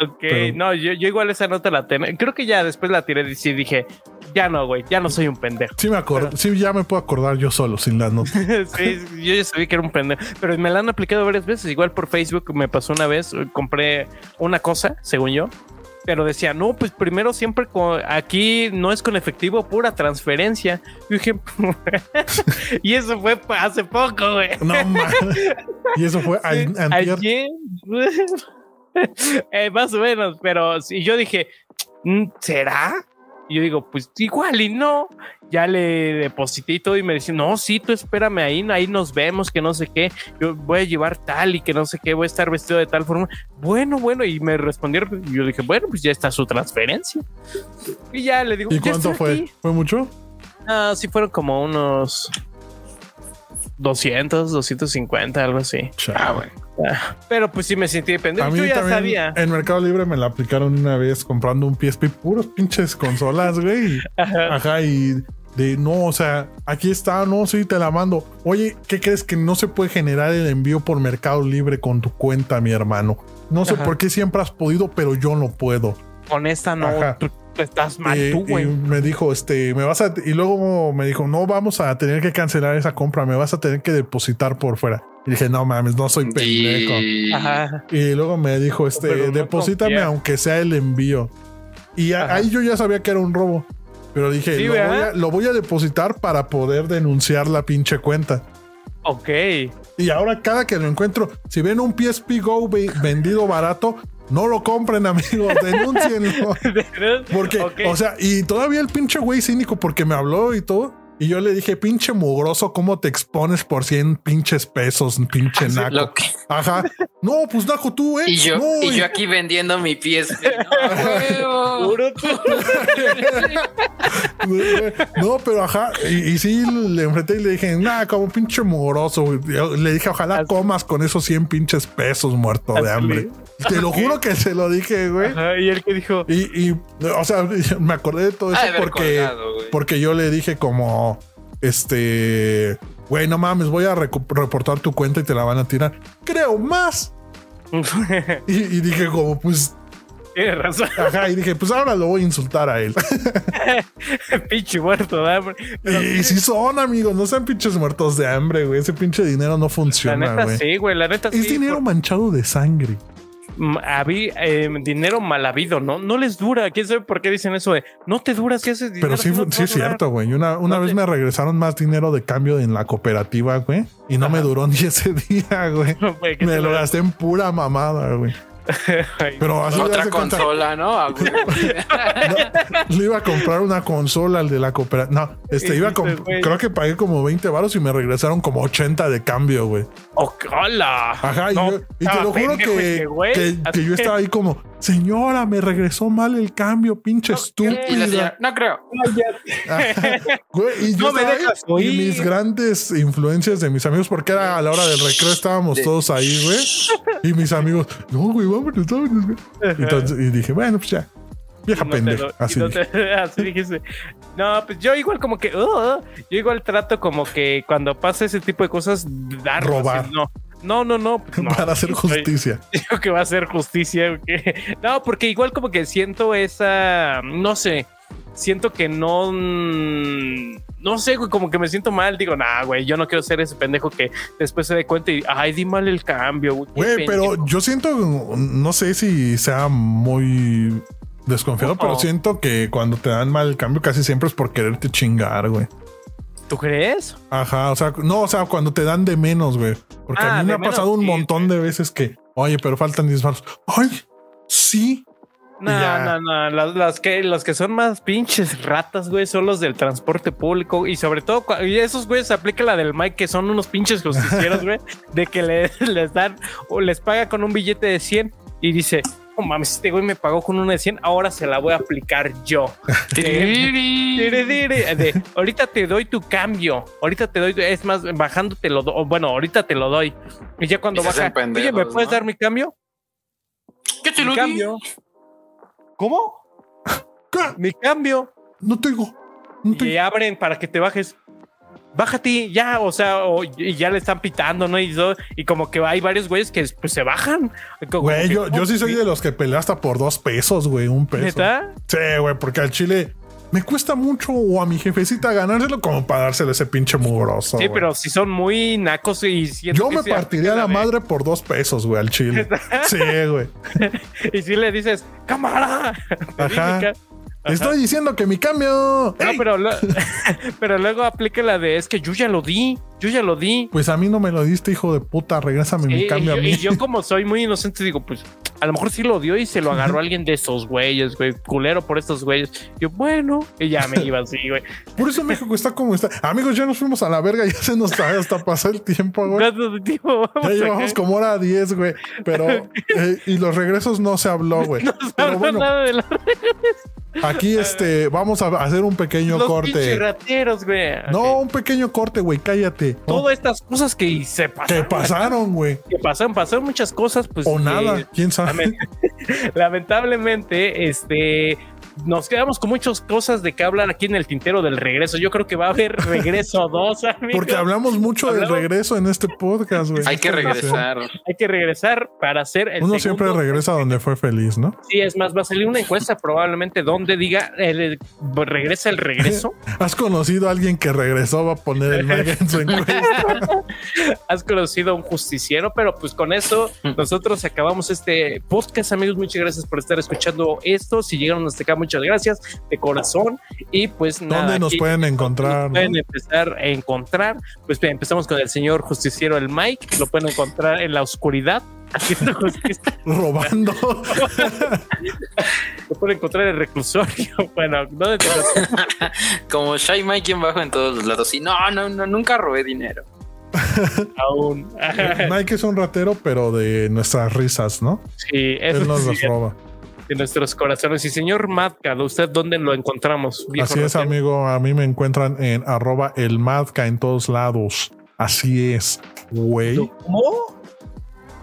[SPEAKER 1] Ok,
[SPEAKER 3] Pero-
[SPEAKER 1] no, yo, yo igual esa nota la tenía. Creo que ya después la tiré y sí dije, ya no, güey, ya no soy un pendejo.
[SPEAKER 3] Sí me acuerdo. Sí, ya me puedo acordar yo solo sin las notas.
[SPEAKER 1] Sí, yo ya sabía que era un pendejo. Pero me la han aplicado varias veces. Igual por Facebook me pasó una vez, eh, compré una cosa, según yo. Pero decía, no, pues primero siempre con, aquí no es con efectivo, pura transferencia. Y dije, y eso fue pa- hace poco, güey.
[SPEAKER 3] No mames. Y eso fue
[SPEAKER 1] Sí,
[SPEAKER 3] an- antier.
[SPEAKER 1] ayer. Eh, más o menos, pero sí, yo dije, "Mm, ¿será? Y yo digo, pues igual y no. Ya le deposité y todo y me dice, no, sí, tú espérame ahí, ahí nos vemos, que no sé qué. Yo voy a llevar tal y que no sé qué, voy a estar vestido de tal forma. Bueno, bueno, y me respondieron. y Yo dije, bueno, pues ya está su transferencia. Y ya le digo,
[SPEAKER 3] ¿Y
[SPEAKER 1] "Ya
[SPEAKER 3] cuánto
[SPEAKER 1] estoy
[SPEAKER 3] fue?
[SPEAKER 1] aquí".
[SPEAKER 3] ¿Fue mucho?
[SPEAKER 1] Ah, sí, fueron como unos 200, 250, algo así.
[SPEAKER 2] Ah, güey.
[SPEAKER 1] Pero pues sí me sentí
[SPEAKER 3] A
[SPEAKER 1] pendejo.
[SPEAKER 3] mí
[SPEAKER 1] Yo ya
[SPEAKER 3] también eh,
[SPEAKER 1] sabía.
[SPEAKER 3] en Mercado Libre me la aplicaron una vez comprando un PSP, puros pinches consolas, güey.
[SPEAKER 1] Ajá.
[SPEAKER 3] Ajá, y de no, o sea, aquí está, no, sí, te la mando. Oye, ¿qué crees que no se puede generar el envío por Mercado Libre con tu cuenta, mi hermano? No sé
[SPEAKER 1] Ajá.
[SPEAKER 3] por qué siempre has podido, pero yo no puedo.
[SPEAKER 1] Con esta no,
[SPEAKER 3] Ajá.
[SPEAKER 1] tú, tú estás mal,
[SPEAKER 3] y,
[SPEAKER 1] tú,
[SPEAKER 3] y
[SPEAKER 1] güey.
[SPEAKER 3] me dijo, este, me vas a, y luego me dijo, no vamos a tener que cancelar esa compra, me vas a tener que depositar por fuera. Y dije, no mames, no soy pendejo.
[SPEAKER 2] Y-
[SPEAKER 1] Ajá.
[SPEAKER 3] Y luego me dijo, este,
[SPEAKER 1] Pero no
[SPEAKER 3] deposítame
[SPEAKER 1] confía.
[SPEAKER 3] aunque sea el envío. Y a-
[SPEAKER 1] Ajá.
[SPEAKER 3] ahí yo ya sabía que era un robo. Pero dije,
[SPEAKER 1] Sí,
[SPEAKER 3] lo, voy a,
[SPEAKER 1] ¿verdad?
[SPEAKER 3] lo voy a depositar para poder denunciar la pinche cuenta.
[SPEAKER 1] Ok.
[SPEAKER 3] Y ahora cada que lo encuentro, si ven un PSP Go ve- vendido barato, no lo compren, amigos, denúncienlo. Porque,
[SPEAKER 1] Ok.
[SPEAKER 3] o sea, y todavía el pinche güey cínico porque me habló y todo. Y yo le dije, pinche mugroso, ¿cómo te expones por 100 pinches pesos, pinche naco?
[SPEAKER 2] Ah, Lo que-
[SPEAKER 3] Ajá. No, pues Naco, tú, eh.
[SPEAKER 2] y yo,
[SPEAKER 3] No,
[SPEAKER 2] y yo aquí vendiendo mi PSP.
[SPEAKER 3] Ah,
[SPEAKER 2] No, huevo.
[SPEAKER 1] Puro tú.
[SPEAKER 3] No, pero ajá. Y, y sí, le enfrenté y le dije, nada, como pinche moroso. güey". Yo Le dije, ojalá
[SPEAKER 1] Así.
[SPEAKER 3] comas con esos 100 pinches pesos muerto de
[SPEAKER 1] Así.
[SPEAKER 3] hambre. Te lo juro que se lo dije, güey.
[SPEAKER 1] Ajá, y el que dijo,
[SPEAKER 3] Y, y, o sea, me acordé de todo eso
[SPEAKER 2] Ha de haber
[SPEAKER 3] porque,
[SPEAKER 2] colgado, güey.
[SPEAKER 3] porque yo le dije como, este, güey, no mames, voy a recu- reportar tu cuenta y te la van a tirar. Creo más. Y, y dije como, pues,
[SPEAKER 1] tienes razón,
[SPEAKER 3] ajá, y dije, pues ahora lo voy a insultar a él.
[SPEAKER 1] pinche muerto, de hambre. Pero
[SPEAKER 3] Y si son, amigos, no sean pinches muertos de hambre, güey. Ese pinche dinero no
[SPEAKER 1] La
[SPEAKER 3] funciona,
[SPEAKER 1] neta
[SPEAKER 3] güey.
[SPEAKER 1] sí, güey, la neta sí.
[SPEAKER 3] Es dinero manchado de sangre.
[SPEAKER 1] por- mm, habí- eh, dinero mal habido, ¿no? No les dura. ¿Quién sabe por qué dicen eso de no te duras que haces dinero?
[SPEAKER 3] Pero sí,
[SPEAKER 1] no
[SPEAKER 3] fu-
[SPEAKER 1] te va
[SPEAKER 3] sí
[SPEAKER 1] a
[SPEAKER 3] es
[SPEAKER 1] durar"?
[SPEAKER 3] cierto, güey. Una, una
[SPEAKER 1] No
[SPEAKER 3] vez
[SPEAKER 1] te-
[SPEAKER 3] me regresaron más dinero de cambio en la cooperativa, güey. Y no me duró ni ese día, güey.
[SPEAKER 1] Güey, que
[SPEAKER 3] Me
[SPEAKER 1] te
[SPEAKER 3] lo gasté en pura mamada, güey.
[SPEAKER 1] Ay,
[SPEAKER 3] Pero así le
[SPEAKER 2] Otra
[SPEAKER 3] hace cuenta-
[SPEAKER 2] consola, ¿no? Ah, A huevo.
[SPEAKER 3] no, le iba a comprar una consola al de la cooperativa. No, este iba a comp-
[SPEAKER 1] Hiciste, güey.
[SPEAKER 3] Creo que pagué como 20 varos y me regresaron como 80 de cambio, güey.
[SPEAKER 1] oh, hola.
[SPEAKER 3] Ajá, y,
[SPEAKER 1] No,
[SPEAKER 3] yo- y te
[SPEAKER 1] estaba
[SPEAKER 3] lo juro
[SPEAKER 1] pendejo
[SPEAKER 3] que,
[SPEAKER 1] este güey.
[SPEAKER 3] que- que yo estaba ahí como, señora, me regresó mal el cambio, pinche
[SPEAKER 2] Y la
[SPEAKER 3] estúpida.
[SPEAKER 2] señora, no creo.
[SPEAKER 3] Ajá, güey, y yo
[SPEAKER 1] No me
[SPEAKER 3] estaba ahí,
[SPEAKER 1] dejas
[SPEAKER 3] y
[SPEAKER 1] oír.
[SPEAKER 3] mis grandes influencias de mis amigos, porque era a la hora del recreo, estábamos
[SPEAKER 2] De-
[SPEAKER 3] todos ahí, güey. Y mis amigos, no, güey, vámonos, vámonos, güey. Entonces, y dije, bueno, pues ya, vieja
[SPEAKER 1] no te
[SPEAKER 3] pendeja.
[SPEAKER 1] lo- y
[SPEAKER 3] Así
[SPEAKER 1] no
[SPEAKER 3] dije.
[SPEAKER 1] te- así dijiste. No, pues yo igual como que, "Uh, uh", yo igual trato como que cuando pasa ese tipo de cosas, dar
[SPEAKER 3] Robar.
[SPEAKER 1] No, No, no, no. no
[SPEAKER 3] para hacer
[SPEAKER 1] estoy-
[SPEAKER 3] justicia.
[SPEAKER 1] Creo que va a ser justicia. que- No, porque igual como que siento esa, no sé, siento que no, mm, no sé, güey, como que me siento mal. Digo, nah, güey, yo no quiero ser ese pendejo que después se dé cuenta y, ay, di mal el cambio. qué
[SPEAKER 3] Güey, pero
[SPEAKER 1] pendejo".
[SPEAKER 3] yo siento, no sé si sea muy desconfiado, pero
[SPEAKER 1] Ujú.
[SPEAKER 3] siento que cuando te dan mal el cambio casi siempre es por quererte chingar, güey.
[SPEAKER 1] ¿Tú crees?
[SPEAKER 3] Ajá, o sea, no, o sea, cuando te dan de menos, güey. Porque
[SPEAKER 1] Ah,
[SPEAKER 3] a mí me
[SPEAKER 1] de
[SPEAKER 3] ha
[SPEAKER 1] menos,
[SPEAKER 3] pasado un
[SPEAKER 1] sí,
[SPEAKER 3] montón de veces que, oye, pero faltan 10 baros. Ay, sí.
[SPEAKER 1] No,
[SPEAKER 3] Ya.
[SPEAKER 1] no, no. Las, las que, los que son más pinches ratas, güey, son los del transporte público. Y sobre todo, cua- y esos güeyes aplica la del Mike, que son unos pinches justicieros, güey, de que le- les dan o les paga con un billete de 100 y dice. No mames, este güey me pagó con una de 100, ahora se la voy a aplicar yo. Dire, dire, de, ahorita te doy tu cambio, ahorita te doy, tu- es más, bajando te lo doy, bueno, ahorita te lo doy. Y ya cuando
[SPEAKER 2] Y se
[SPEAKER 1] baja,
[SPEAKER 2] hacen
[SPEAKER 1] oye, ¿me
[SPEAKER 2] pendejos,
[SPEAKER 1] puedes
[SPEAKER 2] ¿no?
[SPEAKER 1] dar mi cambio?
[SPEAKER 2] ¿Qué te
[SPEAKER 1] Mi
[SPEAKER 2] lo di?
[SPEAKER 1] cambio. ¿Cómo?
[SPEAKER 3] ¿Qué?
[SPEAKER 1] Mi cambio.
[SPEAKER 3] No te digo. No te
[SPEAKER 1] y abren para que te bajes. Bájate ya, o sea, o- y ya le están pitando, ¿no? Y, so- y como que hay varios güeyes que pues, se bajan. Como
[SPEAKER 3] Güey,
[SPEAKER 1] que-
[SPEAKER 3] yo, yo sí soy de los que pelea hasta por dos pesos, güey, un peso.
[SPEAKER 1] ¿Neta?
[SPEAKER 3] Sí, güey, porque al chile me cuesta mucho o a mi jefecita ganárselo como para dárselo a ese pinche mugroso.
[SPEAKER 1] Sí,
[SPEAKER 3] güey.
[SPEAKER 1] pero si son muy nacos y siento
[SPEAKER 3] Yo
[SPEAKER 1] que
[SPEAKER 3] me
[SPEAKER 1] sí
[SPEAKER 3] partiría
[SPEAKER 1] aplica
[SPEAKER 3] la
[SPEAKER 1] de-
[SPEAKER 3] madre por dos pesos, güey, al chile. Sí, güey.
[SPEAKER 1] Y si le dices, cámara.
[SPEAKER 3] Ajá. Estoy diciendo que mi cambio.
[SPEAKER 1] No,
[SPEAKER 3] ¡Ey!
[SPEAKER 1] pero, lo- pero luego aplica la de, es que yo ya lo di, yo ya lo di.
[SPEAKER 3] Pues a mí no me lo diste, hijo de puta. Regrésame
[SPEAKER 1] Y-
[SPEAKER 3] mi
[SPEAKER 1] y
[SPEAKER 3] cambio
[SPEAKER 1] yo,
[SPEAKER 3] a mí.
[SPEAKER 1] y yo como soy muy inocente, digo, pues a lo mejor sí lo dio y se lo agarró alguien de esos güeyes, güey, culero por estos güeyes. Yo, bueno, y ya me iba así, güey.
[SPEAKER 3] Por eso México está como está. Amigos, ya nos fuimos a la verga, ya se nos hasta pasó el tiempo, güey.
[SPEAKER 1] ¿Cuánto de tiempo
[SPEAKER 3] Ya
[SPEAKER 1] vamos a
[SPEAKER 3] llevamos
[SPEAKER 1] que-
[SPEAKER 3] como hora 10, güey. Pero, eh, y los regresos no se habló, güey. Pero
[SPEAKER 1] No,
[SPEAKER 3] bueno,
[SPEAKER 1] nada de la-
[SPEAKER 3] aquí este, vamos a hacer un pequeño
[SPEAKER 1] los pinches
[SPEAKER 3] corte.
[SPEAKER 1] rateros, güey.
[SPEAKER 3] No,
[SPEAKER 1] Ok.
[SPEAKER 3] un pequeño corte, güey, cállate. ¿no?
[SPEAKER 1] Todas estas cosas que se
[SPEAKER 3] Que
[SPEAKER 1] pasaron.
[SPEAKER 3] pasaron, güey.
[SPEAKER 1] Que pasaron, pasaron muchas cosas, pues.
[SPEAKER 3] O
[SPEAKER 1] que
[SPEAKER 3] nada, quién sabe.
[SPEAKER 1] lament- lamentablemente, este. Nos quedamos con muchas cosas de que hablar aquí en el tintero del regreso. Yo creo que va a haber regreso 2, amigos.
[SPEAKER 3] Porque hablamos mucho del
[SPEAKER 1] Hablamos-
[SPEAKER 3] regreso en este podcast, güey.
[SPEAKER 2] Hay que regresar.
[SPEAKER 1] Hay que regresar para hacer el segundo.
[SPEAKER 3] Uno siempre regresa donde fue feliz, ¿no?
[SPEAKER 1] Sí, es más, va a salir una encuesta probablemente donde diga el, el- regresa el regreso.
[SPEAKER 3] ¿Has conocido a alguien que regresó va a poner el mag en su encuesta?
[SPEAKER 1] has conocido a un justiciero, pero pues con eso nosotros acabamos este podcast, amigos. Muchas gracias por estar escuchando esto. Si llegaron hasta acá, muchas gracias de corazón. Y pues nada,
[SPEAKER 3] ¿Dónde nos
[SPEAKER 1] aquí
[SPEAKER 3] pueden
[SPEAKER 1] nos
[SPEAKER 3] encontrar? no?
[SPEAKER 1] pueden empezar a encontrar. Pues bien, empezamos con el señor justiciero, el Mike. Lo pueden encontrar en la oscuridad. Haciendo justicia.
[SPEAKER 3] Robando.
[SPEAKER 1] Lo pueden encontrar en el reclusorio. Bueno, ¿dónde te encuentras?
[SPEAKER 2] Como Shy Mike en bajo en todos los lados. Y no, no, no, nunca robé dinero.
[SPEAKER 1] aún?
[SPEAKER 3] Mike es un ratero, pero de nuestras risas, ¿no?
[SPEAKER 1] Sí,
[SPEAKER 3] Él
[SPEAKER 1] eso
[SPEAKER 3] nos las
[SPEAKER 1] sí,
[SPEAKER 3] roba.
[SPEAKER 1] de nuestros corazones. Y señor Matka, ¿usted dónde lo encontramos? viejo
[SPEAKER 3] Así es,
[SPEAKER 1] ratero?
[SPEAKER 3] amigo. A mí me encuentran en arroba el Madca en todos lados. Así es, güey.
[SPEAKER 1] ¿Cómo?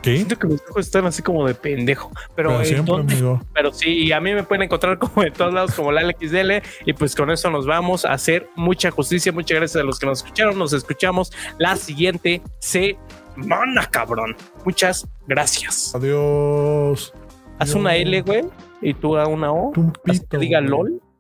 [SPEAKER 3] ¿Qué?
[SPEAKER 1] Siento que mis ojos están así como de pendejo. Pero,
[SPEAKER 3] Pero
[SPEAKER 1] eh,
[SPEAKER 3] siempre,
[SPEAKER 1] ¿dónde?
[SPEAKER 3] amigo.
[SPEAKER 1] Pero sí, y a mí me pueden encontrar como en todos lados, como la LXDL. Y pues con eso nos vamos a hacer mucha justicia. Muchas gracias a los que nos escucharon. Nos escuchamos la siguiente semana, cabrón. Muchas gracias.
[SPEAKER 3] Adiós.
[SPEAKER 1] Haz una L, güey, y tú a una O.
[SPEAKER 3] Un
[SPEAKER 1] Haz que
[SPEAKER 3] pito,
[SPEAKER 1] diga
[SPEAKER 3] güey.
[SPEAKER 1] LOL.